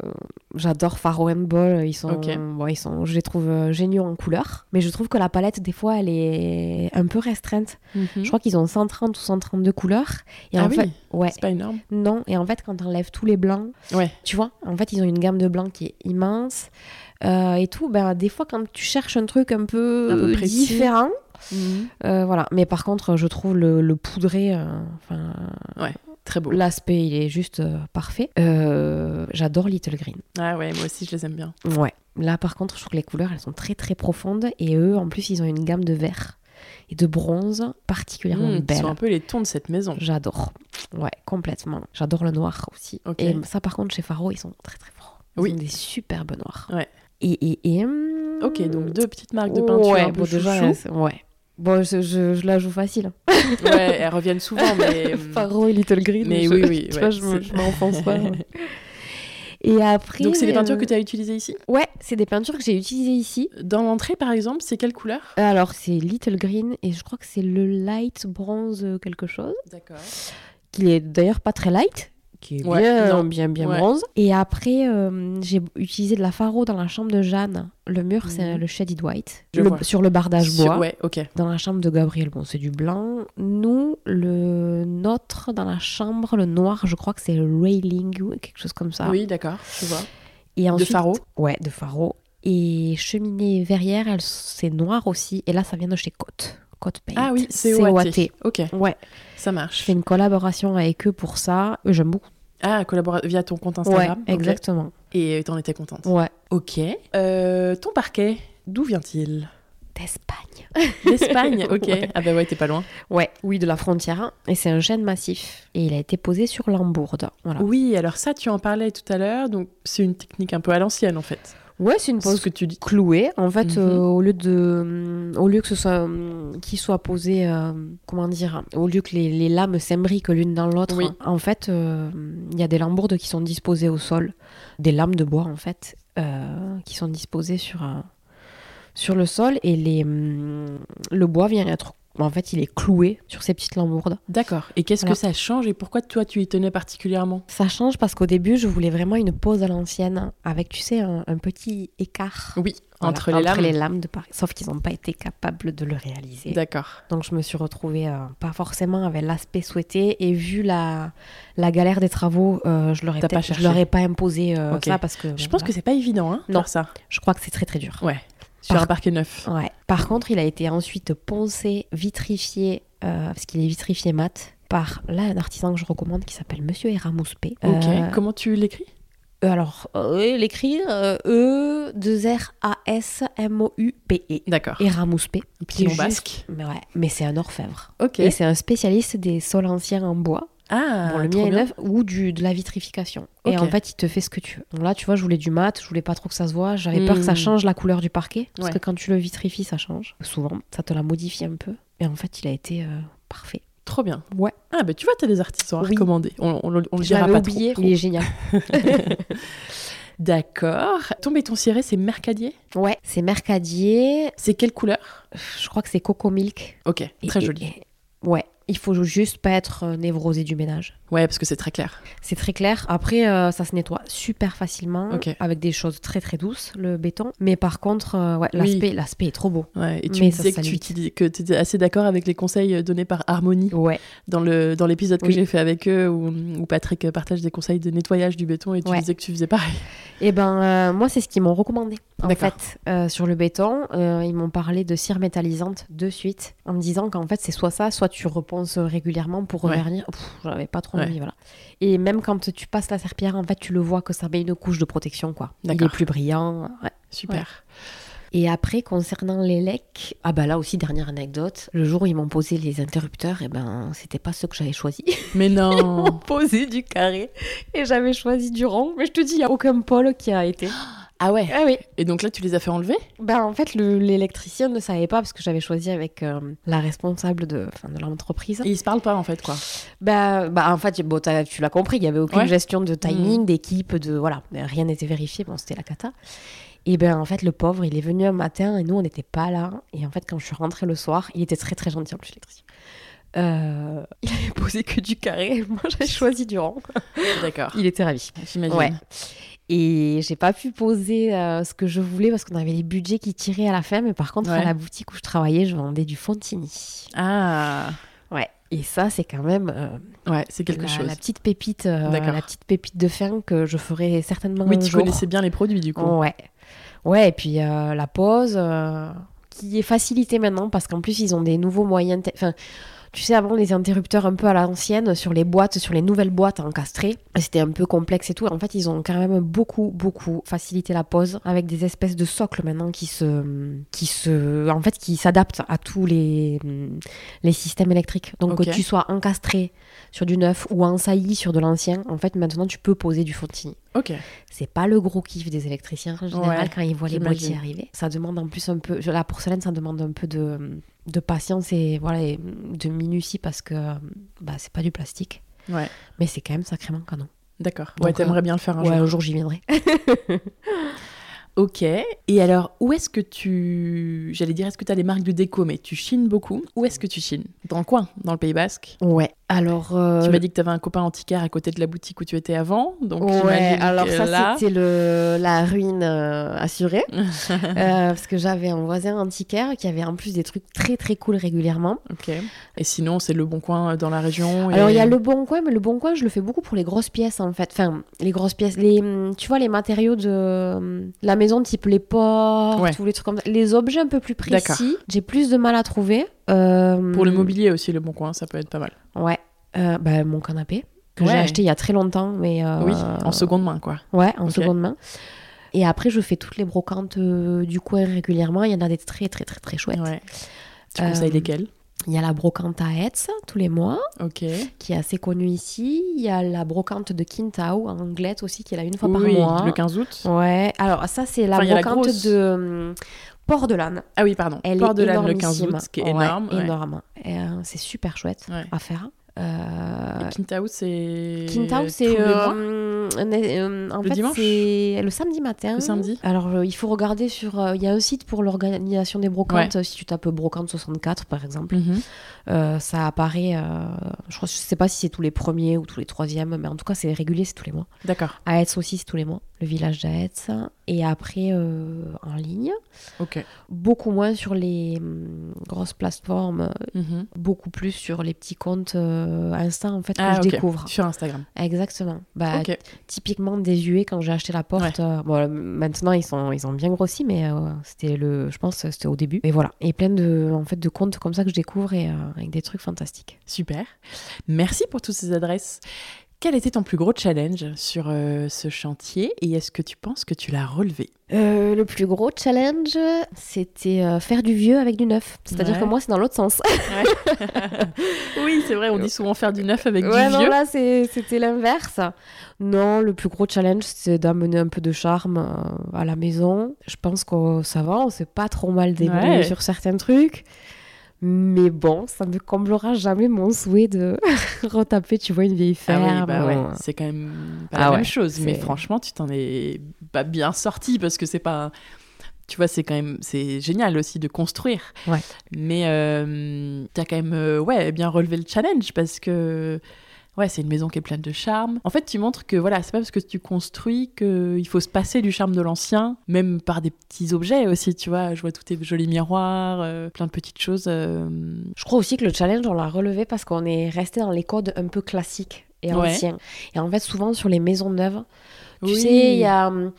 J'adore Faro and Ball, ils sont, Ok. bon, ils sont, je les trouve euh, géniaux en couleur, mais je trouve que la palette des fois elle est un peu restreinte. Je crois qu'ils ont 130 ou 132 couleurs. Mhm. Et Hmm. Ah en oui, fait, ouais, c'est pas énorme. non. Et en fait, quand t'enlèves tous les blancs, Ouais. tu vois, en fait, ils ont une gamme de blancs qui est immense euh, et tout. Ben, des fois, quand tu cherches un truc un peu, Un peu précis. différent, euh, voilà. Mais par contre, je trouve le, le poudré, euh, enfin, Très beau. l'aspect, il est juste euh, parfait. Euh, J'adore Little Green. Ah ouais, moi aussi, je les aime bien. Ouais. Là, par contre, je trouve que les couleurs, elles sont très très profondes. Et eux, en plus, ils ont une gamme de vert et de bronze particulièrement Mmh, qui belle. sont un peu les tons de cette maison. J'adore. Ouais, complètement. J'adore le noir aussi. Ok. Et ça, par contre, chez Faro, ils sont très très forts. Ils Oui. ont des superbes noirs. Ouais. Et, et, et, hum, Ok, donc deux petites marques de peinture ouais, un peu bon, déjà, chouchou. c'est- ouais. Bon, je, je- je la joue facile. Ouais, elles reviennent [LAUGHS] souvent, mais. [LAUGHS] hum. Pharaon et Little Green. mais je- [LAUGHS] oui, oui, tu ouais, vois, je me- c'est- je m'enfonce pas. ouais. [LAUGHS] Et après. Donc, c'est les peintures euh, que tu as utilisées ici Ouais, c'est des peintures que j'ai utilisées ici. Euh, Dans l'entrée, par exemple, c'est quelle couleur Alors, c'est Little Green et je crois que c'est le light bronze euh, quelque chose, D'accord. qui est d'ailleurs pas très light, qui est Ouais, bien, non. bien, bien Ouais. bronze. Et après, euh, j'ai utilisé de la faro dans la chambre de Jeanne. Le mur, c'est Mhm. le shaded white. Je Le- vois. sur le bardage bois. Ouais, ok. Dans la chambre de Gabriel, bon, c'est du blanc. Nous, le notre, dans la chambre, le noir, je crois que c'est le railing ou quelque chose comme ça. Oui, d'accord, je vois. Et ensuite, Faro Ouais, de Faro. Et cheminée verrière, elle, c'est noir aussi. Et là, ça vient de chez Côte. Côte Paint. Ah oui, c'est COAT. OAT. Ok, Ouais, ça je marche. fais une collaboration avec eux pour ça. Eux, J'aime beaucoup. Ah, collaboration via ton compte Ouais, Instagram. ok. exactement. Et euh, t'en étais contente. Ouais. Ok. Euh, ton parquet, d'où vient-il D'Espagne. [LAUGHS] D'Espagne, ok. Ouais. Ah bah ouais, t'es pas loin. Ouais, oui, de la frontière. Et c'est un chêne massif. Et il a été posé sur l'embourde. Voilà. Oui, alors ça, tu en parlais tout à l'heure, donc c'est une technique un peu à l'ancienne en fait. Ouais, c'est une C'est pose ce que tu dis. cloué. En fait, Mhm. euh, au lieu de, au lieu que ce soit, euh, qu'il soit posé, euh, comment dire, au lieu que les, les lames s'imbriquent l'une dans l'autre, Oui. en fait, euh, il y a des lambourdes qui sont disposées au sol, des lames de bois en fait, euh, qui sont disposées sur un- sur le sol et les, hum, le bois vient être, en fait, il est cloué sur ces petites lambourdes. D'accord. Et qu'est-ce Voilà. que ça change et pourquoi toi tu y tenais particulièrement Ça change parce qu'au début, je voulais vraiment une pose à l'ancienne, avec, tu sais, un, un petit écart. Oui, Voilà, entre les lames. Bah. de Paris. Sauf qu'ils n'ont pas été capables de le réaliser. D'accord. Donc je me suis retrouvée euh, pas forcément avec l'aspect souhaité et vu la, la galère des travaux, euh, je leur ai T'as peut-être- pas cherché. je leur ai pas imposé euh, Ok. ça parce que Je pense que voilà. c'est pas évident, hein, Non. faire ça. je crois que c'est très très dur. Ouais. Sur Par- un parquet neuf. Ouais. Par contre, il a été ensuite poncé, vitrifié euh, parce qu'il est vitrifié mat par là un artisan que je recommande qui s'appelle Monsieur Eramouspe. Ok. Euh, Comment tu l'écris euh, alors euh, l'écrit E 2 R A S M O U P E D'accord. Eramouspe. Petit nom juste- basque. Mais ouais, mais c'est un orfèvre. Ok. Et c'est un spécialiste des sols anciens en bois, Ah, bon, le trop mien est bien. neuf, ou du, de la vitrification. Et Ok. en fait, il te fait ce que tu veux. Donc là, tu vois, je voulais du mat, je voulais pas trop que ça se voit, j'avais peur que ça Hmm. change la couleur du parquet, parce Ouais. que quand tu le vitrifies, ça change. Souvent, ça te la modifie un peu. Et en fait, il a été euh, parfait. Trop bien. Ouais. Ah, bah tu vois, t'as des artisans à Oui. recommander. On, on, le- on le Je dira l'avais pas oublié, trop. il [LAUGHS] est génial. D'accord. Ton béton ciré, c'est mercadier Ouais, c'est mercadier, C'est quelle couleur je crois que c'est coco milk. Ok, Et- très et- joli. et- ouais, il faut juste pas être euh, névrosé du ménage. Ouais, parce que c'est très clair. C'est très clair. Après, euh, ça se nettoie super facilement Ok. avec des choses très très douces, le béton. Mais par contre, euh, ouais, l'aspect l'aspect est trop beau. Ouais, et tu Mais me ça disais que salit tu vite. utilis- que étais assez d'accord avec les conseils euh, donnés par Harmonie Ouais. dans le dans l'épisode que Oui. j'ai fait avec eux où, où Patrick partage des conseils de nettoyage du béton et tu Ouais. disais que tu faisais pareil. Et ben, euh, moi, c'est ce qu'ils m'ont recommandé. En D'accord. fait, euh, sur le béton, euh, ils m'ont parlé de cire métallisante de suite en me disant qu'en fait, c'est soit ça, soit tu repenses régulièrement pour Ouais. revernir. Pff, J'avais pas trop Ouais. envie, voilà. Et même quand tu passes la serpillère, en fait, tu le vois que ça met une couche de protection, quoi. Il est D'accord. plus brillant. ouais. Super. Et après, concernant les lecs, ah bah là aussi, dernière anecdote, le jour où ils m'ont posé les interrupteurs, et ben c'était pas ceux que j'avais choisi. Mais [LAUGHS] Ils m'ont non. posé du carré et j'avais choisi du rond, mais je te dis, il n'y a aucun pôle qui a été. [LAUGHS] ah ouais. Ah oui, Et donc là tu les as fait enlever ben en fait, le- l'électricien ne savait pas parce que j'avais choisi avec euh, la responsable de, enfin, de l'entreprise. et ils se parlent pas en fait quoi. Bah, bah, en fait, bon, t'as- tu l'as compris, il n'y avait aucune Ouais. gestion de timing, d'équipe, de voilà, rien n'était vérifié, bon, c'était la cata. Et ben en fait, le pauvre, il est venu un matin et nous, on n'était pas là. Et en fait, quand je suis rentrée le soir, il était très très gentil en plus, l'électricien. Euh, il avait posé que du carré, [LAUGHS] et moi j'avais choisi du rond. D'accord. Il était ravi. J'imagine. Ouais. Et j'ai pas pu poser euh, ce que je voulais parce qu'on avait les budgets qui tiraient à la fin, mais par contre, à Ouais. la boutique où je travaillais, je vendais du Fontini. Ah Ouais. Et ça, c'est quand même euh, ouais, c'est quelque la, chose. la petite pépite, euh, D'accord. la petite pépite de fin que je ferai certainement Oui, un tu jour. connaissais bien les produits du coup. Ouais. Ouais, et puis euh, la pause euh, qui est facilitée maintenant parce qu'en plus ils ont des nouveaux moyens. te- Enfin, tu sais, avant les interrupteurs un peu à l'ancienne sur les boîtes, sur les nouvelles boîtes encastrées, c'était un peu complexe et tout. En fait, ils ont quand même beaucoup, beaucoup facilité la pause avec des espèces de socles maintenant qui se, qui se, en fait, qui s'adaptent à tous les, les systèmes électriques. Donc Ok. que tu sois encastré sur du neuf ou en saillie sur de l'ancien, en fait, maintenant tu peux poser du fontini. Ok. C'est pas le gros kiff des électriciens en général Ouais, quand ils voient les j'imagine. boîtiers arriver. Ça demande en plus un peu. je- La porcelaine, ça demande un peu de, de patience et voilà, et de minutie parce que bah, c'est pas du plastique. Ouais. Mais c'est quand même sacrément canon. D'accord. Donc, Ouais, t'aimerais bien le faire un Ouais, jour. un jour j'y viendrai. Ok. Et alors, où est-ce que tu. J'allais dire, est-ce que tu as des marques de déco, mais tu chines beaucoup. Où est-ce que tu chines Dans le coin, dans le Pays Basque. [LAUGHS] Ouais. Alors. euh, Tu m'as dit que tu avais un copain antiquaire à côté de la boutique où tu étais avant. Donc, Ouais, j'imagine alors que ça là... c'était le la ruine euh, [LAUGHS] assurée Euh, parce que j'avais un voisin antiquaire qui avait en plus des trucs très très cool régulièrement. Ok. Et sinon, c'est le bon coin euh, dans la région. et- Alors il y a le bon coin mais le bon coin je le fais beaucoup pour les grosses pièces en fait. Enfin, les grosses pièces, les hum, tu vois les matériaux de hum, la maison type les portes, Ouais. tous les trucs comme ça. Les objets un peu plus D'accord. précis, j'ai plus de mal à trouver. Euh, Pour le mobilier aussi, le bon coin, ça peut être pas mal. Ouais. Euh, bah, mon canapé que j'ai Ouais. acheté il y a très longtemps mais euh, Oui, en seconde main, quoi. Ouais, en Ok. seconde main. Et après, je fais toutes les brocantes euh, du coin régulièrement. Il y en a des très, très, très, très chouettes. Ouais. Tu Euh, conseilles lesquels Il y a la brocante à Hetz, tous les mois, Ok. qui est assez connue ici. Il y a la brocante de Quintao, en Anglette aussi, qui est là une fois Oui, par mois. le 15 août. Ouais, alors ça, c'est la Enfin, il y a la brocante grosse. de hum, Port de Lannes. Ah oui, pardon. Elle Port est de l'âne, le 15 énormissime. août, ce qui est Ouais, énorme. ouais. énorme. Et, euh, c'est super chouette Ouais. à faire. Euh, Et Quintao, c'est. Quintao, tous c'est les euh, mois un- euh, en Le fait dimanche c'est le samedi matin. Le samedi. Alors euh, il faut regarder sur, euh, il y a un site pour l'organisation des brocantes. Si tu tapes brocante 64 par exemple, Mhm. euh, ça apparaît. euh, je crois, je sais pas si c'est tous les premiers ou tous les troisièmes, mais en tout cas c'est régulier, c'est tous les mois. D'accord. À Aetz aussi, c'est tous les mois. Le village d'Aetz. Et après euh, en ligne, Ok. beaucoup moins sur les hum, grosses plateformes, Mhm. beaucoup plus sur les petits comptes euh, Insta en fait que Ah, je ok. découvre. Sur Instagram. Exactement. Bah, ok. typiquement désuet quand j'ai acheté la porte. euh, bon, là, maintenant ils sont ils ont bien grossi, mais euh, c'était le, je pense, c'était au début. Et voilà, et plein de en fait de comptes comme ça que je découvre et euh, avec des trucs fantastiques. Super. Merci pour toutes ces adresses. Quel était ton plus gros challenge sur euh, ce chantier et est-ce que tu penses que tu l'as relevé Euh, le plus gros challenge, c'était euh, faire du vieux avec du neuf. C'est-à-dire Ouais. que moi, c'est dans l'autre sens. Oui, c'est vrai, on dit souvent faire du neuf avec [LAUGHS] ouais, non, là, c'est- c'était l'inverse. Non, le plus gros challenge, c'est d'amener un peu de charme euh, à la maison. Je pense que ça va, on s'est pas trop mal débrouillé Ouais. sur certains trucs. Mais bon, ça ne comblera jamais mon souhait de [LAUGHS] retaper, tu vois, une vieille Ah ferme. oui, bah ouais, euh, c'est quand même pas Ah la ouais, même chose, mais c'est- franchement, tu t'en es pas bien sorti parce que c'est pas. Tu vois, c'est quand même c'est génial aussi de construire. Ouais. Mais euh, t'as quand même euh, ouais bien relevé le challenge parce que ouais c'est une maison qui est pleine de charme. En fait, tu montres que voilà c'est pas parce que tu construis que il faut se passer du charme de l'ancien, même par des petits objets aussi. Tu vois, je vois tous tes jolis miroirs, euh, plein de petites choses. euh, Je crois aussi que le challenge, on l'a relevé parce qu'on est resté dans les codes un peu classiques et Ouais. anciens. Et en fait, souvent, sur les maisons neuves, Tu oui. sais, il y a hum,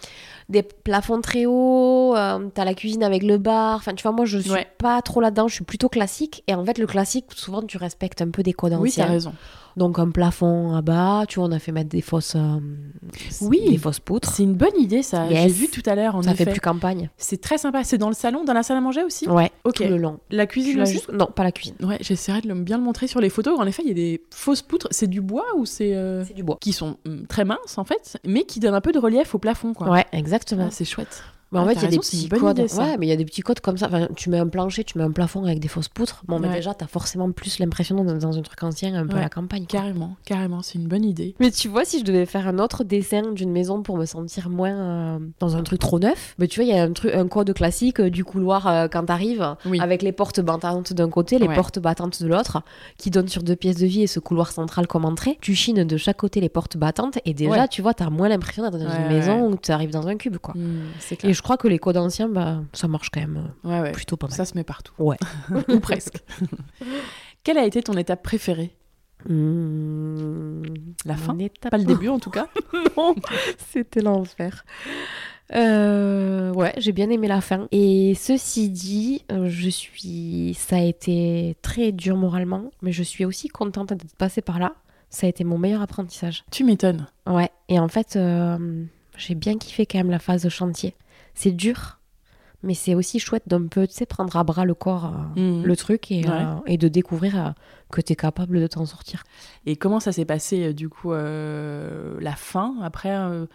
des plafonds très hauts, euh, t'as la cuisine avec le bar. Enfin, tu vois, moi, je suis Ouais. pas trop là-dedans, je suis plutôt classique. Et en fait, le classique, souvent, tu respectes un peu des codes oui, t'as anciens. raison. Donc, un plafond à bas, tu vois, on a fait mettre des fausses, hum, Oui. des fausses poutres. C'est une bonne idée ça. Yes. J'ai vu tout à l'heure en Ça effet. fait plus campagne. C'est très sympa. C'est dans le salon, dans la salle à manger aussi Ouais, Ok. tout le long. La Tu cuisine l'as aussi juste- Non, pas la cuisine. Ouais, j'essaierai de le- bien le montrer sur les photos. En effet, il y a des fausses poutres. C'est du bois ou c'est. euh, C'est du bois. qui sont hum, très minces en fait, mais qui donnent un peu de relief au plafond quoi. Ouais, Ah, exactement. c'est chouette. Mais en Ah, fait, t'as il y a des raison, c'est une petits bonne codes. idée, ça. ouais, mais il y a des petits codes comme ça. Enfin, tu mets un plancher, tu mets un plafond avec des fausses poutres. Bon, mais Ouais. déjà, t'as forcément plus l'impression d'être dans un truc ancien, un peu à Ouais. la campagne. quoi. Carrément, carrément, c'est une bonne idée. Mais tu vois, si je devais faire un autre dessin d'une maison pour me sentir moins euh, dans un truc trop neuf, mais tu vois, il y a un, truc, un code classique euh, du couloir euh, quand t'arrives, Oui. avec les portes battantes d'un côté, les Ouais. portes battantes de l'autre, qui donnent sur deux pièces de vie et ce couloir central comme entrée. Tu chines de chaque côté les portes battantes et déjà, Ouais. tu vois, t'as moins l'impression d'être dans Ouais, une ouais, maison où t'arrives dans un cube, quoi. Hum, c'est clair. Et je crois que les codes anciens, bah, ça marche quand même euh, Ouais, ouais. plutôt pas mal. Ça se met partout. Ouais. [LAUGHS] Ou [LAUGHS] presque. Quelle a été ton étape préférée Mmh. La fin Mon étape Pas le début en tout [LAUGHS] cas. Non, [LAUGHS] c'était l'enfer. Euh, ouais, j'ai bien aimé la fin. Et ceci dit, euh, je suis, ça a été très dur moralement, mais je suis aussi contente d'être passée par là. Ça a été mon meilleur apprentissage. Tu m'étonnes. Ouais. Et en fait, euh, j'ai bien kiffé quand même la phase de chantier. C'est dur, mais c'est aussi chouette d'un peu, tu sais, prendre à bras le corps, euh, Hum. le truc et, Ouais. euh, et de découvrir euh, que t'es capable de t'en sortir. Et comment ça s'est passé euh, du coup euh, la fin après euh,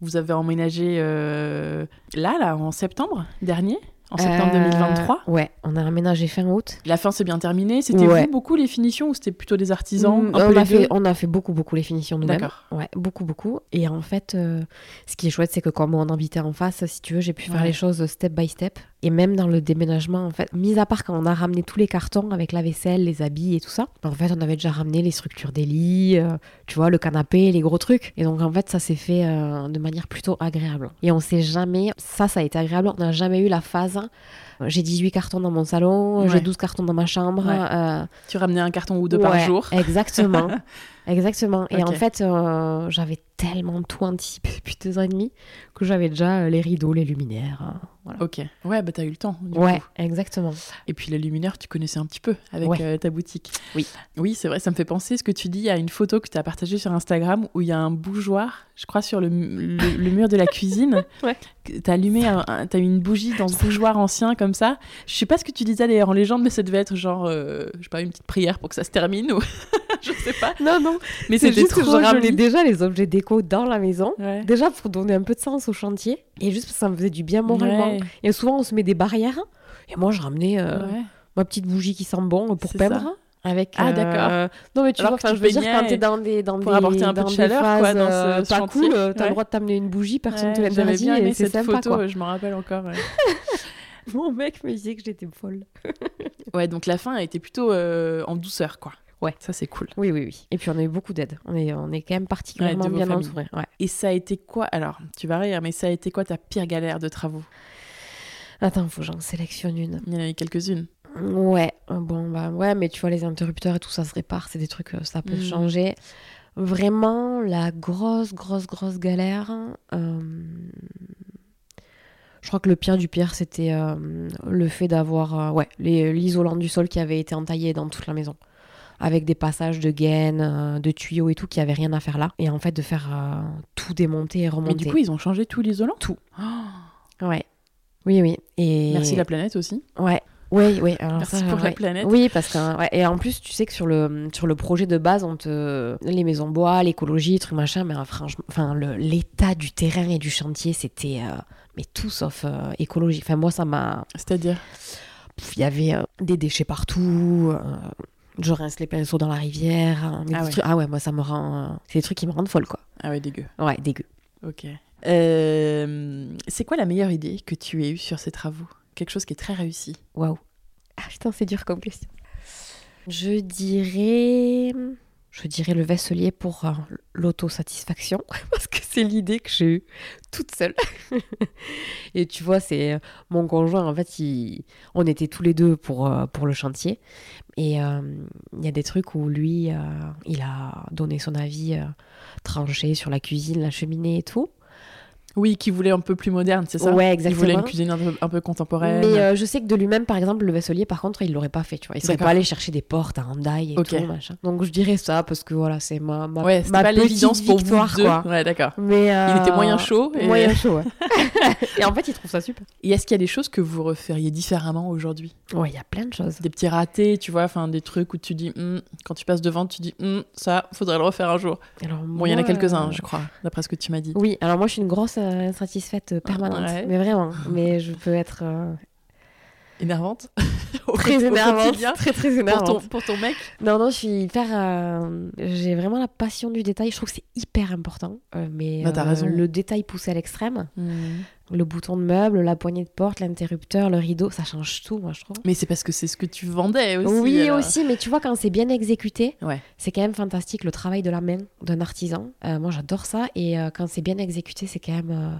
Vous avez emménagé euh, là, là, en septembre dernier En Euh, septembre 2023 Ouais, on a aménagé fin août. La fin s'est bien terminée. C'était Ouais. vous beaucoup les finitions ou c'était plutôt des artisans Mm, un peu on, les deux a fait, on a fait beaucoup, beaucoup les finitions nous-mêmes. D'accord. Ouais, beaucoup, beaucoup. Et en fait, euh, ce qui est chouette, c'est que comme on habitait en face, si tu veux, j'ai pu faire Ouais. les choses step by step. Et même dans le déménagement, en fait, mis à part quand on a ramené tous les cartons avec la vaisselle, les habits et tout ça, bah, en fait, on avait déjà ramené les structures des lits, euh, tu vois, le canapé, les gros trucs. Et donc, en fait, ça s'est fait euh, de manière plutôt agréable. Et on s'est jamais, ça, ça a été agréable, on n'a jamais eu la phase. euh, J'ai 18 cartons dans mon salon, Ouais. j'ai 12 cartons dans ma chambre. Ouais. euh, Tu ramenais un carton ou deux par Ouais, jour. Exactement. [LAUGHS] exactement. Et en Ok. fait, euh, j'avais tellement tout anticipé [LAUGHS] depuis deux ans et demi que j'avais déjà euh, les rideaux, les luminaires. euh, voilà. Ok. Ouais, bah t'as eu le temps. du Ouais, coup. exactement. Et puis les luminaires, tu connaissais un petit peu avec Ouais. euh, ta boutique. Oui. Oui, c'est vrai. Ça me fait penser ce que tu dis à une photo que tu as partagée sur Instagram où il y a un bougeoir, je crois, sur le, mu- le- le mur de la cuisine. [LAUGHS] Ouais. T'as allumé, un- un- t'as une bougie dans ce bougeoir ancien comme ça. Je sais pas ce que tu disais d'ailleurs en légende, mais ça devait être genre, euh, je sais pas, une petite prière pour que ça se termine ou [LAUGHS] je sais pas. Non, non, Mais c'est c'était juste que trop je ramenais joli. déjà les objets déco dans la maison. Ouais. Déjà pour donner un peu de sens au chantier et juste parce que ça me faisait du bien moralement. Ouais, Et souvent on se met des barrières et moi je ramenais euh, ouais. ma petite bougie qui sent bon pour C'est peindre. ça. Avec, Ah, euh, d'accord. Non, mais tu Alors vois, que enfin, tu je veux dire, peignais quand t'es dans des. Dans pour des- apporter un peu dans de des chaleur, quoi, phases, dans ce euh, pas chantier. cool, euh, t'as Ouais. le droit de t'amener une bougie, personne Ouais, te l'a J'avais jamais dit, bien aimé et c'est cette sympa, photo, [LAUGHS] quoi. je me rappelle encore. ouais. Mon mec me disait que j'étais folle. Ouais, donc la fin a été plutôt euh, en douceur, quoi. Ouais. Ça, c'est cool. Oui, oui, oui. Et puis on a eu beaucoup d'aide. On est, on est quand même particulièrement Ouais, de vos bien familles. entourés. Ouais. Et ça a été quoi Alors, tu vas rire, mais ça a été quoi ta pire galère de travaux Attends, faut que j'en sélectionne une. Il y en a eu quelques-unes. Ouais, euh, bon, bah ouais, mais tu vois, les interrupteurs et tout, ça se répare, c'est des trucs, euh, ça peut Mm. changer. Vraiment, la grosse, grosse, grosse galère. euh, Je crois que le pire du pire, c'était euh, le fait d'avoir euh, ouais, les- l'isolant du sol qui avait été entaillé dans toute la maison. Avec des passages de gaines, euh, de tuyaux et tout, qui avaient rien à faire là. Et en fait, de faire euh, tout démonter et Mais remonter. du coup, ils ont changé tout l'isolant Tout. Oh, Ouais. Oui, oui. Et... Merci la planète aussi. Ouais. Oui, oui. alors Merci ça, pour la ouais. planète. Oui, parce que ouais, et en plus, tu sais que sur le sur le projet de base, on te les maisons bois, l'écologie, truc machin, mais euh, franchement, enfin le- l'état du terrain et du chantier, c'était euh, mais tout sauf euh, écologie. Enfin moi, ça m'a, C'est-à-dire pff, il y avait euh, des déchets partout. euh, Je rince les pinceaux dans la rivière. hein, mais Ah des ouais. trucs- ah ouais, moi ça me rend. euh, C'est des trucs qui me rendent folle, quoi. Ah ouais, dégueu. Ouais, dégueu. Ok. Euh, c'est quoi la meilleure idée que tu aies eue sur ces travaux Quelque chose qui est très réussi. Waouh. Ah putain, c'est dur comme question. Je dirais. Je dirais le vaisselier pour euh, l'autosatisfaction, [LAUGHS] parce que c'est l'idée que j'ai eue toute seule. [LAUGHS] Et tu vois, c'est euh, mon conjoint, en fait, il- on était tous les deux pour, euh, pour le chantier. Et euh, il y a des trucs où lui, euh, il a donné son avis euh, tranché sur la cuisine, la cheminée et tout. Oui, qui voulait un peu plus moderne, c'est ça Ouais, Ils voulaient exactement. une cuisine un peu, un peu contemporaine. Mais euh, je sais que de lui-même, par exemple, le vaisselier, par contre, il l'aurait pas fait, tu vois. Il serait D'accord. pas allé chercher des portes à Hendaye et Ok. tout, machin. Donc je dirais ça parce que voilà, c'est ma, ma, ouais, c'était ma pas petite l'évidence pour vous victoire, deux. quoi. Ouais, d'accord. Mais euh, Il était moyen chaud. Et, Moyen [LAUGHS] chaud, ouais. et en fait, il trouve ça super. et est-ce qu'il y a des choses que vous referiez différemment aujourd'hui Ouais, il y a plein de choses. des petits ratés, tu vois, enfin des trucs où tu dis, Hmm, quand tu passes devant, tu dis, Hmm, ça, faudrait le refaire un jour. Alors, Bon, il y en a moi, quelques-uns, euh, je crois, d'après ce que tu m'as dit. Oui, alors moi, je suis une grosse euh, insatisfaite euh, permanente. Ouais. Mais vraiment. Mais je peux être euh, Énervante [LAUGHS] Au- très au énervante. quotidien, Très, très Pour énervante. ton, pour ton mec Non, non, je suis hyper. euh, J'ai vraiment la passion du détail. Je trouve que c'est hyper important. Euh, mais Bah, t'as euh, raison. le détail poussé à l'extrême, le bouton de meuble, la poignée de porte, l'interrupteur, le rideau, ça change tout, moi, je trouve. Mais c'est parce que c'est ce que tu vendais aussi. oui, alors. aussi, mais tu vois, quand c'est bien exécuté, Ouais. c'est quand même fantastique le travail de la main d'un artisan. Euh, moi, j'adore ça. Et euh, quand c'est bien exécuté, c'est quand même. euh,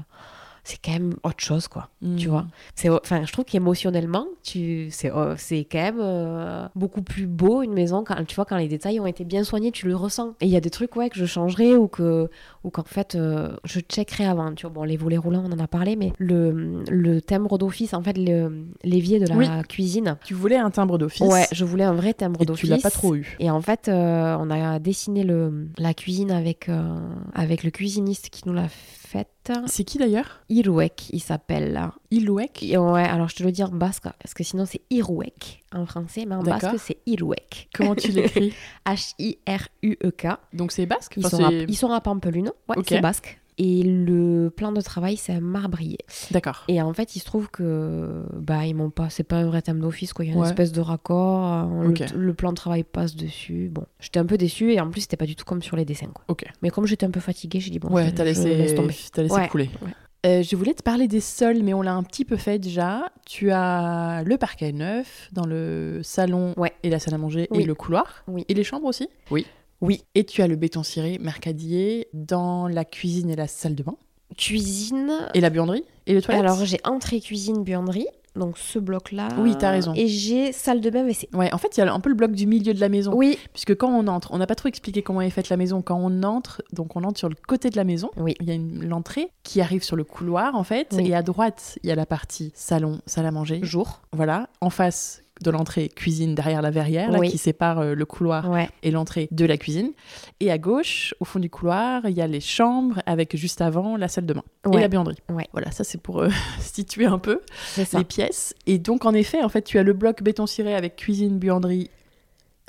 C'est quand même autre chose, quoi. Hmm. Tu vois C'est, enfin, je trouve qu'émotionnellement, tu, c'est, euh, c'est quand même euh, beaucoup plus beau une maison quand, tu vois, quand les détails ont été bien soignés, tu le ressens. Et il y a des trucs, ouais, que je changerais ou que, ou qu'en fait, euh, je checkerais avant. Tu vois, bon, les volets roulants, on en a parlé, mais le, le timbre d'office, en fait, le- l'évier de la Oui. cuisine. Tu voulais un timbre d'office. Ouais, je voulais un vrai timbre et d'office. tu l'as pas trop eu. Et en fait, euh, on a dessiné le, la cuisine avec, euh, avec le cuisiniste qui nous l'a faite. C'est qui d'ailleurs Iruek, il s'appelle là. Ilouek Et ouais, alors je te le dis en basque, parce que sinon c'est Iruek en français, mais en D'accord. basque c'est Iruek. Comment [LAUGHS] tu l'écris H-I-R-U-E-K. Donc c'est basque E Ils, Enfin, sont à- c'est- ils sont à Pampelune, ouais, Ok. c'est basque. Et le plan de travail, c'est un marbrier. D'accord. Et en fait, il se trouve que bah ils m'ont pas, c'est pas un vrai thème d'office quoi. Il y a une Ouais. espèce de raccord. on- le- Ok. le, plan de travail passe dessus. Bon, j'étais un peu déçue et en plus c'était pas du tout comme sur les dessins quoi. Ok. Mais comme j'étais un peu fatiguée, j'ai dit bon, Ouais, je- t'as je laisse laissé, tomber. t'as laissé Ouais, couler. ouais. Euh, je voulais te parler des sols, mais on l'a un petit peu fait déjà. Tu as le parquet neuf dans le salon Ouais. et la salle à manger Oui. et le couloir. Oui. Et les chambres aussi Oui. Oui. Et tu as le béton ciré mercadier dans la cuisine et la salle de bain. Cuisine. Et la buanderie Et les toilettes Alors j'ai entrée cuisine buanderie. Donc ce bloc là. Oui, t'as raison. Et j'ai salle de bain mais c'est Ouais, en fait, il y a un peu le bloc du milieu de la maison. oui Puisque quand on entre, on n'a pas trop expliqué comment est faite la maison. Quand on entre, donc on entre sur le côté de la maison. Oui. Il y a une- l'entrée qui arrive sur le couloir, en fait. Oui. Et à droite, il y a la partie salon, salle à manger. jour. Voilà. En face de l'entrée, cuisine derrière la verrière, là, Oui. qui sépare euh, le couloir Ouais. et l'entrée de la cuisine. Et à gauche, au fond du couloir, il y a les chambres avec juste avant la salle de bain et Ouais. la buanderie. Ouais. Voilà, ça c'est pour euh, [LAUGHS] situer un peu C'est ça. les pièces. Et donc, en effet, en fait, tu as le bloc béton ciré avec cuisine, buanderie,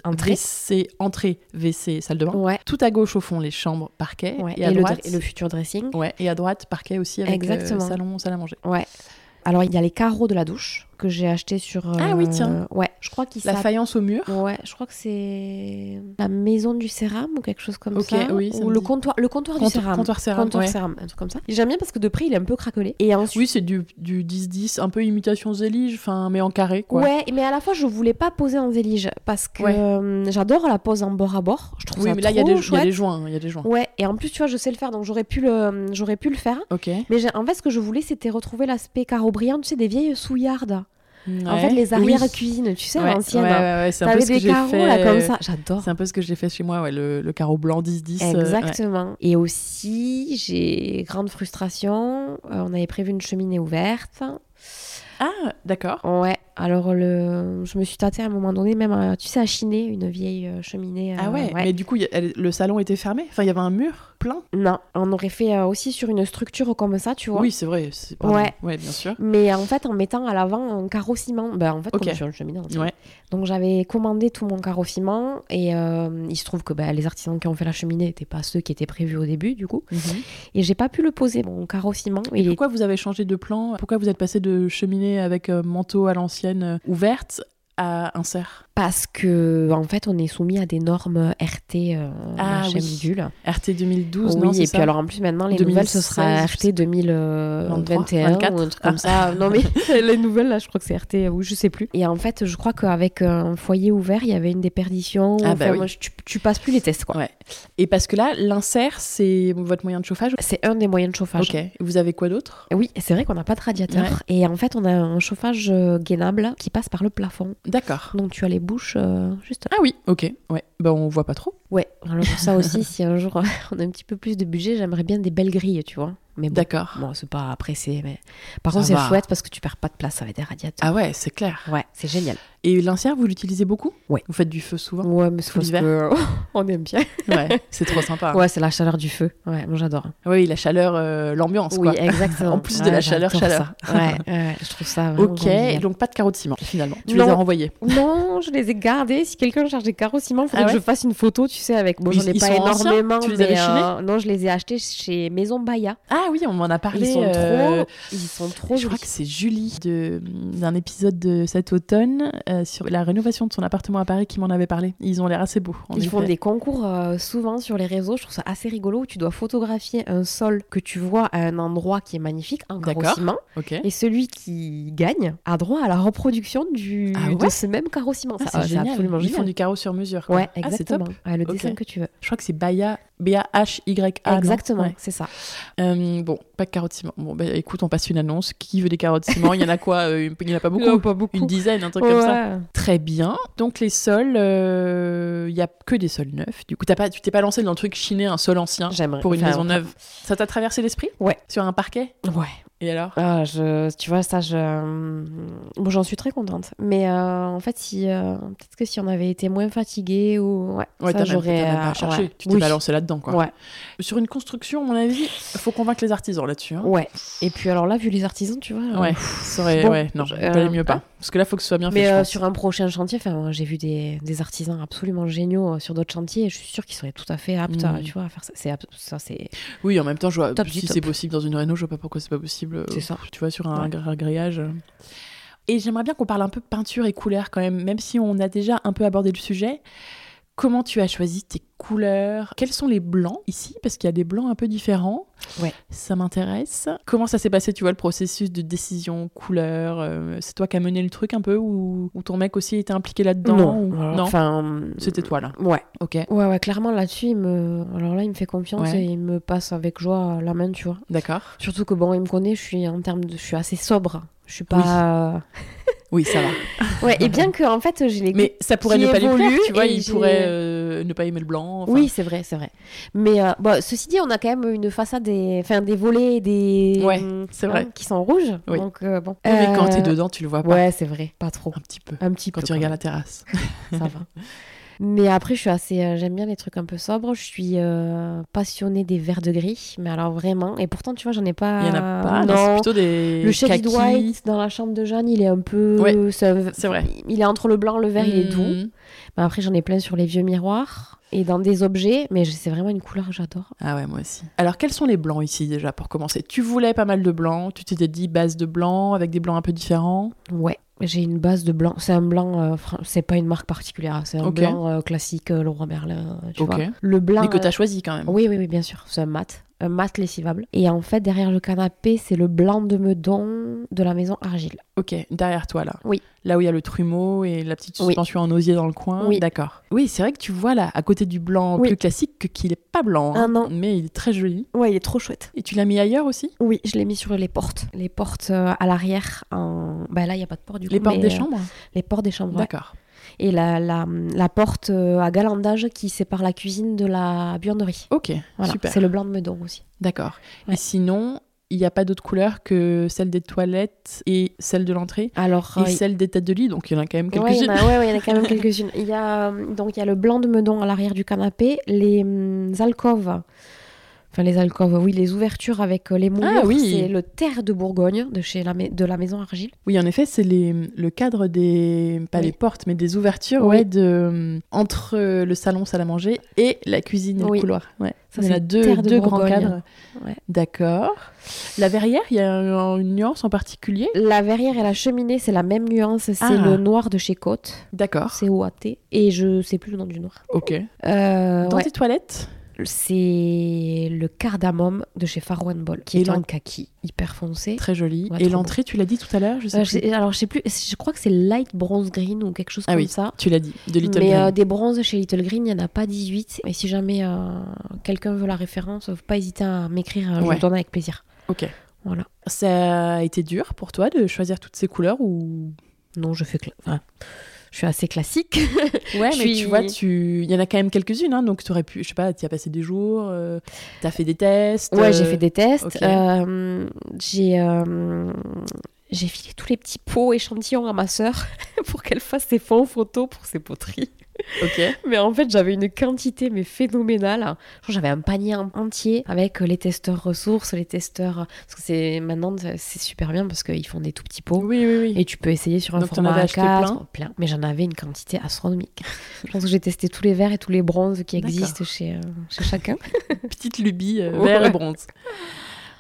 Entrée. WC, entrée, WC, salle de bain. Ouais. Tout à gauche, au fond, les chambres, parquet. ouais. Et, à le dre- droite, le, futur dressing. ouais, et à droite, parquet aussi avec euh, Exactement. salon, salle à manger. Alors il y a les carreaux de la douche que j'ai acheté sur. euh, Ah oui, tiens. Ouais. Je crois qu'ils La s'appellent- faïence au mur. Ouais, je crois que c'est la maison du céram ou quelque chose comme Ok, ça. oui, ça ou me le dit. comptoir, le comptoir du Compto- céram. comptoir céram, ouais. céram, un truc comme ça. J'aime bien parce que de près, il est un peu craquelé. Et ensuite. Oui, c'est du du 10-10, un peu imitation Zélige, enfin, mais en carré, quoi. Ouais, mais à la fois je voulais pas poser en zélige parce que Ouais. euh, j'adore la pose en bord à bord. Je trouve Oui, ça mais là, il y, a trop des- il y a chouette. des joints. Il y a des joints. Ouais, et en plus tu vois, je sais le faire, donc j'aurais pu le, j'aurais pu le faire. Ok. Mais j'ai- en fait, ce que je voulais, c'était retrouver l'aspect carreau brillant, tu sais, des vieilles souillardes. En fait, les arrières cuisines, tu sais, ouais. à l'ancienne. Ouais, hein. ouais, ouais, c'est un peu T'avais ce que des j'ai carreaux fait. euh, là comme ça, j'adore. C'est un peu ce que j'ai fait chez moi, ouais, le, le carreau blanc 10-10. euh, ouais. Exactement. Et aussi, j'ai grande frustration. euh, on avait prévu une cheminée ouverte. Ah, d'accord. Ouais. Alors le, je me suis tâtée à un moment donné, même, à- tu sais, à chiner une vieille euh, cheminée. euh, Ah ouais, mais du coup, il y a- elle- le salon était fermé. Enfin, il y avait un mur plein. Non, on aurait fait euh, aussi sur une structure comme ça, tu vois. Oui, c'est vrai. c'est- pardon. Ouais. ouais, bien sûr. Mais en fait, en mettant à l'avant un carreau ciment, ben en fait, Ok. comme sur une cheminée. en fait. Ouais. Donc j'avais commandé tout mon carreau ciment et euh, il se trouve que ben, les artisans qui ont fait la cheminée n'étaient pas ceux qui étaient prévus au début, du coup. Mhm. Et j'ai pas pu le poser, mon carreau ciment. Il est Pourquoi vous avez changé de plan Pourquoi vous êtes passé de cheminée avec euh, manteau à l'ancienne euh, ouverte à un cerf Parce que en fait, on est soumis à des normes RT euh, Ah chez oui. Midule. RT 2012, oui, non et c'est puis ça alors en plus maintenant les nouvelles ce sera 2016, je sais. RT 2021 23, ou euh, un truc comme [LAUGHS] ça. Non mais ah. les nouvelles là, je crois que c'est RT ou je sais plus. Et en fait, je crois qu'avec un foyer ouvert, il y avait une déperdition. Ah bah Enfin, oui. moi, je- tu, tu passes plus les tests quoi. Ouais. Et parce que là, l'insert, c'est votre moyen de chauffage C'est un des moyens de chauffage. Ok. Vous avez quoi d'autre Oui, c'est vrai qu'on n'a pas de radiateur. Et en fait, on a un chauffage euh, gainable qui passe par le plafond. D'accord. Donc tu as les bouches euh, juste Ah oui, ok. Ouais. Ben, on voit pas trop. Ouais, alors pour ça [LAUGHS] aussi, si un jour on a un petit peu plus de budget, j'aimerais bien des belles grilles, tu vois. Mais bon, D'accord. bon, c'est pas pressé. Mais... Par Ça contre, c'est va. chouette parce que tu perds pas de place avec des radiateurs. Ah ouais, c'est clair. Ouais, c'est génial. Et l'insert, vous l'utilisez beaucoup Ouais. Vous faites du feu souvent Ouais, mais c'est Pour parce l'hiver. Ah. que [LAUGHS] on aime bien. Ouais, c'est trop sympa. Ouais, c'est la chaleur du feu. Ouais, moi j'adore. Oui, la chaleur, euh, l'ambiance, Oui, quoi. [LAUGHS] exactement. En plus de la Ouais, chaleur, j'adore chaleur. ça. Ouais, ouais, je trouve ça vraiment Ok, Ah, génial. donc pas de carreaux de ciment, finalement. Tu Non. les as renvoyés. Non, je les ai gardés. Si quelqu'un cherche des carreaux ciment, il faudrait Ah que ouais je fasse une photo, tu sais, avec. Bon, Ils- j'en ai ils pas sont anciens énormément. Tu les mais, avais chinés euh, Non, je les ai achetés chez Maison Baya. Ah oui, on m'en a parlé. Ils sont euh, trop. Ils sont trop. Je crois jolis. que c'est Julie de- mm, d'un épisode de cet automne euh, sur la rénovation de son appartement à Paris qui m'en avait parlé. Ils ont l'air assez beaux. en Ils font effet. des concours euh, souvent sur les réseaux, je trouve ça assez rigolo, où tu dois photographier un sol que tu vois à un endroit qui est magnifique, un carreau D'accord. ciment, Ok. et celui qui gagne a droit à la reproduction du, Ah ouais de ce même carreau ciment. Ah, Ça, euh, c'est c'est génial. absolument Ils font génial. du carreau sur mesure. quoi. Ouais, Ah, c'est exactement. top. Ouais, le Ok. dessin que tu veux. Je crois que c'est Baya, B-A-H-Y-A. non exactement, Ouais. c'est ça. Euh, bon, pas de carreaux de ciment. Bon, bah écoute, on passe une annonce. Qui veut des carreaux de ciment Il y en a quoi euh, Il n'y en a pas beaucoup. pas beaucoup. Une dizaine, un truc comme ça. Très bien. Donc les sols, euh, il y a que des sols neufs. Du coup, t'as pas, tu t'es pas lancé dans le truc chiner un sol ancien J'aimerais. hein, pour une enfin, maison neuve. Ça t'a traversé l'esprit Ouais. Sur un parquet Ouais. Et alors Ah, je, tu vois, ça, je... hum, Bon, j'en suis très contente. Mais euh, en fait, si, euh, peut-être que si on avait été moins fatigué ou... Ouais, Ouais, t'as ça, même- j'aurais... t'as même pas euh, cherché. ouais. Tu t'es Oui. balancé là-dedans, quoi. Ouais, Sur une construction, à mon avis, faut convaincre les artisans là-dessus. hein. ouais. Et puis alors là, vu les artisans, tu vois... euh, Ouais, ça aurait- Bon, ouais, non, je- valait euh, mieux pas. hein. Parce que là, faut que ce soit bien Mais fait. je euh, pense. sur un prochain chantier, enfin, moi, j'ai vu des, des artisans absolument géniaux euh, sur d'autres chantiers. Et je suis sûre qu'ils seraient tout à fait aptes, Mm. euh, tu vois, à faire ça. C'est abs- ça, c'est Oui, en même temps, je vois, Top si du c'est top. possible dans une réno, je vois pas pourquoi c'est pas possible. euh, C'est ça. Tu vois, sur un gr- grillage. euh. Et j'aimerais bien qu'on parle un peu peinture et couleurs quand même, même si on a déjà un peu abordé le sujet. Comment tu as choisi tes couleurs Quels sont les blancs ici Parce qu'il y a des blancs un peu différents. Ouais. Ça m'intéresse. Comment ça s'est passé, tu vois, le processus de décision couleur euh, C'est toi qui as mené le truc un peu ou, ou ton mec aussi était impliqué là-dedans ou- alors, Non. Enfin, mm, C'était toi là. Ouais, Ok. ouais, ouais. Clairement, là-dessus, il me, alors là, il me fait confiance Ouais. et il me passe avec joie la main, tu vois. D'accord. Surtout que bon, il me connaît. Je suis en termes de, je suis assez sobre. Je suis pas. euh, Oui, ça va. Ouais. Et bien que en fait, j'ai les. [LAUGHS] Mais ça pourrait qui ne pas lui évolue plaire, tu vois, et il j'ai- pourrait euh, ne pas aimer le blanc. enfin, Oui, c'est vrai, c'est vrai. Mais euh, bon, ceci dit, on a quand même une façade des, enfin, des volets, et des Ouais, hum, c'est vrai. qui sont rouges. Oui. Donc euh, bon. Mais quand Euh, t'es dedans, tu le vois pas. Ouais, c'est vrai, pas trop. Un petit peu. Un petit Quand peu. tu regardes la terrasse. même, ça va. Mais après, je suis assez, euh, j'aime bien les trucs un peu sobres. Je suis euh, passionnée des verts de gris, mais alors vraiment. Et pourtant, tu vois, j'en ai pas. Il y en a pas. non, c'est Ah, Non. plutôt des. le shaded kakis. white dans la chambre de Jeanne, il est un peu. Ouais, c'est un- c'est vrai. Il est entre le blanc, le vert, il est doux. Mhm. Mais après, j'en ai plein sur les vieux miroirs et dans des objets. Mais je- c'est vraiment une couleur que j'adore. Ah ouais, moi aussi. Alors, quels sont les blancs ici déjà pour commencer Tu voulais pas mal de blancs. Tu t'étais dit base de blanc avec des blancs un peu différents. Ouais, j'ai une base de blanc. C'est un blanc. euh, fran- c'est pas une marque particulière. C'est un Ok. blanc euh, classique, euh, Leroy Merlin. euh, Tu Ok. vois. Le blanc. Mais que euh, t'as choisi quand même. Oui, oui, oui, bien sûr. C'est un mat. Un mat lessivable. Et en fait, derrière le canapé, c'est le blanc de meudon de la maison Argile. Ok, derrière toi là. Oui. Là où il y a le trumeau et la petite Oui. suspension en osier dans le coin. Oui. D'accord. Oui, c'est vrai que tu vois là, à côté du blanc Oui. plus classique, que- qu'il est pas blanc. hein, Ah non. Mais il est très joli. Ouais, il est trop chouette. Et tu l'as mis ailleurs aussi Oui, je l'ai mis sur les portes. Les portes euh, à l'arrière. En... Bah là, il n'y a pas de porte du Les coup, portes mais, des euh, chambres les portes des chambres. ouais. D'accord. Et la, la, la porte euh, à galandage qui sépare la cuisine de la buanderie. Ok, Voilà. super. C'est le blanc de meudon aussi. D'accord. Ouais. Et sinon, il n'y a pas d'autre couleur que celle des toilettes et celle de l'entrée Alors, et euh, celle des têtes de lit, donc il y en a quand même Ouais, il y quelques-unes. en a- ouais, ouais, il y en a quand même quelques-unes. Il y a euh, donc il y a le blanc de Meudon à l'arrière du canapé, les hum, alcôves. Enfin les alcôves, oui, les ouvertures avec euh, les moulures, Ah oui. c'est le terre de Bourgogne de chez la mai- de la maison Argile. Oui, en effet, c'est les, le cadre des. pas Oui. les portes, mais des ouvertures, Oui. ouais, de, entre euh, le salon, salle à manger et la cuisine et Oui. le couloir. Ouais. Ça, il y en a c'est deux, terre de deux grands Bourgogne. cadres. Ouais. D'accord. La verrière, il y a un- une nuance en particulier La verrière et la cheminée, c'est la même nuance, c'est Ah. le noir de chez Côte, D'accord. c'est OAT et je sais plus le nom du noir. Ok. Euh, Dans ouais, tes toilettes c'est le cardamome de chez Farwan Ball qui Et est l'en- en kaki hyper foncé. Très joli. Ouais, et trop l'entrée, tu l'as dit tout à l'heure, je sais Euh, plus. je sais- alors je sais plus, je crois que c'est light bronze green ou quelque chose Ah comme oui. ça. Tu l'as dit, de Little Mais Green. euh, des bronzes chez Little Green, il n'y en a pas 18. Et si jamais euh, quelqu'un veut la référence, faut pas hésiter à m'écrire, euh, je Ouais. vous donne avec plaisir. Ok. Voilà. Ça a été dur pour toi de choisir toutes ces couleurs ou Non, je fais. cla- enfin, je suis assez classique. Ouais, mais Je suis- tu vois, tu il y en a quand même quelques-unes hein, donc tu aurais pu je sais pas, tu as passé des jours, tu as fait des tests. Ouais, euh, j'ai fait des tests. ok. euh, j'ai. euh, j'ai filé tous les petits pots échantillons à ma sœur [LAUGHS] pour qu'elle fasse ses fonds photos pour ses poteries. OK. Mais en fait, j'avais une quantité mais phénoménale. Genre, J'avais un panier en- entier avec euh, les testeurs ressources, les testeurs parce que c'est maintenant c'est- c'est super bien parce qu'ils font des tout petits pots. Oui, oui, oui. Et tu peux essayer sur un Donc, t'en format avais acheté A4, plein mais j'en avais une quantité astronomique. Je pense que j'ai testé tous les verts et tous les bronzes qui D'accord. existent chez, euh, chez chacun. Petite lubie euh, Ouais. vert et bronze.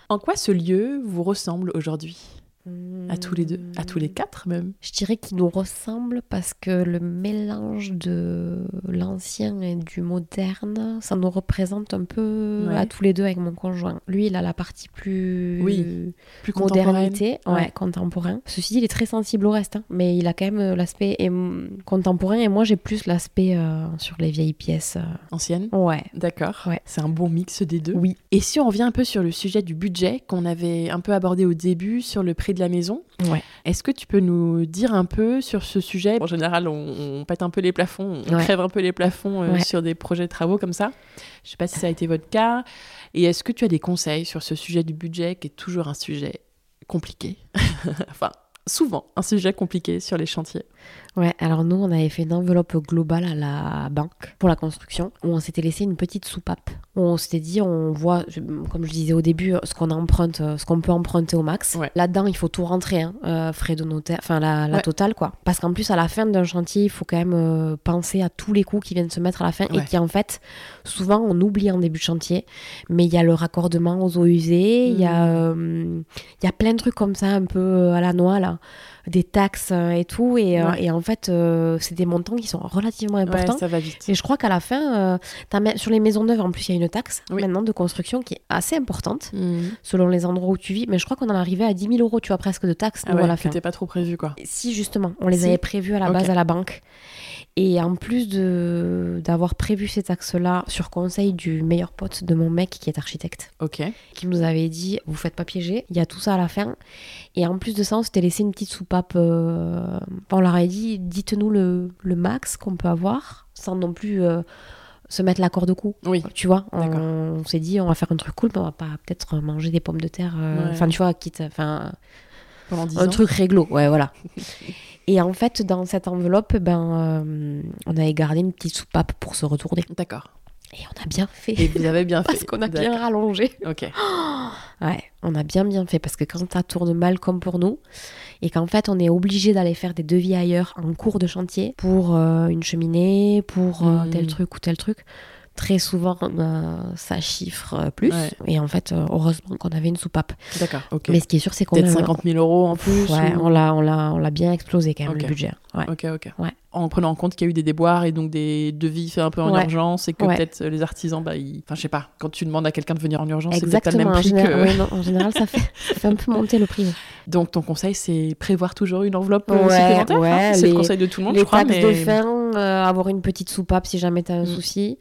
En quoi ce lieu vous ressemble aujourd'hui [LAUGHS] À tous les deux, à tous Hmm. les quatre même. Hum, Je dirais qu'ils nous ressemblent parce que le mélange de l'ancien et du moderne, ça nous représente un peu Ouais. à tous les deux avec mon conjoint. Lui, il a la partie plus Oui, Plus contemporaine. modernité, ouais, Ouais. contemporain. Ceci dit, il est très sensible au reste, hein, mais il a quand même euh, l'aspect émo- contemporain et moi j'ai plus l'aspect euh, sur les vieilles pièces. euh. ancienne. Ouais. D'accord. Ouais. C'est un bon mix des deux. Oui. Et si on revient un peu sur le sujet du budget qu'on avait un peu abordé au début sur le prix de la maison, Ouais. est-ce que tu peux nous dire un peu sur ce sujet En général, on, on pète un peu les plafonds, on Ouais. crève un peu les plafonds euh, Ouais. sur des projets de travaux comme ça. Je ne sais pas si ça a été votre cas. Et est-ce que tu as des conseils sur ce sujet du budget qui est toujours un sujet compliqué. [LAUGHS] enfin, souvent un sujet compliqué sur les chantiers. Ouais, alors nous, on avait fait une enveloppe globale à la banque pour la construction, où on s'était laissé une petite soupape. Où on s'était dit, on voit, comme je disais au début, ce qu'on emprunte, ce qu'on peut emprunter au max. Ouais. Là-dedans, il faut tout rentrer, hein, euh, frais de notaire, enfin la, la Ouais. totale, quoi. Parce qu'en plus, à la fin d'un chantier, il faut quand même euh, penser à tous les coûts qui viennent se mettre à la fin et Ouais. qui, en fait, souvent, on oublie en début de chantier. Mais il y a le raccordement aux eaux usées, il y, a, Mmh. euh, il y a plein de trucs comme ça, un peu euh, à la noix, là des taxes euh, et tout. Et, euh, Ouais. et en fait, euh, c'est des montants qui sont relativement importants. Ouais, ça va vite. et je crois qu'à la fin, euh, t'as même- sur les maisons neuves, en plus, il y a une taxe Oui. maintenant de construction qui est assez importante Mmh. selon les endroits où tu vis. Mais je crois qu'on en arrivait à 10 000 euros, tu vois, presque de taxes Ah nous, ouais, à la que fin. t'es pas trop prévu quoi. Si justement, on les Si. avait prévus à la Ok. base à la banque. Et en plus de d'avoir prévu ces taxes-là sur conseil du meilleur pote de mon mec qui est architecte, Ok. qui nous avait dit vous faites pas piéger, il y a tout ça à la fin. Et en plus de ça, on s'était laissé une petite soupape. euh, On leur avait dit dites-nous le, le max qu'on peut avoir sans non plus euh, se mettre la corde au cou. Oui. Tu vois, D'accord. on, on s'est dit on va faire un truc cool, mais on va pas peut-être manger des pommes de terre. euh, Ouais. Enfin, tu vois, quitte. Enfin, Pendant 10 un ans. truc réglo, [LAUGHS] ouais, voilà. Et en fait, dans cette enveloppe, ben, euh, on avait gardé une petite soupape pour se retourner. D'accord. Et on a bien fait. Et vous avez [LAUGHS] bien fait. Parce qu'on a bien rallongé. Ok. Ouais, on a bien bien fait parce que quand ça tourne mal comme pour nous et qu'en fait on est obligé d'aller faire des devis ailleurs en cours de chantier pour euh, une cheminée, pour euh, Mm. tel truc ou tel truc, très souvent euh, ça chiffre euh, plus Ouais. et en fait euh, heureusement qu'on avait une soupape. D'accord. Ok. Mais ce qui est sûr c'est qu'on a Peut-être 50 000 euros en plus. ouais, ou- on l'a on l'a on l'a bien explosé quand même Ok. le budget. Ouais. Ok, ok. Ouais. En prenant en compte qu'il y a eu des déboires et donc des devis faits un peu en Ouais. urgence et que Ouais. peut-être euh, les artisans, bah, ils... enfin, je sais pas, quand tu demandes à quelqu'un de venir en urgence, c'est peut-être pas le Exactement, même en prix général, que... ouais, non, en général ça, fait, ça fait un peu monter le prix. Donc ton conseil, c'est prévoir toujours une enveloppe euh, Ouais, supplémentaire. ouais, hein c'est les- le conseil de tout le monde, les je crois, taxes mais de fin, euh, avoir une petite soupape si jamais t'as un Mm. souci.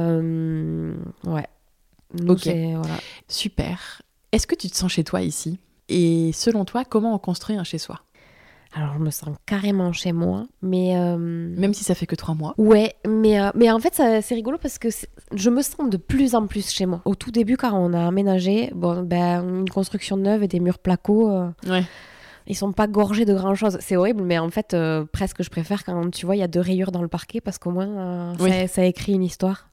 Euh, ouais. Nous, Ok. c'est- voilà. super. Est-ce que tu te sens chez toi ici Et selon toi, comment on construit un chez soi Alors, je me sens carrément chez moi, mais. euh, Même si ça fait que trois mois. Ouais, mais, euh, mais en fait, ça- c'est rigolo parce que c'est- je me sens de plus en plus chez moi. Au tout début, quand on a aménagé, bon, ben, une construction neuve et des murs placo, euh, Ouais. ils sont pas gorgés de grand chose. C'est horrible, mais en fait, euh, presque je préfère quand tu vois, il y a deux rayures dans le parquet parce qu'au moins, euh, Oui. ça, ça écrit une histoire.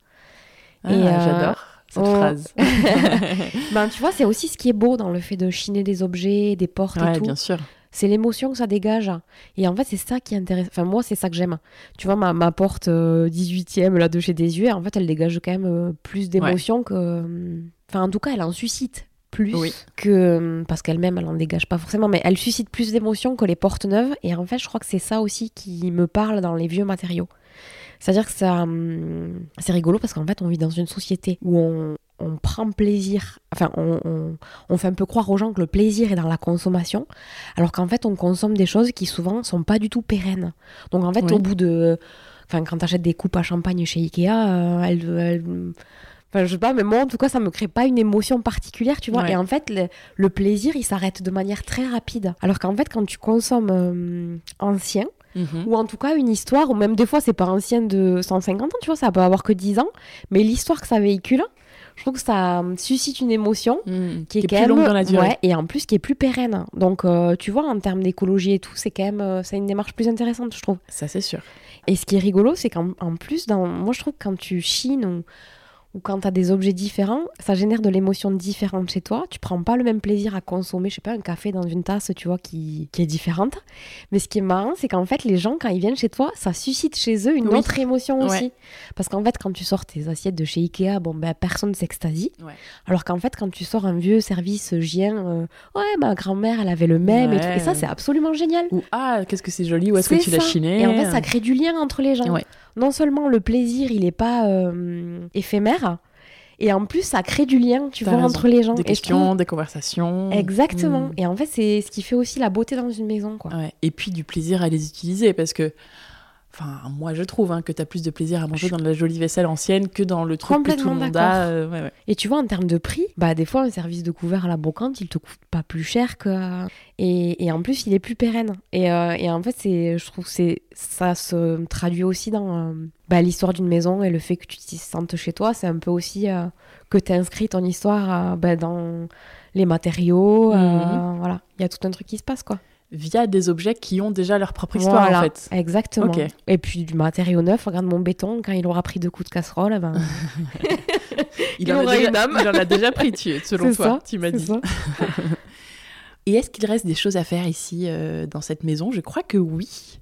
Ah, Et, euh, J'adore cette on- [LAUGHS] phrase. [LAUGHS] Ben, tu vois, c'est aussi ce qui est beau dans le fait de chiner des objets, des portes et ouais, tout. bien sûr. C'est l'émotion que ça dégage. Et en fait, c'est ça qui intéresse. Enfin, moi, c'est ça que j'aime. Tu vois, ma, ma porte euh, 18e là, de chez Désuet, en fait, elle dégage quand même euh, plus d'émotion que. euh, Enfin, en tout cas, elle en suscite plus Oui. que. euh, Parce qu'elle-même, elle en dégage pas forcément, mais elle suscite plus d'émotion que les portes neuves. Et en fait, je crois que c'est ça aussi qui me parle dans les vieux matériaux. C'est-à-dire que ça. hum, C'est rigolo parce qu'en fait, on vit dans une société où on. on prend plaisir, enfin on- on, on fait un peu croire aux gens que le plaisir est dans la consommation, alors qu'en fait, on consomme des choses qui souvent sont pas du tout pérennes. Donc en fait, Oui. au bout de. Enfin, quand t'achètes des coupes à champagne chez Ikea, euh, elles. elles- Enfin, je sais pas, mais moi, en tout cas, ça me crée pas une émotion particulière, tu vois. Ouais. Et en fait, le, le plaisir, il s'arrête de manière très rapide. Alors qu'en fait, quand tu consommes euh, ancien, Mhm. ou en tout cas une histoire, ou même des fois, c'est pas ancien de 150 ans, tu vois, ça peut avoir que 10 ans, mais l'histoire que ça véhicule, je trouve que ça euh, suscite une émotion Mhm. qui est, quand plus même- longue dans la durée. ouais, et en plus qui est plus pérenne. Donc euh, tu vois, en termes d'écologie et tout, c'est quand même euh, c'est une démarche plus intéressante, je trouve. Ça, c'est sûr. Et ce qui est rigolo, c'est qu'en en plus, dans, moi je trouve que quand tu chines ou, ou quand tu as des objets différents, ça génère de l'émotion différente chez toi. Tu prends pas le même plaisir à consommer, je sais pas, un café dans une tasse, tu vois, qui, qui est différente. Mais ce qui est marrant, c'est qu'en fait, les gens, quand ils viennent chez toi, ça suscite chez eux une Oui. autre émotion Ouais. aussi. Parce qu'en fait, quand tu sors tes assiettes de chez Ikea, bon, ben personne s'extasie. Ouais. Alors qu'en fait, quand tu sors un vieux service gien, euh, ouais, ma grand-mère, elle avait le même et tout. Et ça, Ouais. c'est absolument génial. Ou ah, qu'est-ce que c'est joli, où est-ce que C'est tu l'as ça. chiné Et en fait, ça crée du lien entre les gens. Ouais. Non seulement le plaisir, il n'est pas euh, éphémère, et en plus, ça crée du lien, tu T'as vois, raison. entre les gens. Des Et je trouve- questions, des conversations. Exactement. Mm. Et en fait, c'est ce qui fait aussi la beauté dans une maison, quoi. Ouais. Et puis du plaisir à les utiliser parce que Enfin, moi je trouve hein, que tu as plus de plaisir à manger dans de la jolie vaisselle ancienne que dans le truc que tout Complètement le monde d'accord. a. euh, ouais, ouais. Et tu vois, en termes de prix, bah, des fois, un service de couvert à la brocante, il te coûte pas plus cher que. Et, et en plus, il est plus pérenne. Et, euh, et en fait, c'est, je trouve que c'est, ça se traduit aussi dans euh, bah, l'histoire d'une maison et le fait que tu t'y sentes chez toi. C'est un peu aussi euh, que tu inscrit ton histoire euh, bah, dans les matériaux. euh, Mhm. voilà. Il y a tout un truc qui se passe, quoi. Via des objets qui ont déjà leur propre histoire Voilà, en fait. Exactement. Ok. Et puis, du matériau neuf, regarde mon béton, quand il aura pris deux coups de casserole, eh ben, Il en a aurait déjà, une âme. il en a déjà pris, [LAUGHS] tu, [LAUGHS] selon C'est toi, ça, tu m'as c'est dit. ça. Et est-ce qu'il reste des choses à faire ici euh, dans cette maison Je crois que oui.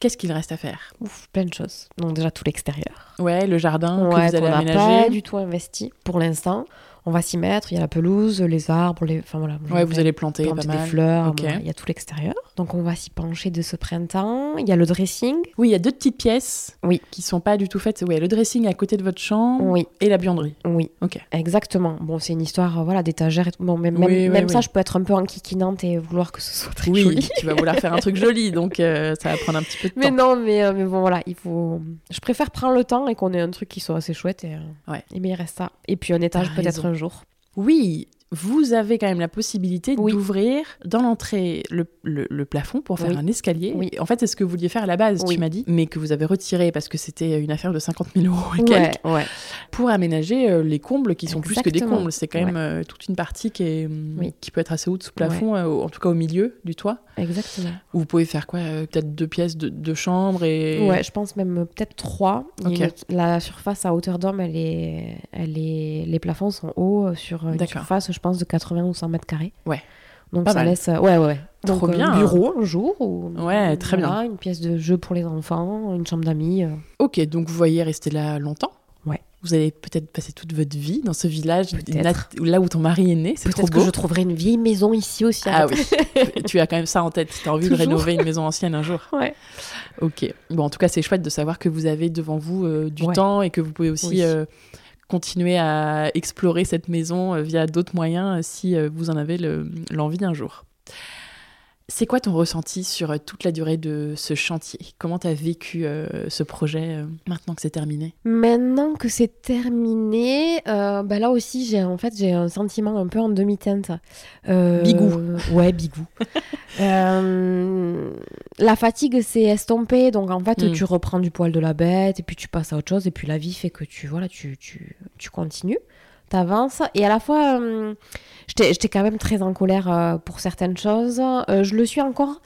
Qu'est-ce qu'il reste à faire Ouf, plein de choses. Donc, déjà, tout l'extérieur. Ouais, le jardin Ouais, que vous qu'on allez n'a aménager. pas du tout investi pour l'instant. On va s'y mettre. Il y a la pelouse, les arbres, les. Enfin voilà. Ouais, vous allez planter, planter pas des mal. fleurs. Ok. bon, voilà, il y a tout l'extérieur. Donc on va s'y pencher de ce printemps. Il y a le dressing. Oui, il y a deux petites pièces Oui. qui sont pas du tout faites. Ouais, le dressing à côté de votre chambre Oui, et la buanderie. oui. Mmh. Ok. Exactement. Bon, c'est une histoire, euh, voilà, d'étagère. et tout. Bon, même, Oui, même, oui, même ça, oui. je peux être un peu enquiquinante et vouloir que ce soit très Oui, [LAUGHS] joli. tu vas vouloir faire un truc joli, donc euh, ça va prendre un petit peu de Mais temps. non, mais, euh, mais bon, voilà, il faut. Je préfère prendre le temps et qu'on ait un truc qui soit assez chouette. Et, euh, Ouais. et bien, il reste ça. Et puis un étage T'as peut-être raison. un jour. Oui, vous avez quand même la possibilité Oui. d'ouvrir dans l'entrée le, le- le plafond pour faire Oui. un escalier. Oui. En fait, c'est ce que vous vouliez faire à la base, Oui. tu m'as dit, mais que vous avez retiré parce que c'était une affaire de 50 000 euros et Ouais, quelques, ouais. pour aménager euh, les combles qui sont plus que des Exactement. combles. C'est quand même euh, toute une partie qui, est, hum, Oui. qui peut être assez haute sous plafond, euh, au- en tout cas au milieu du toit. Exactement. Où vous pouvez faire quoi euh, Peut-être deux pièces de, de chambre et... Ouais, je pense même euh, peut-être trois. Il y a Ok. une- la surface à hauteur d'homme, elle est, elle est, les plafonds sont hauts euh, sur euh, une D'accord. surface, je pense, de 80 ou 100 mètres carrés. Ouais. Donc Pas ça mal. laisse. euh, Ouais, ouais, ouais. Trop Donc, euh, bien, Un hein. bureau un jour. Ou, Ouais, très bien. Une pièce de jeu pour les enfants, une chambre d'amis. euh. Ok, donc vous voyez rester là longtemps Ouais. Vous allez peut-être passer toute votre vie dans ce village Peut-être. nat- là où ton mari est né, c'est trop Peut-être que beau. je trouverai une vieille maison ici aussi. Ah arrête. oui, [LAUGHS] tu as quand même ça en tête. Tu as envie de Toujours. rénover une maison ancienne un jour. Ouais. Ok. Bon, en tout cas, c'est chouette de savoir que vous avez devant vous euh, du Ouais. temps et que vous pouvez aussi Oui. euh, continuer à explorer cette maison euh, via d'autres moyens euh, si euh, vous en avez le- l'envie un jour. C'est quoi ton ressenti sur euh, toute la durée de ce chantier Comment tu as vécu euh, ce projet euh, maintenant que c'est terminé Maintenant que c'est terminé, euh, bah là aussi j'ai en fait j'ai un sentiment un peu en demi-teinte. Euh, Bigou. [LAUGHS] Ouais, bigou. Euh, la fatigue s'est estompée, donc en fait Mm. tu reprends du poil de la bête et puis tu passes à autre chose et puis la vie fait que tu voilà tu tu, tu continues, t'avances et à la fois euh, j'étais j'étais quand même très en colère euh, pour certaines choses. Euh, je le suis encore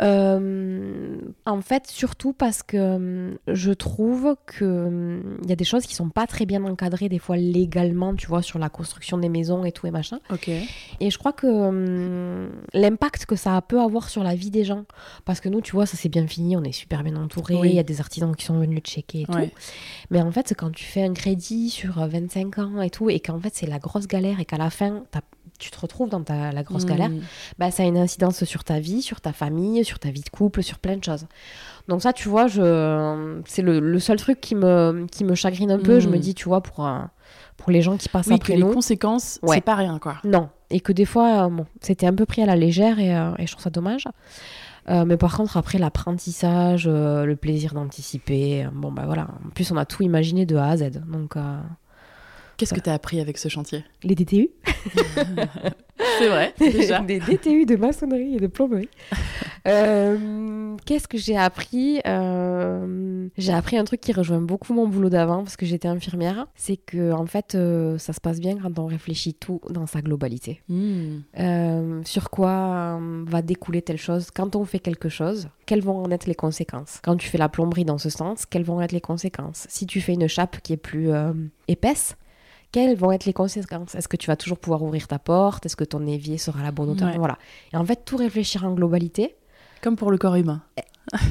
euh, en fait, surtout parce que euh, je trouve que euh, il y a des choses qui sont pas très bien encadrées des fois légalement, tu vois, sur la construction des maisons et tout et machin. Ok. Et je crois que euh, l'impact que ça peut avoir sur la vie des gens, parce que nous, tu vois, ça c'est bien fini, on est super bien entouré, il Oui. y a des artisans qui sont venus checker et Ouais. tout. Mais en fait, quand tu fais un crédit sur euh, 25 ans et tout, et qu'en fait c'est la grosse galère et qu'à la fin t'as- tu te retrouves dans ta, la grosse galère Hmm. bah, ça a une incidence sur ta vie, sur ta famille, sur ta vie de couple, sur plein de choses. Donc ça, tu vois, je... hum, c'est le, le seul truc qui me, qui me chagrine un peu. Je me Mhm. dis, tu vois, pour, un- pour les gens qui passent Oui, que après les nous, conséquences, Ouais. c'est pas rien, quoi. non. Et que des fois, euh, bon, c'était un peu pris à la légère et, euh, et je trouve ça dommage. Euh, mais par contre, après l'apprentissage, euh, le plaisir d'anticiper, euh, bon bah voilà. En plus, on a tout imaginé de A à Z. Donc euh, Qu'est-ce que tu as appris avec ce chantier les DTU, C'est [LAUGHS] vrai, déjà. [LAUGHS] des DTU de maçonnerie et de [LAUGHS] plomberie. Euh, Qu'est-ce que j'ai appris Euh, J'ai appris un truc qui rejoint beaucoup mon boulot d'avant parce que j'étais infirmière. C'est que en fait, euh, ça se passe bien quand on réfléchit tout dans sa globalité. Hmm. Euh, sur quoi euh, va découler telle chose Quand on fait quelque chose, quelles vont en être les conséquences Quand tu fais la plomberie dans ce sens, quelles vont être les conséquences Si tu fais une chape qui est plus euh, épaisse, quelles vont être les conséquences Est-ce que tu vas toujours pouvoir ouvrir ta porte Est-ce que ton évier sera à la bonne hauteur Ouais. Voilà. Et en fait, tout réfléchir en globalité, [LAUGHS] Comme pour le corps humain.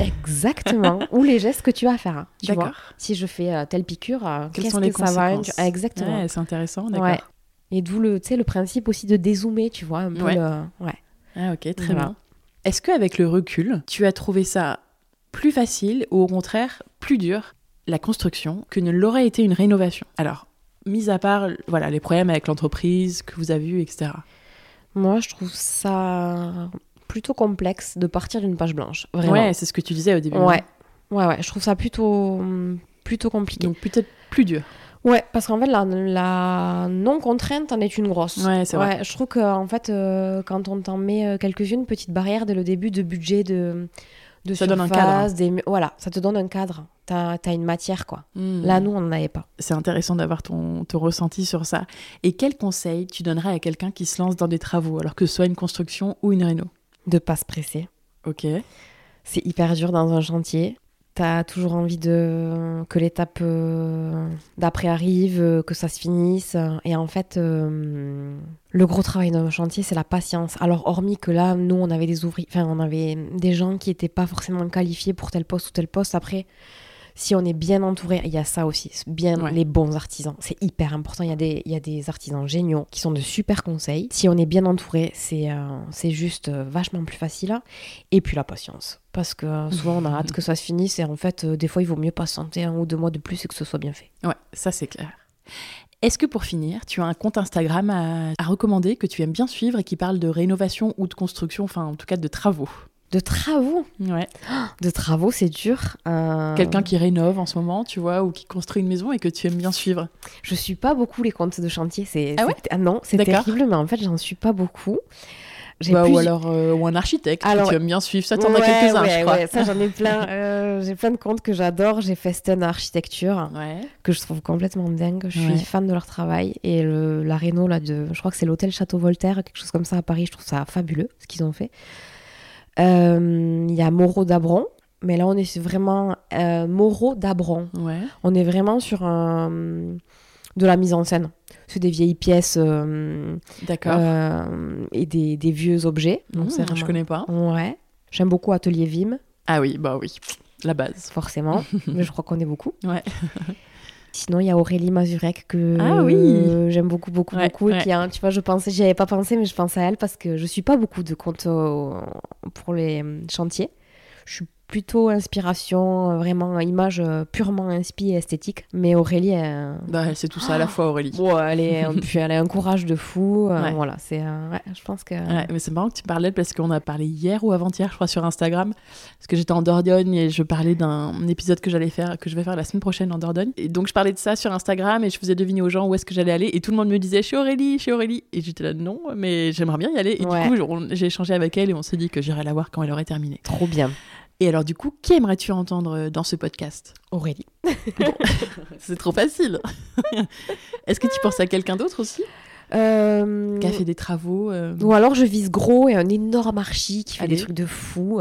exactement, ou les gestes que tu vas faire. hein, Tu vois D'accord. si je fais euh, telle piqûre, euh, Quelles qu'est-ce sont les que ça va conséquences induire Exactement. Ouais, c'est intéressant, d'accord. Ouais. Et d'où le, tu sais, le principe aussi de dézoomer, tu vois, un peu Ouais. le- ouais. Ah, ok, très Voilà. bien. Est-ce qu'avec le recul, tu as trouvé ça plus facile ou au contraire plus dur, la construction, que ne l'aurait été une rénovation Alors, mis à part voilà, les problèmes avec l'entreprise que vous avez eus, etc. Moi, je trouve ça plutôt complexe de partir d'une page blanche. Vraiment. Ouais, c'est ce que tu disais au début. hein. Ouais. Ouais, ouais, je trouve ça plutôt, hum, plutôt compliqué. Donc peut-être plus dur. Ouais, parce qu'en fait, la, la non-contrainte en est une grosse. Ouais, c'est vrai. Ouais, je trouve que en fait, euh, quand on t'en met euh, quelques-unes, petites barrières dès le début de budget, de, de Ça donne un surface, cadre, hein. des- voilà, ça te donne un cadre. T'as as une matière, quoi. Hmm. Là, nous, on n'en avait pas. C'est intéressant d'avoir ton, ton ressenti sur ça. Et quel conseil tu donnerais à quelqu'un qui se lance dans des travaux, alors que ce soit une construction ou une réno De pas se presser. Ok. C'est hyper dur dans un chantier. T'as toujours envie de que l'étape euh, d'après arrive, euh, que ça se finisse. Et en fait, euh, le gros travail d'un chantier, c'est la patience. Alors, hormis que là, nous, on avait des ouvriers, enfin, on avait des gens qui n'étaient pas forcément qualifiés pour tel poste ou tel poste. Après, si on est bien entouré, il y a ça aussi, c'est bien Ouais. les bons artisans. C'est hyper important. Il y, a des, il y a des artisans géniaux qui sont de super conseils. Si on est bien entouré, c'est euh, c'est juste euh, vachement plus facile. Et puis la patience. Parce que euh, souvent, on a hâte que ça se finisse. Et en fait, euh, des fois, il vaut mieux patienter un ou deux mois de plus et que ce soit bien fait. Ouais, ça c'est clair. Est-ce que pour finir, tu as un compte Instagram à, à recommander que tu aimes bien suivre et qui parle de rénovation ou de construction, enfin en tout cas de travaux De travaux Ouais. De travaux, c'est dur. Euh, Quelqu'un qui rénove en ce moment, tu vois, ou qui construit une maison et que tu aimes bien suivre. Je suis pas beaucoup les comptes de chantier. C'est, Ah c'est- ouais non, c'est D'accord. terrible, mais en fait, j'en suis pas beaucoup. J'ai Bah, plus- Ou alors euh, ou un architecte Alors- que tu aimes bien suivre. Ça, t'en as Ouais, quelques-uns, ouais, je crois. ouais, ça, j'en ai [LAUGHS] plein. Euh, j'ai plein de comptes que j'adore. J'ai Festen Architecture, Ouais. que je trouve complètement dingue. Je Ouais. suis fan de leur travail. Et le, la réno, là, de, je crois que c'est l'hôtel Château Voltaire, quelque chose comme ça à Paris. Je trouve ça fabuleux, ce qu'ils ont fait. Euh, Il y a Moreau d'Abron. Mais là, on est vraiment euh, Moreau d'Abron. Ouais. On est vraiment sur un- de la mise en scène. C'est des vieilles pièces euh, D'accord. euh, et des, des vieux objets. Donc, Mmh, c'est Je vraiment- connais pas. Ouais. J'aime beaucoup Atelier Vim, Ah oui, bah oui, la base. [LAUGHS] forcément. mais je crois qu'on est beaucoup. Ouais. Sinon, il y a Aurélie Mazurek que Ah oui. euh, j'aime beaucoup, beaucoup, Ouais, beaucoup. et ouais. qui a- tu vois, je pensais, j'y avais pas pensé, mais je pensais à elle parce que je suis pas beaucoup de compte au- pour les euh, chantiers. Je suis plutôt inspiration, euh, vraiment image euh, purement inspi et esthétique. Mais Aurélie, euh, Bah, elle sait tout ça à la fois, Aurélie. Bon, elle est, [LAUGHS] puis elle a un courage de fou. euh, Ouais. Voilà, c'est. euh, ouais, je pense que. Ouais, mais c'est marrant que tu parlais parce qu'on a parlé hier ou avant-hier, je crois, sur Instagram. Parce que j'étais en Dordogne et je parlais d'un épisode que j'allais faire, que je vais faire la semaine prochaine en Dordogne. Et donc je parlais de ça sur Instagram et je faisais deviner aux gens où est-ce que j'allais aller. Et tout le monde me disait chez Aurélie, chez Aurélie. Et j'étais là non, mais j'aimerais bien y aller. Et Ouais. du coup, on- j'ai échangé avec elle et on s'est dit que j'irais la voir quand elle aurait terminé. Trop bien. Et alors du coup, qui aimerais-tu entendre euh, dans ce podcast Aurélie. C'est trop facile. [LAUGHS] est-ce que tu penses à quelqu'un d'autre aussi Euh, Qui a fait des travaux euh, Ou alors je vise gros et un énorme archi qui fait Allez. des trucs de fou.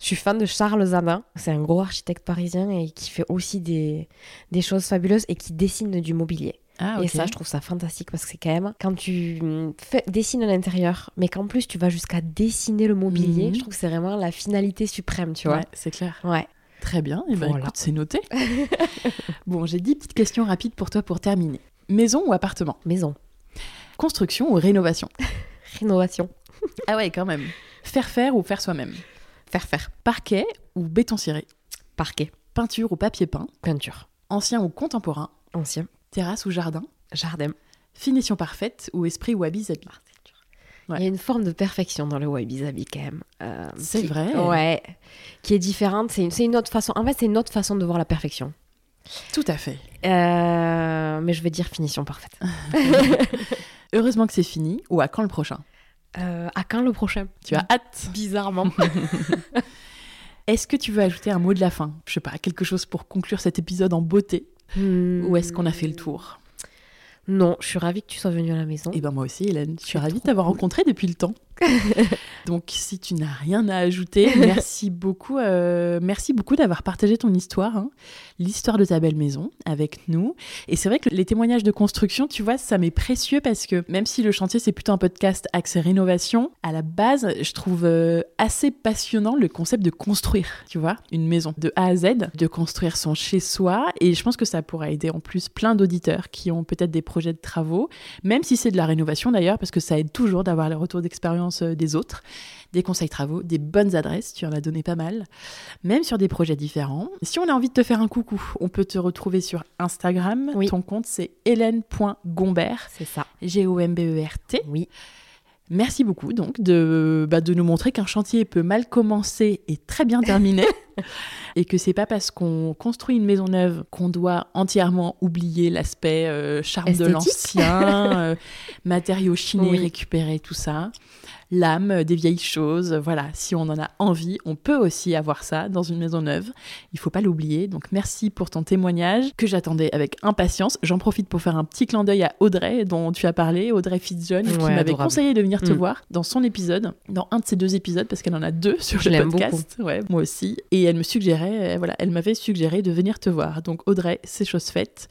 Je suis fan de Charles Zanin. C'est un gros architecte parisien et qui fait aussi des, des choses fabuleuses et qui dessine du mobilier. Ah, Et ok. ça, je trouve ça fantastique parce que c'est quand même quand tu mm, fais- dessines un intérieur, mais qu'en plus tu vas jusqu'à dessiner le mobilier, Mhm. je trouve que c'est vraiment la finalité suprême, tu vois. Ouais, c'est clair. Ouais. Très bien, et ben, Voilà. écoute, c'est [LAUGHS] noté. bon, j'ai dix petites questions rapides pour toi pour terminer. Maison ou appartement Maison, Construction ou rénovation rénovation, Ah ouais, quand même. Faire faire ou faire soi-même faire faire, Parquet ou béton ciré parquet, Peinture ou papier peint peinture, Ancien ou contemporain ancien, Terrasse ou jardin jardin. Finition parfaite ou esprit wabi-sabi Ouais. Il y a une forme de perfection dans le wabi-sabi quand même. euh, C'est qui- vrai. Ouais. Qui est différente. C'est une, c'est une autre façon. En fait, c'est une autre façon de voir la perfection. Tout à fait. Euh, mais je vais dire finition parfaite. Heureusement que c'est fini ou à quand le prochain Euh, à quand le prochain Tu as hâte Bizarrement. Est-ce que tu veux ajouter un mot de la fin Je sais pas, quelque chose pour conclure cet épisode en beauté Ou est-ce qu'on a fait le tour Hmm. Non, je suis ravie que tu sois venue à la maison. Et ben moi aussi, Hélène, je suis C'est ravie de trop t'avoir cool. rencontrée depuis le [LAUGHS] temps. Donc, si tu n'as rien à ajouter, merci beaucoup, euh, merci beaucoup d'avoir partagé ton histoire, hein, l'histoire de ta belle maison avec nous. Et c'est vrai que les témoignages de construction, tu vois, ça m'est précieux parce que même si le chantier c'est plutôt un podcast axé rénovation, à la base, je trouve euh, assez passionnant le concept de construire, tu vois, une maison de A à Z, de construire son chez-soi. Et je pense que ça pourra aider en plus plein d'auditeurs qui ont peut-être des projets de travaux même si c'est de la rénovation d'ailleurs, parce que ça aide toujours d'avoir les retours d'expérience euh, des autres, des conseils travaux, des bonnes adresses, tu en as donné pas mal, même sur des projets différents. Si on a envie de te faire un coucou, on peut te retrouver sur Instagram. Oui. Ton compte, c'est hélène.gombert, C'est ça. G-O-M-B-E-R-T. Oui. [LAUGHS] Merci beaucoup donc de, bah, de nous montrer qu'un chantier peut mal commencer et très bien terminer. et que c'est pas parce qu'on construit une maison neuve qu'on doit entièrement oublier l'aspect euh, charme de Esthétique. [LAUGHS] l'ancien, euh, matériaux chinés Oui. récupérés, tout ça, l'âme euh, des vieilles choses. Voilà, si on en a envie, on peut aussi avoir ça dans une maison neuve. Il faut pas l'oublier. Donc merci pour ton témoignage que j'attendais avec impatience. J'en profite pour faire un petit clin d'œil à Audrey dont tu as parlé, Audrey Fitzjohn, qui Ouais, m'avait adorable. conseillé de venir te Mm. voir dans son épisode, dans un de ses deux épisodes parce qu'elle en a deux sur Je le l'aime podcast. Ouais, moi aussi. Et elle me suggérait, euh, voilà, elle m'avait suggéré de venir te voir. Donc Audrey, c'est chose faite.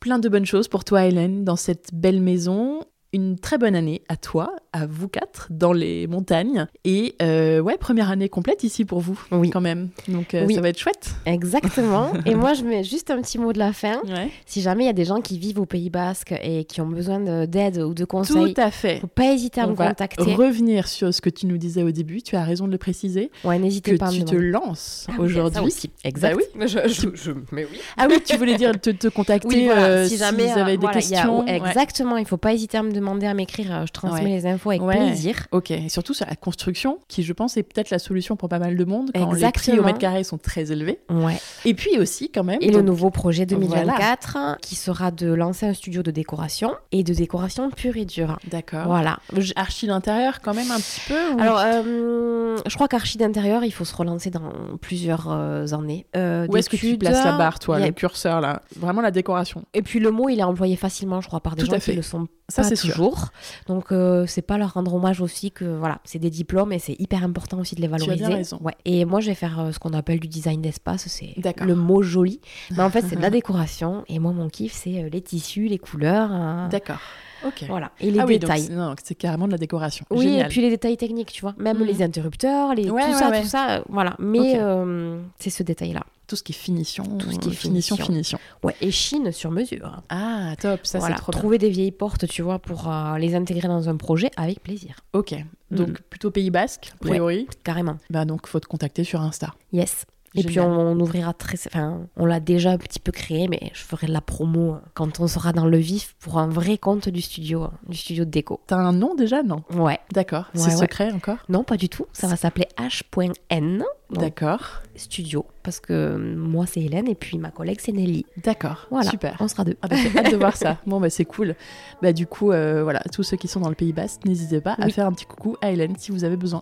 Plein de bonnes choses pour toi, Hélène, dans cette belle maison. Une très bonne année à toi, à vous quatre, dans les montagnes. Et euh, ouais, première année complète ici pour vous, Oui. quand même. Donc euh, Oui. ça va être chouette. [LAUGHS] Exactement. Et moi, je mets juste un petit mot de la fin. Ouais. Si jamais il y a des gens qui vivent au Pays Basque et qui ont besoin de- d'aide ou de Tout conseils, à fait. faut pas hésiter à On me va contacter. Revenir sur ce que tu nous disais au début, tu as raison de le préciser, Ouais, que n'hésitez pas à me tu te demander. lances Ah oui, ça aujourd'hui. Bah aussi. Exact. oui. Mais je- je- je- mais oui. Ah oui, tu voulais dire te, te contacter Oui, voilà, euh, si jamais vous euh, avez des voilà, il y a- questions. oh, Ouais. exactement, il faut pas hésiter à me demander, à m'écrire. euh, Je transmets Ouais. les infos avec Ouais. plaisir. Ok, et surtout sur la construction, qui je pense est peut-être la solution pour pas mal de monde, quand les prix au Exactement. mètre carré sont très élevés. Ouais. Et puis aussi quand même, Et le donc, nouveau projet voilà. 2024 hein, qui sera de lancer un studio de décoration et de décoration pure et dure. d'accord, Voilà. Je- archi d'intérieur quand même un petit peu. ou- Alors, euh, je crois qu'archi d'intérieur, il faut se relancer dans plusieurs euh, années. Euh, où est-ce que tu d'études. places la barre, toi, Il y a- le curseur là Vraiment la décoration. Et puis le mot, il est employé facilement, je crois, par des Tout à gens fait. qui le sont Ça pas c'est sûr. toujours. Donc euh, c'est pas leur rendre hommage aussi que voilà, c'est des diplômes et c'est hyper important aussi de les as bien valoriser. raison. Ouais. Et moi je vais faire euh, ce qu'on appelle du design d'espace, c'est D'accord. le mot joli. Mais en fait c'est de [LAUGHS] la décoration et moi mon kiff c'est euh, les tissus, les couleurs, euh, D'accord. Ok. voilà et les ah oui, donc détails. c'est- non, donc c'est carrément de la décoration. oui Génial. et puis les détails techniques tu vois, même Mhm. les interrupteurs, les Ouais, tout ouais, ça ouais. tout ça euh, voilà. Mais Ok. euh, c'est ce détail là. tout ce qui est finition, Tout ce qui est finition, finition. Ouais et Chine sur mesure. Ah top, ça Voilà. c'est trop bien. Trouver des vieilles portes tu vois pour euh, les intégrer dans un projet avec plaisir Ok, donc Mm. plutôt Pays Basque a priori. carrément. Bah donc faut te contacter sur Insta. Yes. Et puis on, Génial. on ouvrira très, enfin, on l'a déjà un petit peu créé, mais je ferai de la promo euh, quand on sera dans le vif pour un vrai compte du studio, hein, du studio de déco. T'as un nom déjà non Ouais, D'accord. Ouais, c'est ouais. secret encore non, pas du tout. Ça va s'appeler H.N Non. D'accord. Studio, parce que euh, moi c'est Hélène et puis ma collègue c'est Nelly. D'accord. Voilà, Super. on sera deux. Ah bah, j'ai hâte de voir [LAUGHS] ça. Bon bah c'est cool. Bah du coup euh, voilà, tous ceux qui sont dans le Pays Basque, n'hésitez pas à Oui. faire un petit coucou à Hélène si vous avez besoin.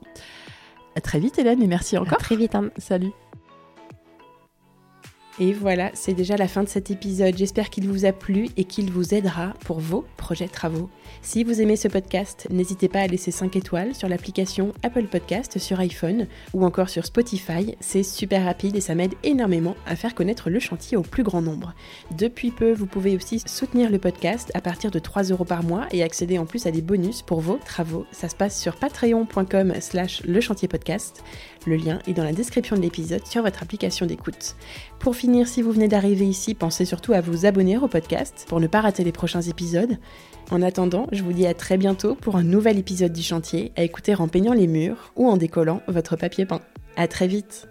À très vite Hélène et merci À encore. très vite. hein. Salut. Et voilà, c'est déjà la fin de cet épisode. J'espère qu'il vous a plu et qu'il vous aidera pour vos projets de travaux. Si vous aimez ce podcast, n'hésitez pas à laisser 5 étoiles sur l'application Apple Podcast sur iPhone ou encore sur Spotify. C'est super rapide et ça m'aide énormément à faire connaître le chantier au plus grand nombre. Depuis peu, vous pouvez aussi soutenir le podcast à partir de 3 euros par mois et accéder en plus à des bonus pour vos travaux. Ça se passe sur patreon.com slash le chantier podcast. Le lien est dans la description de l'épisode sur votre application d'écoute. Pour finir, si vous venez d'arriver ici, pensez surtout à vous abonner au podcast pour ne pas rater les prochains épisodes. En attendant, je vous dis à très bientôt pour un nouvel épisode du chantier à écouter en peignant les murs ou en décollant votre papier peint. À très vite!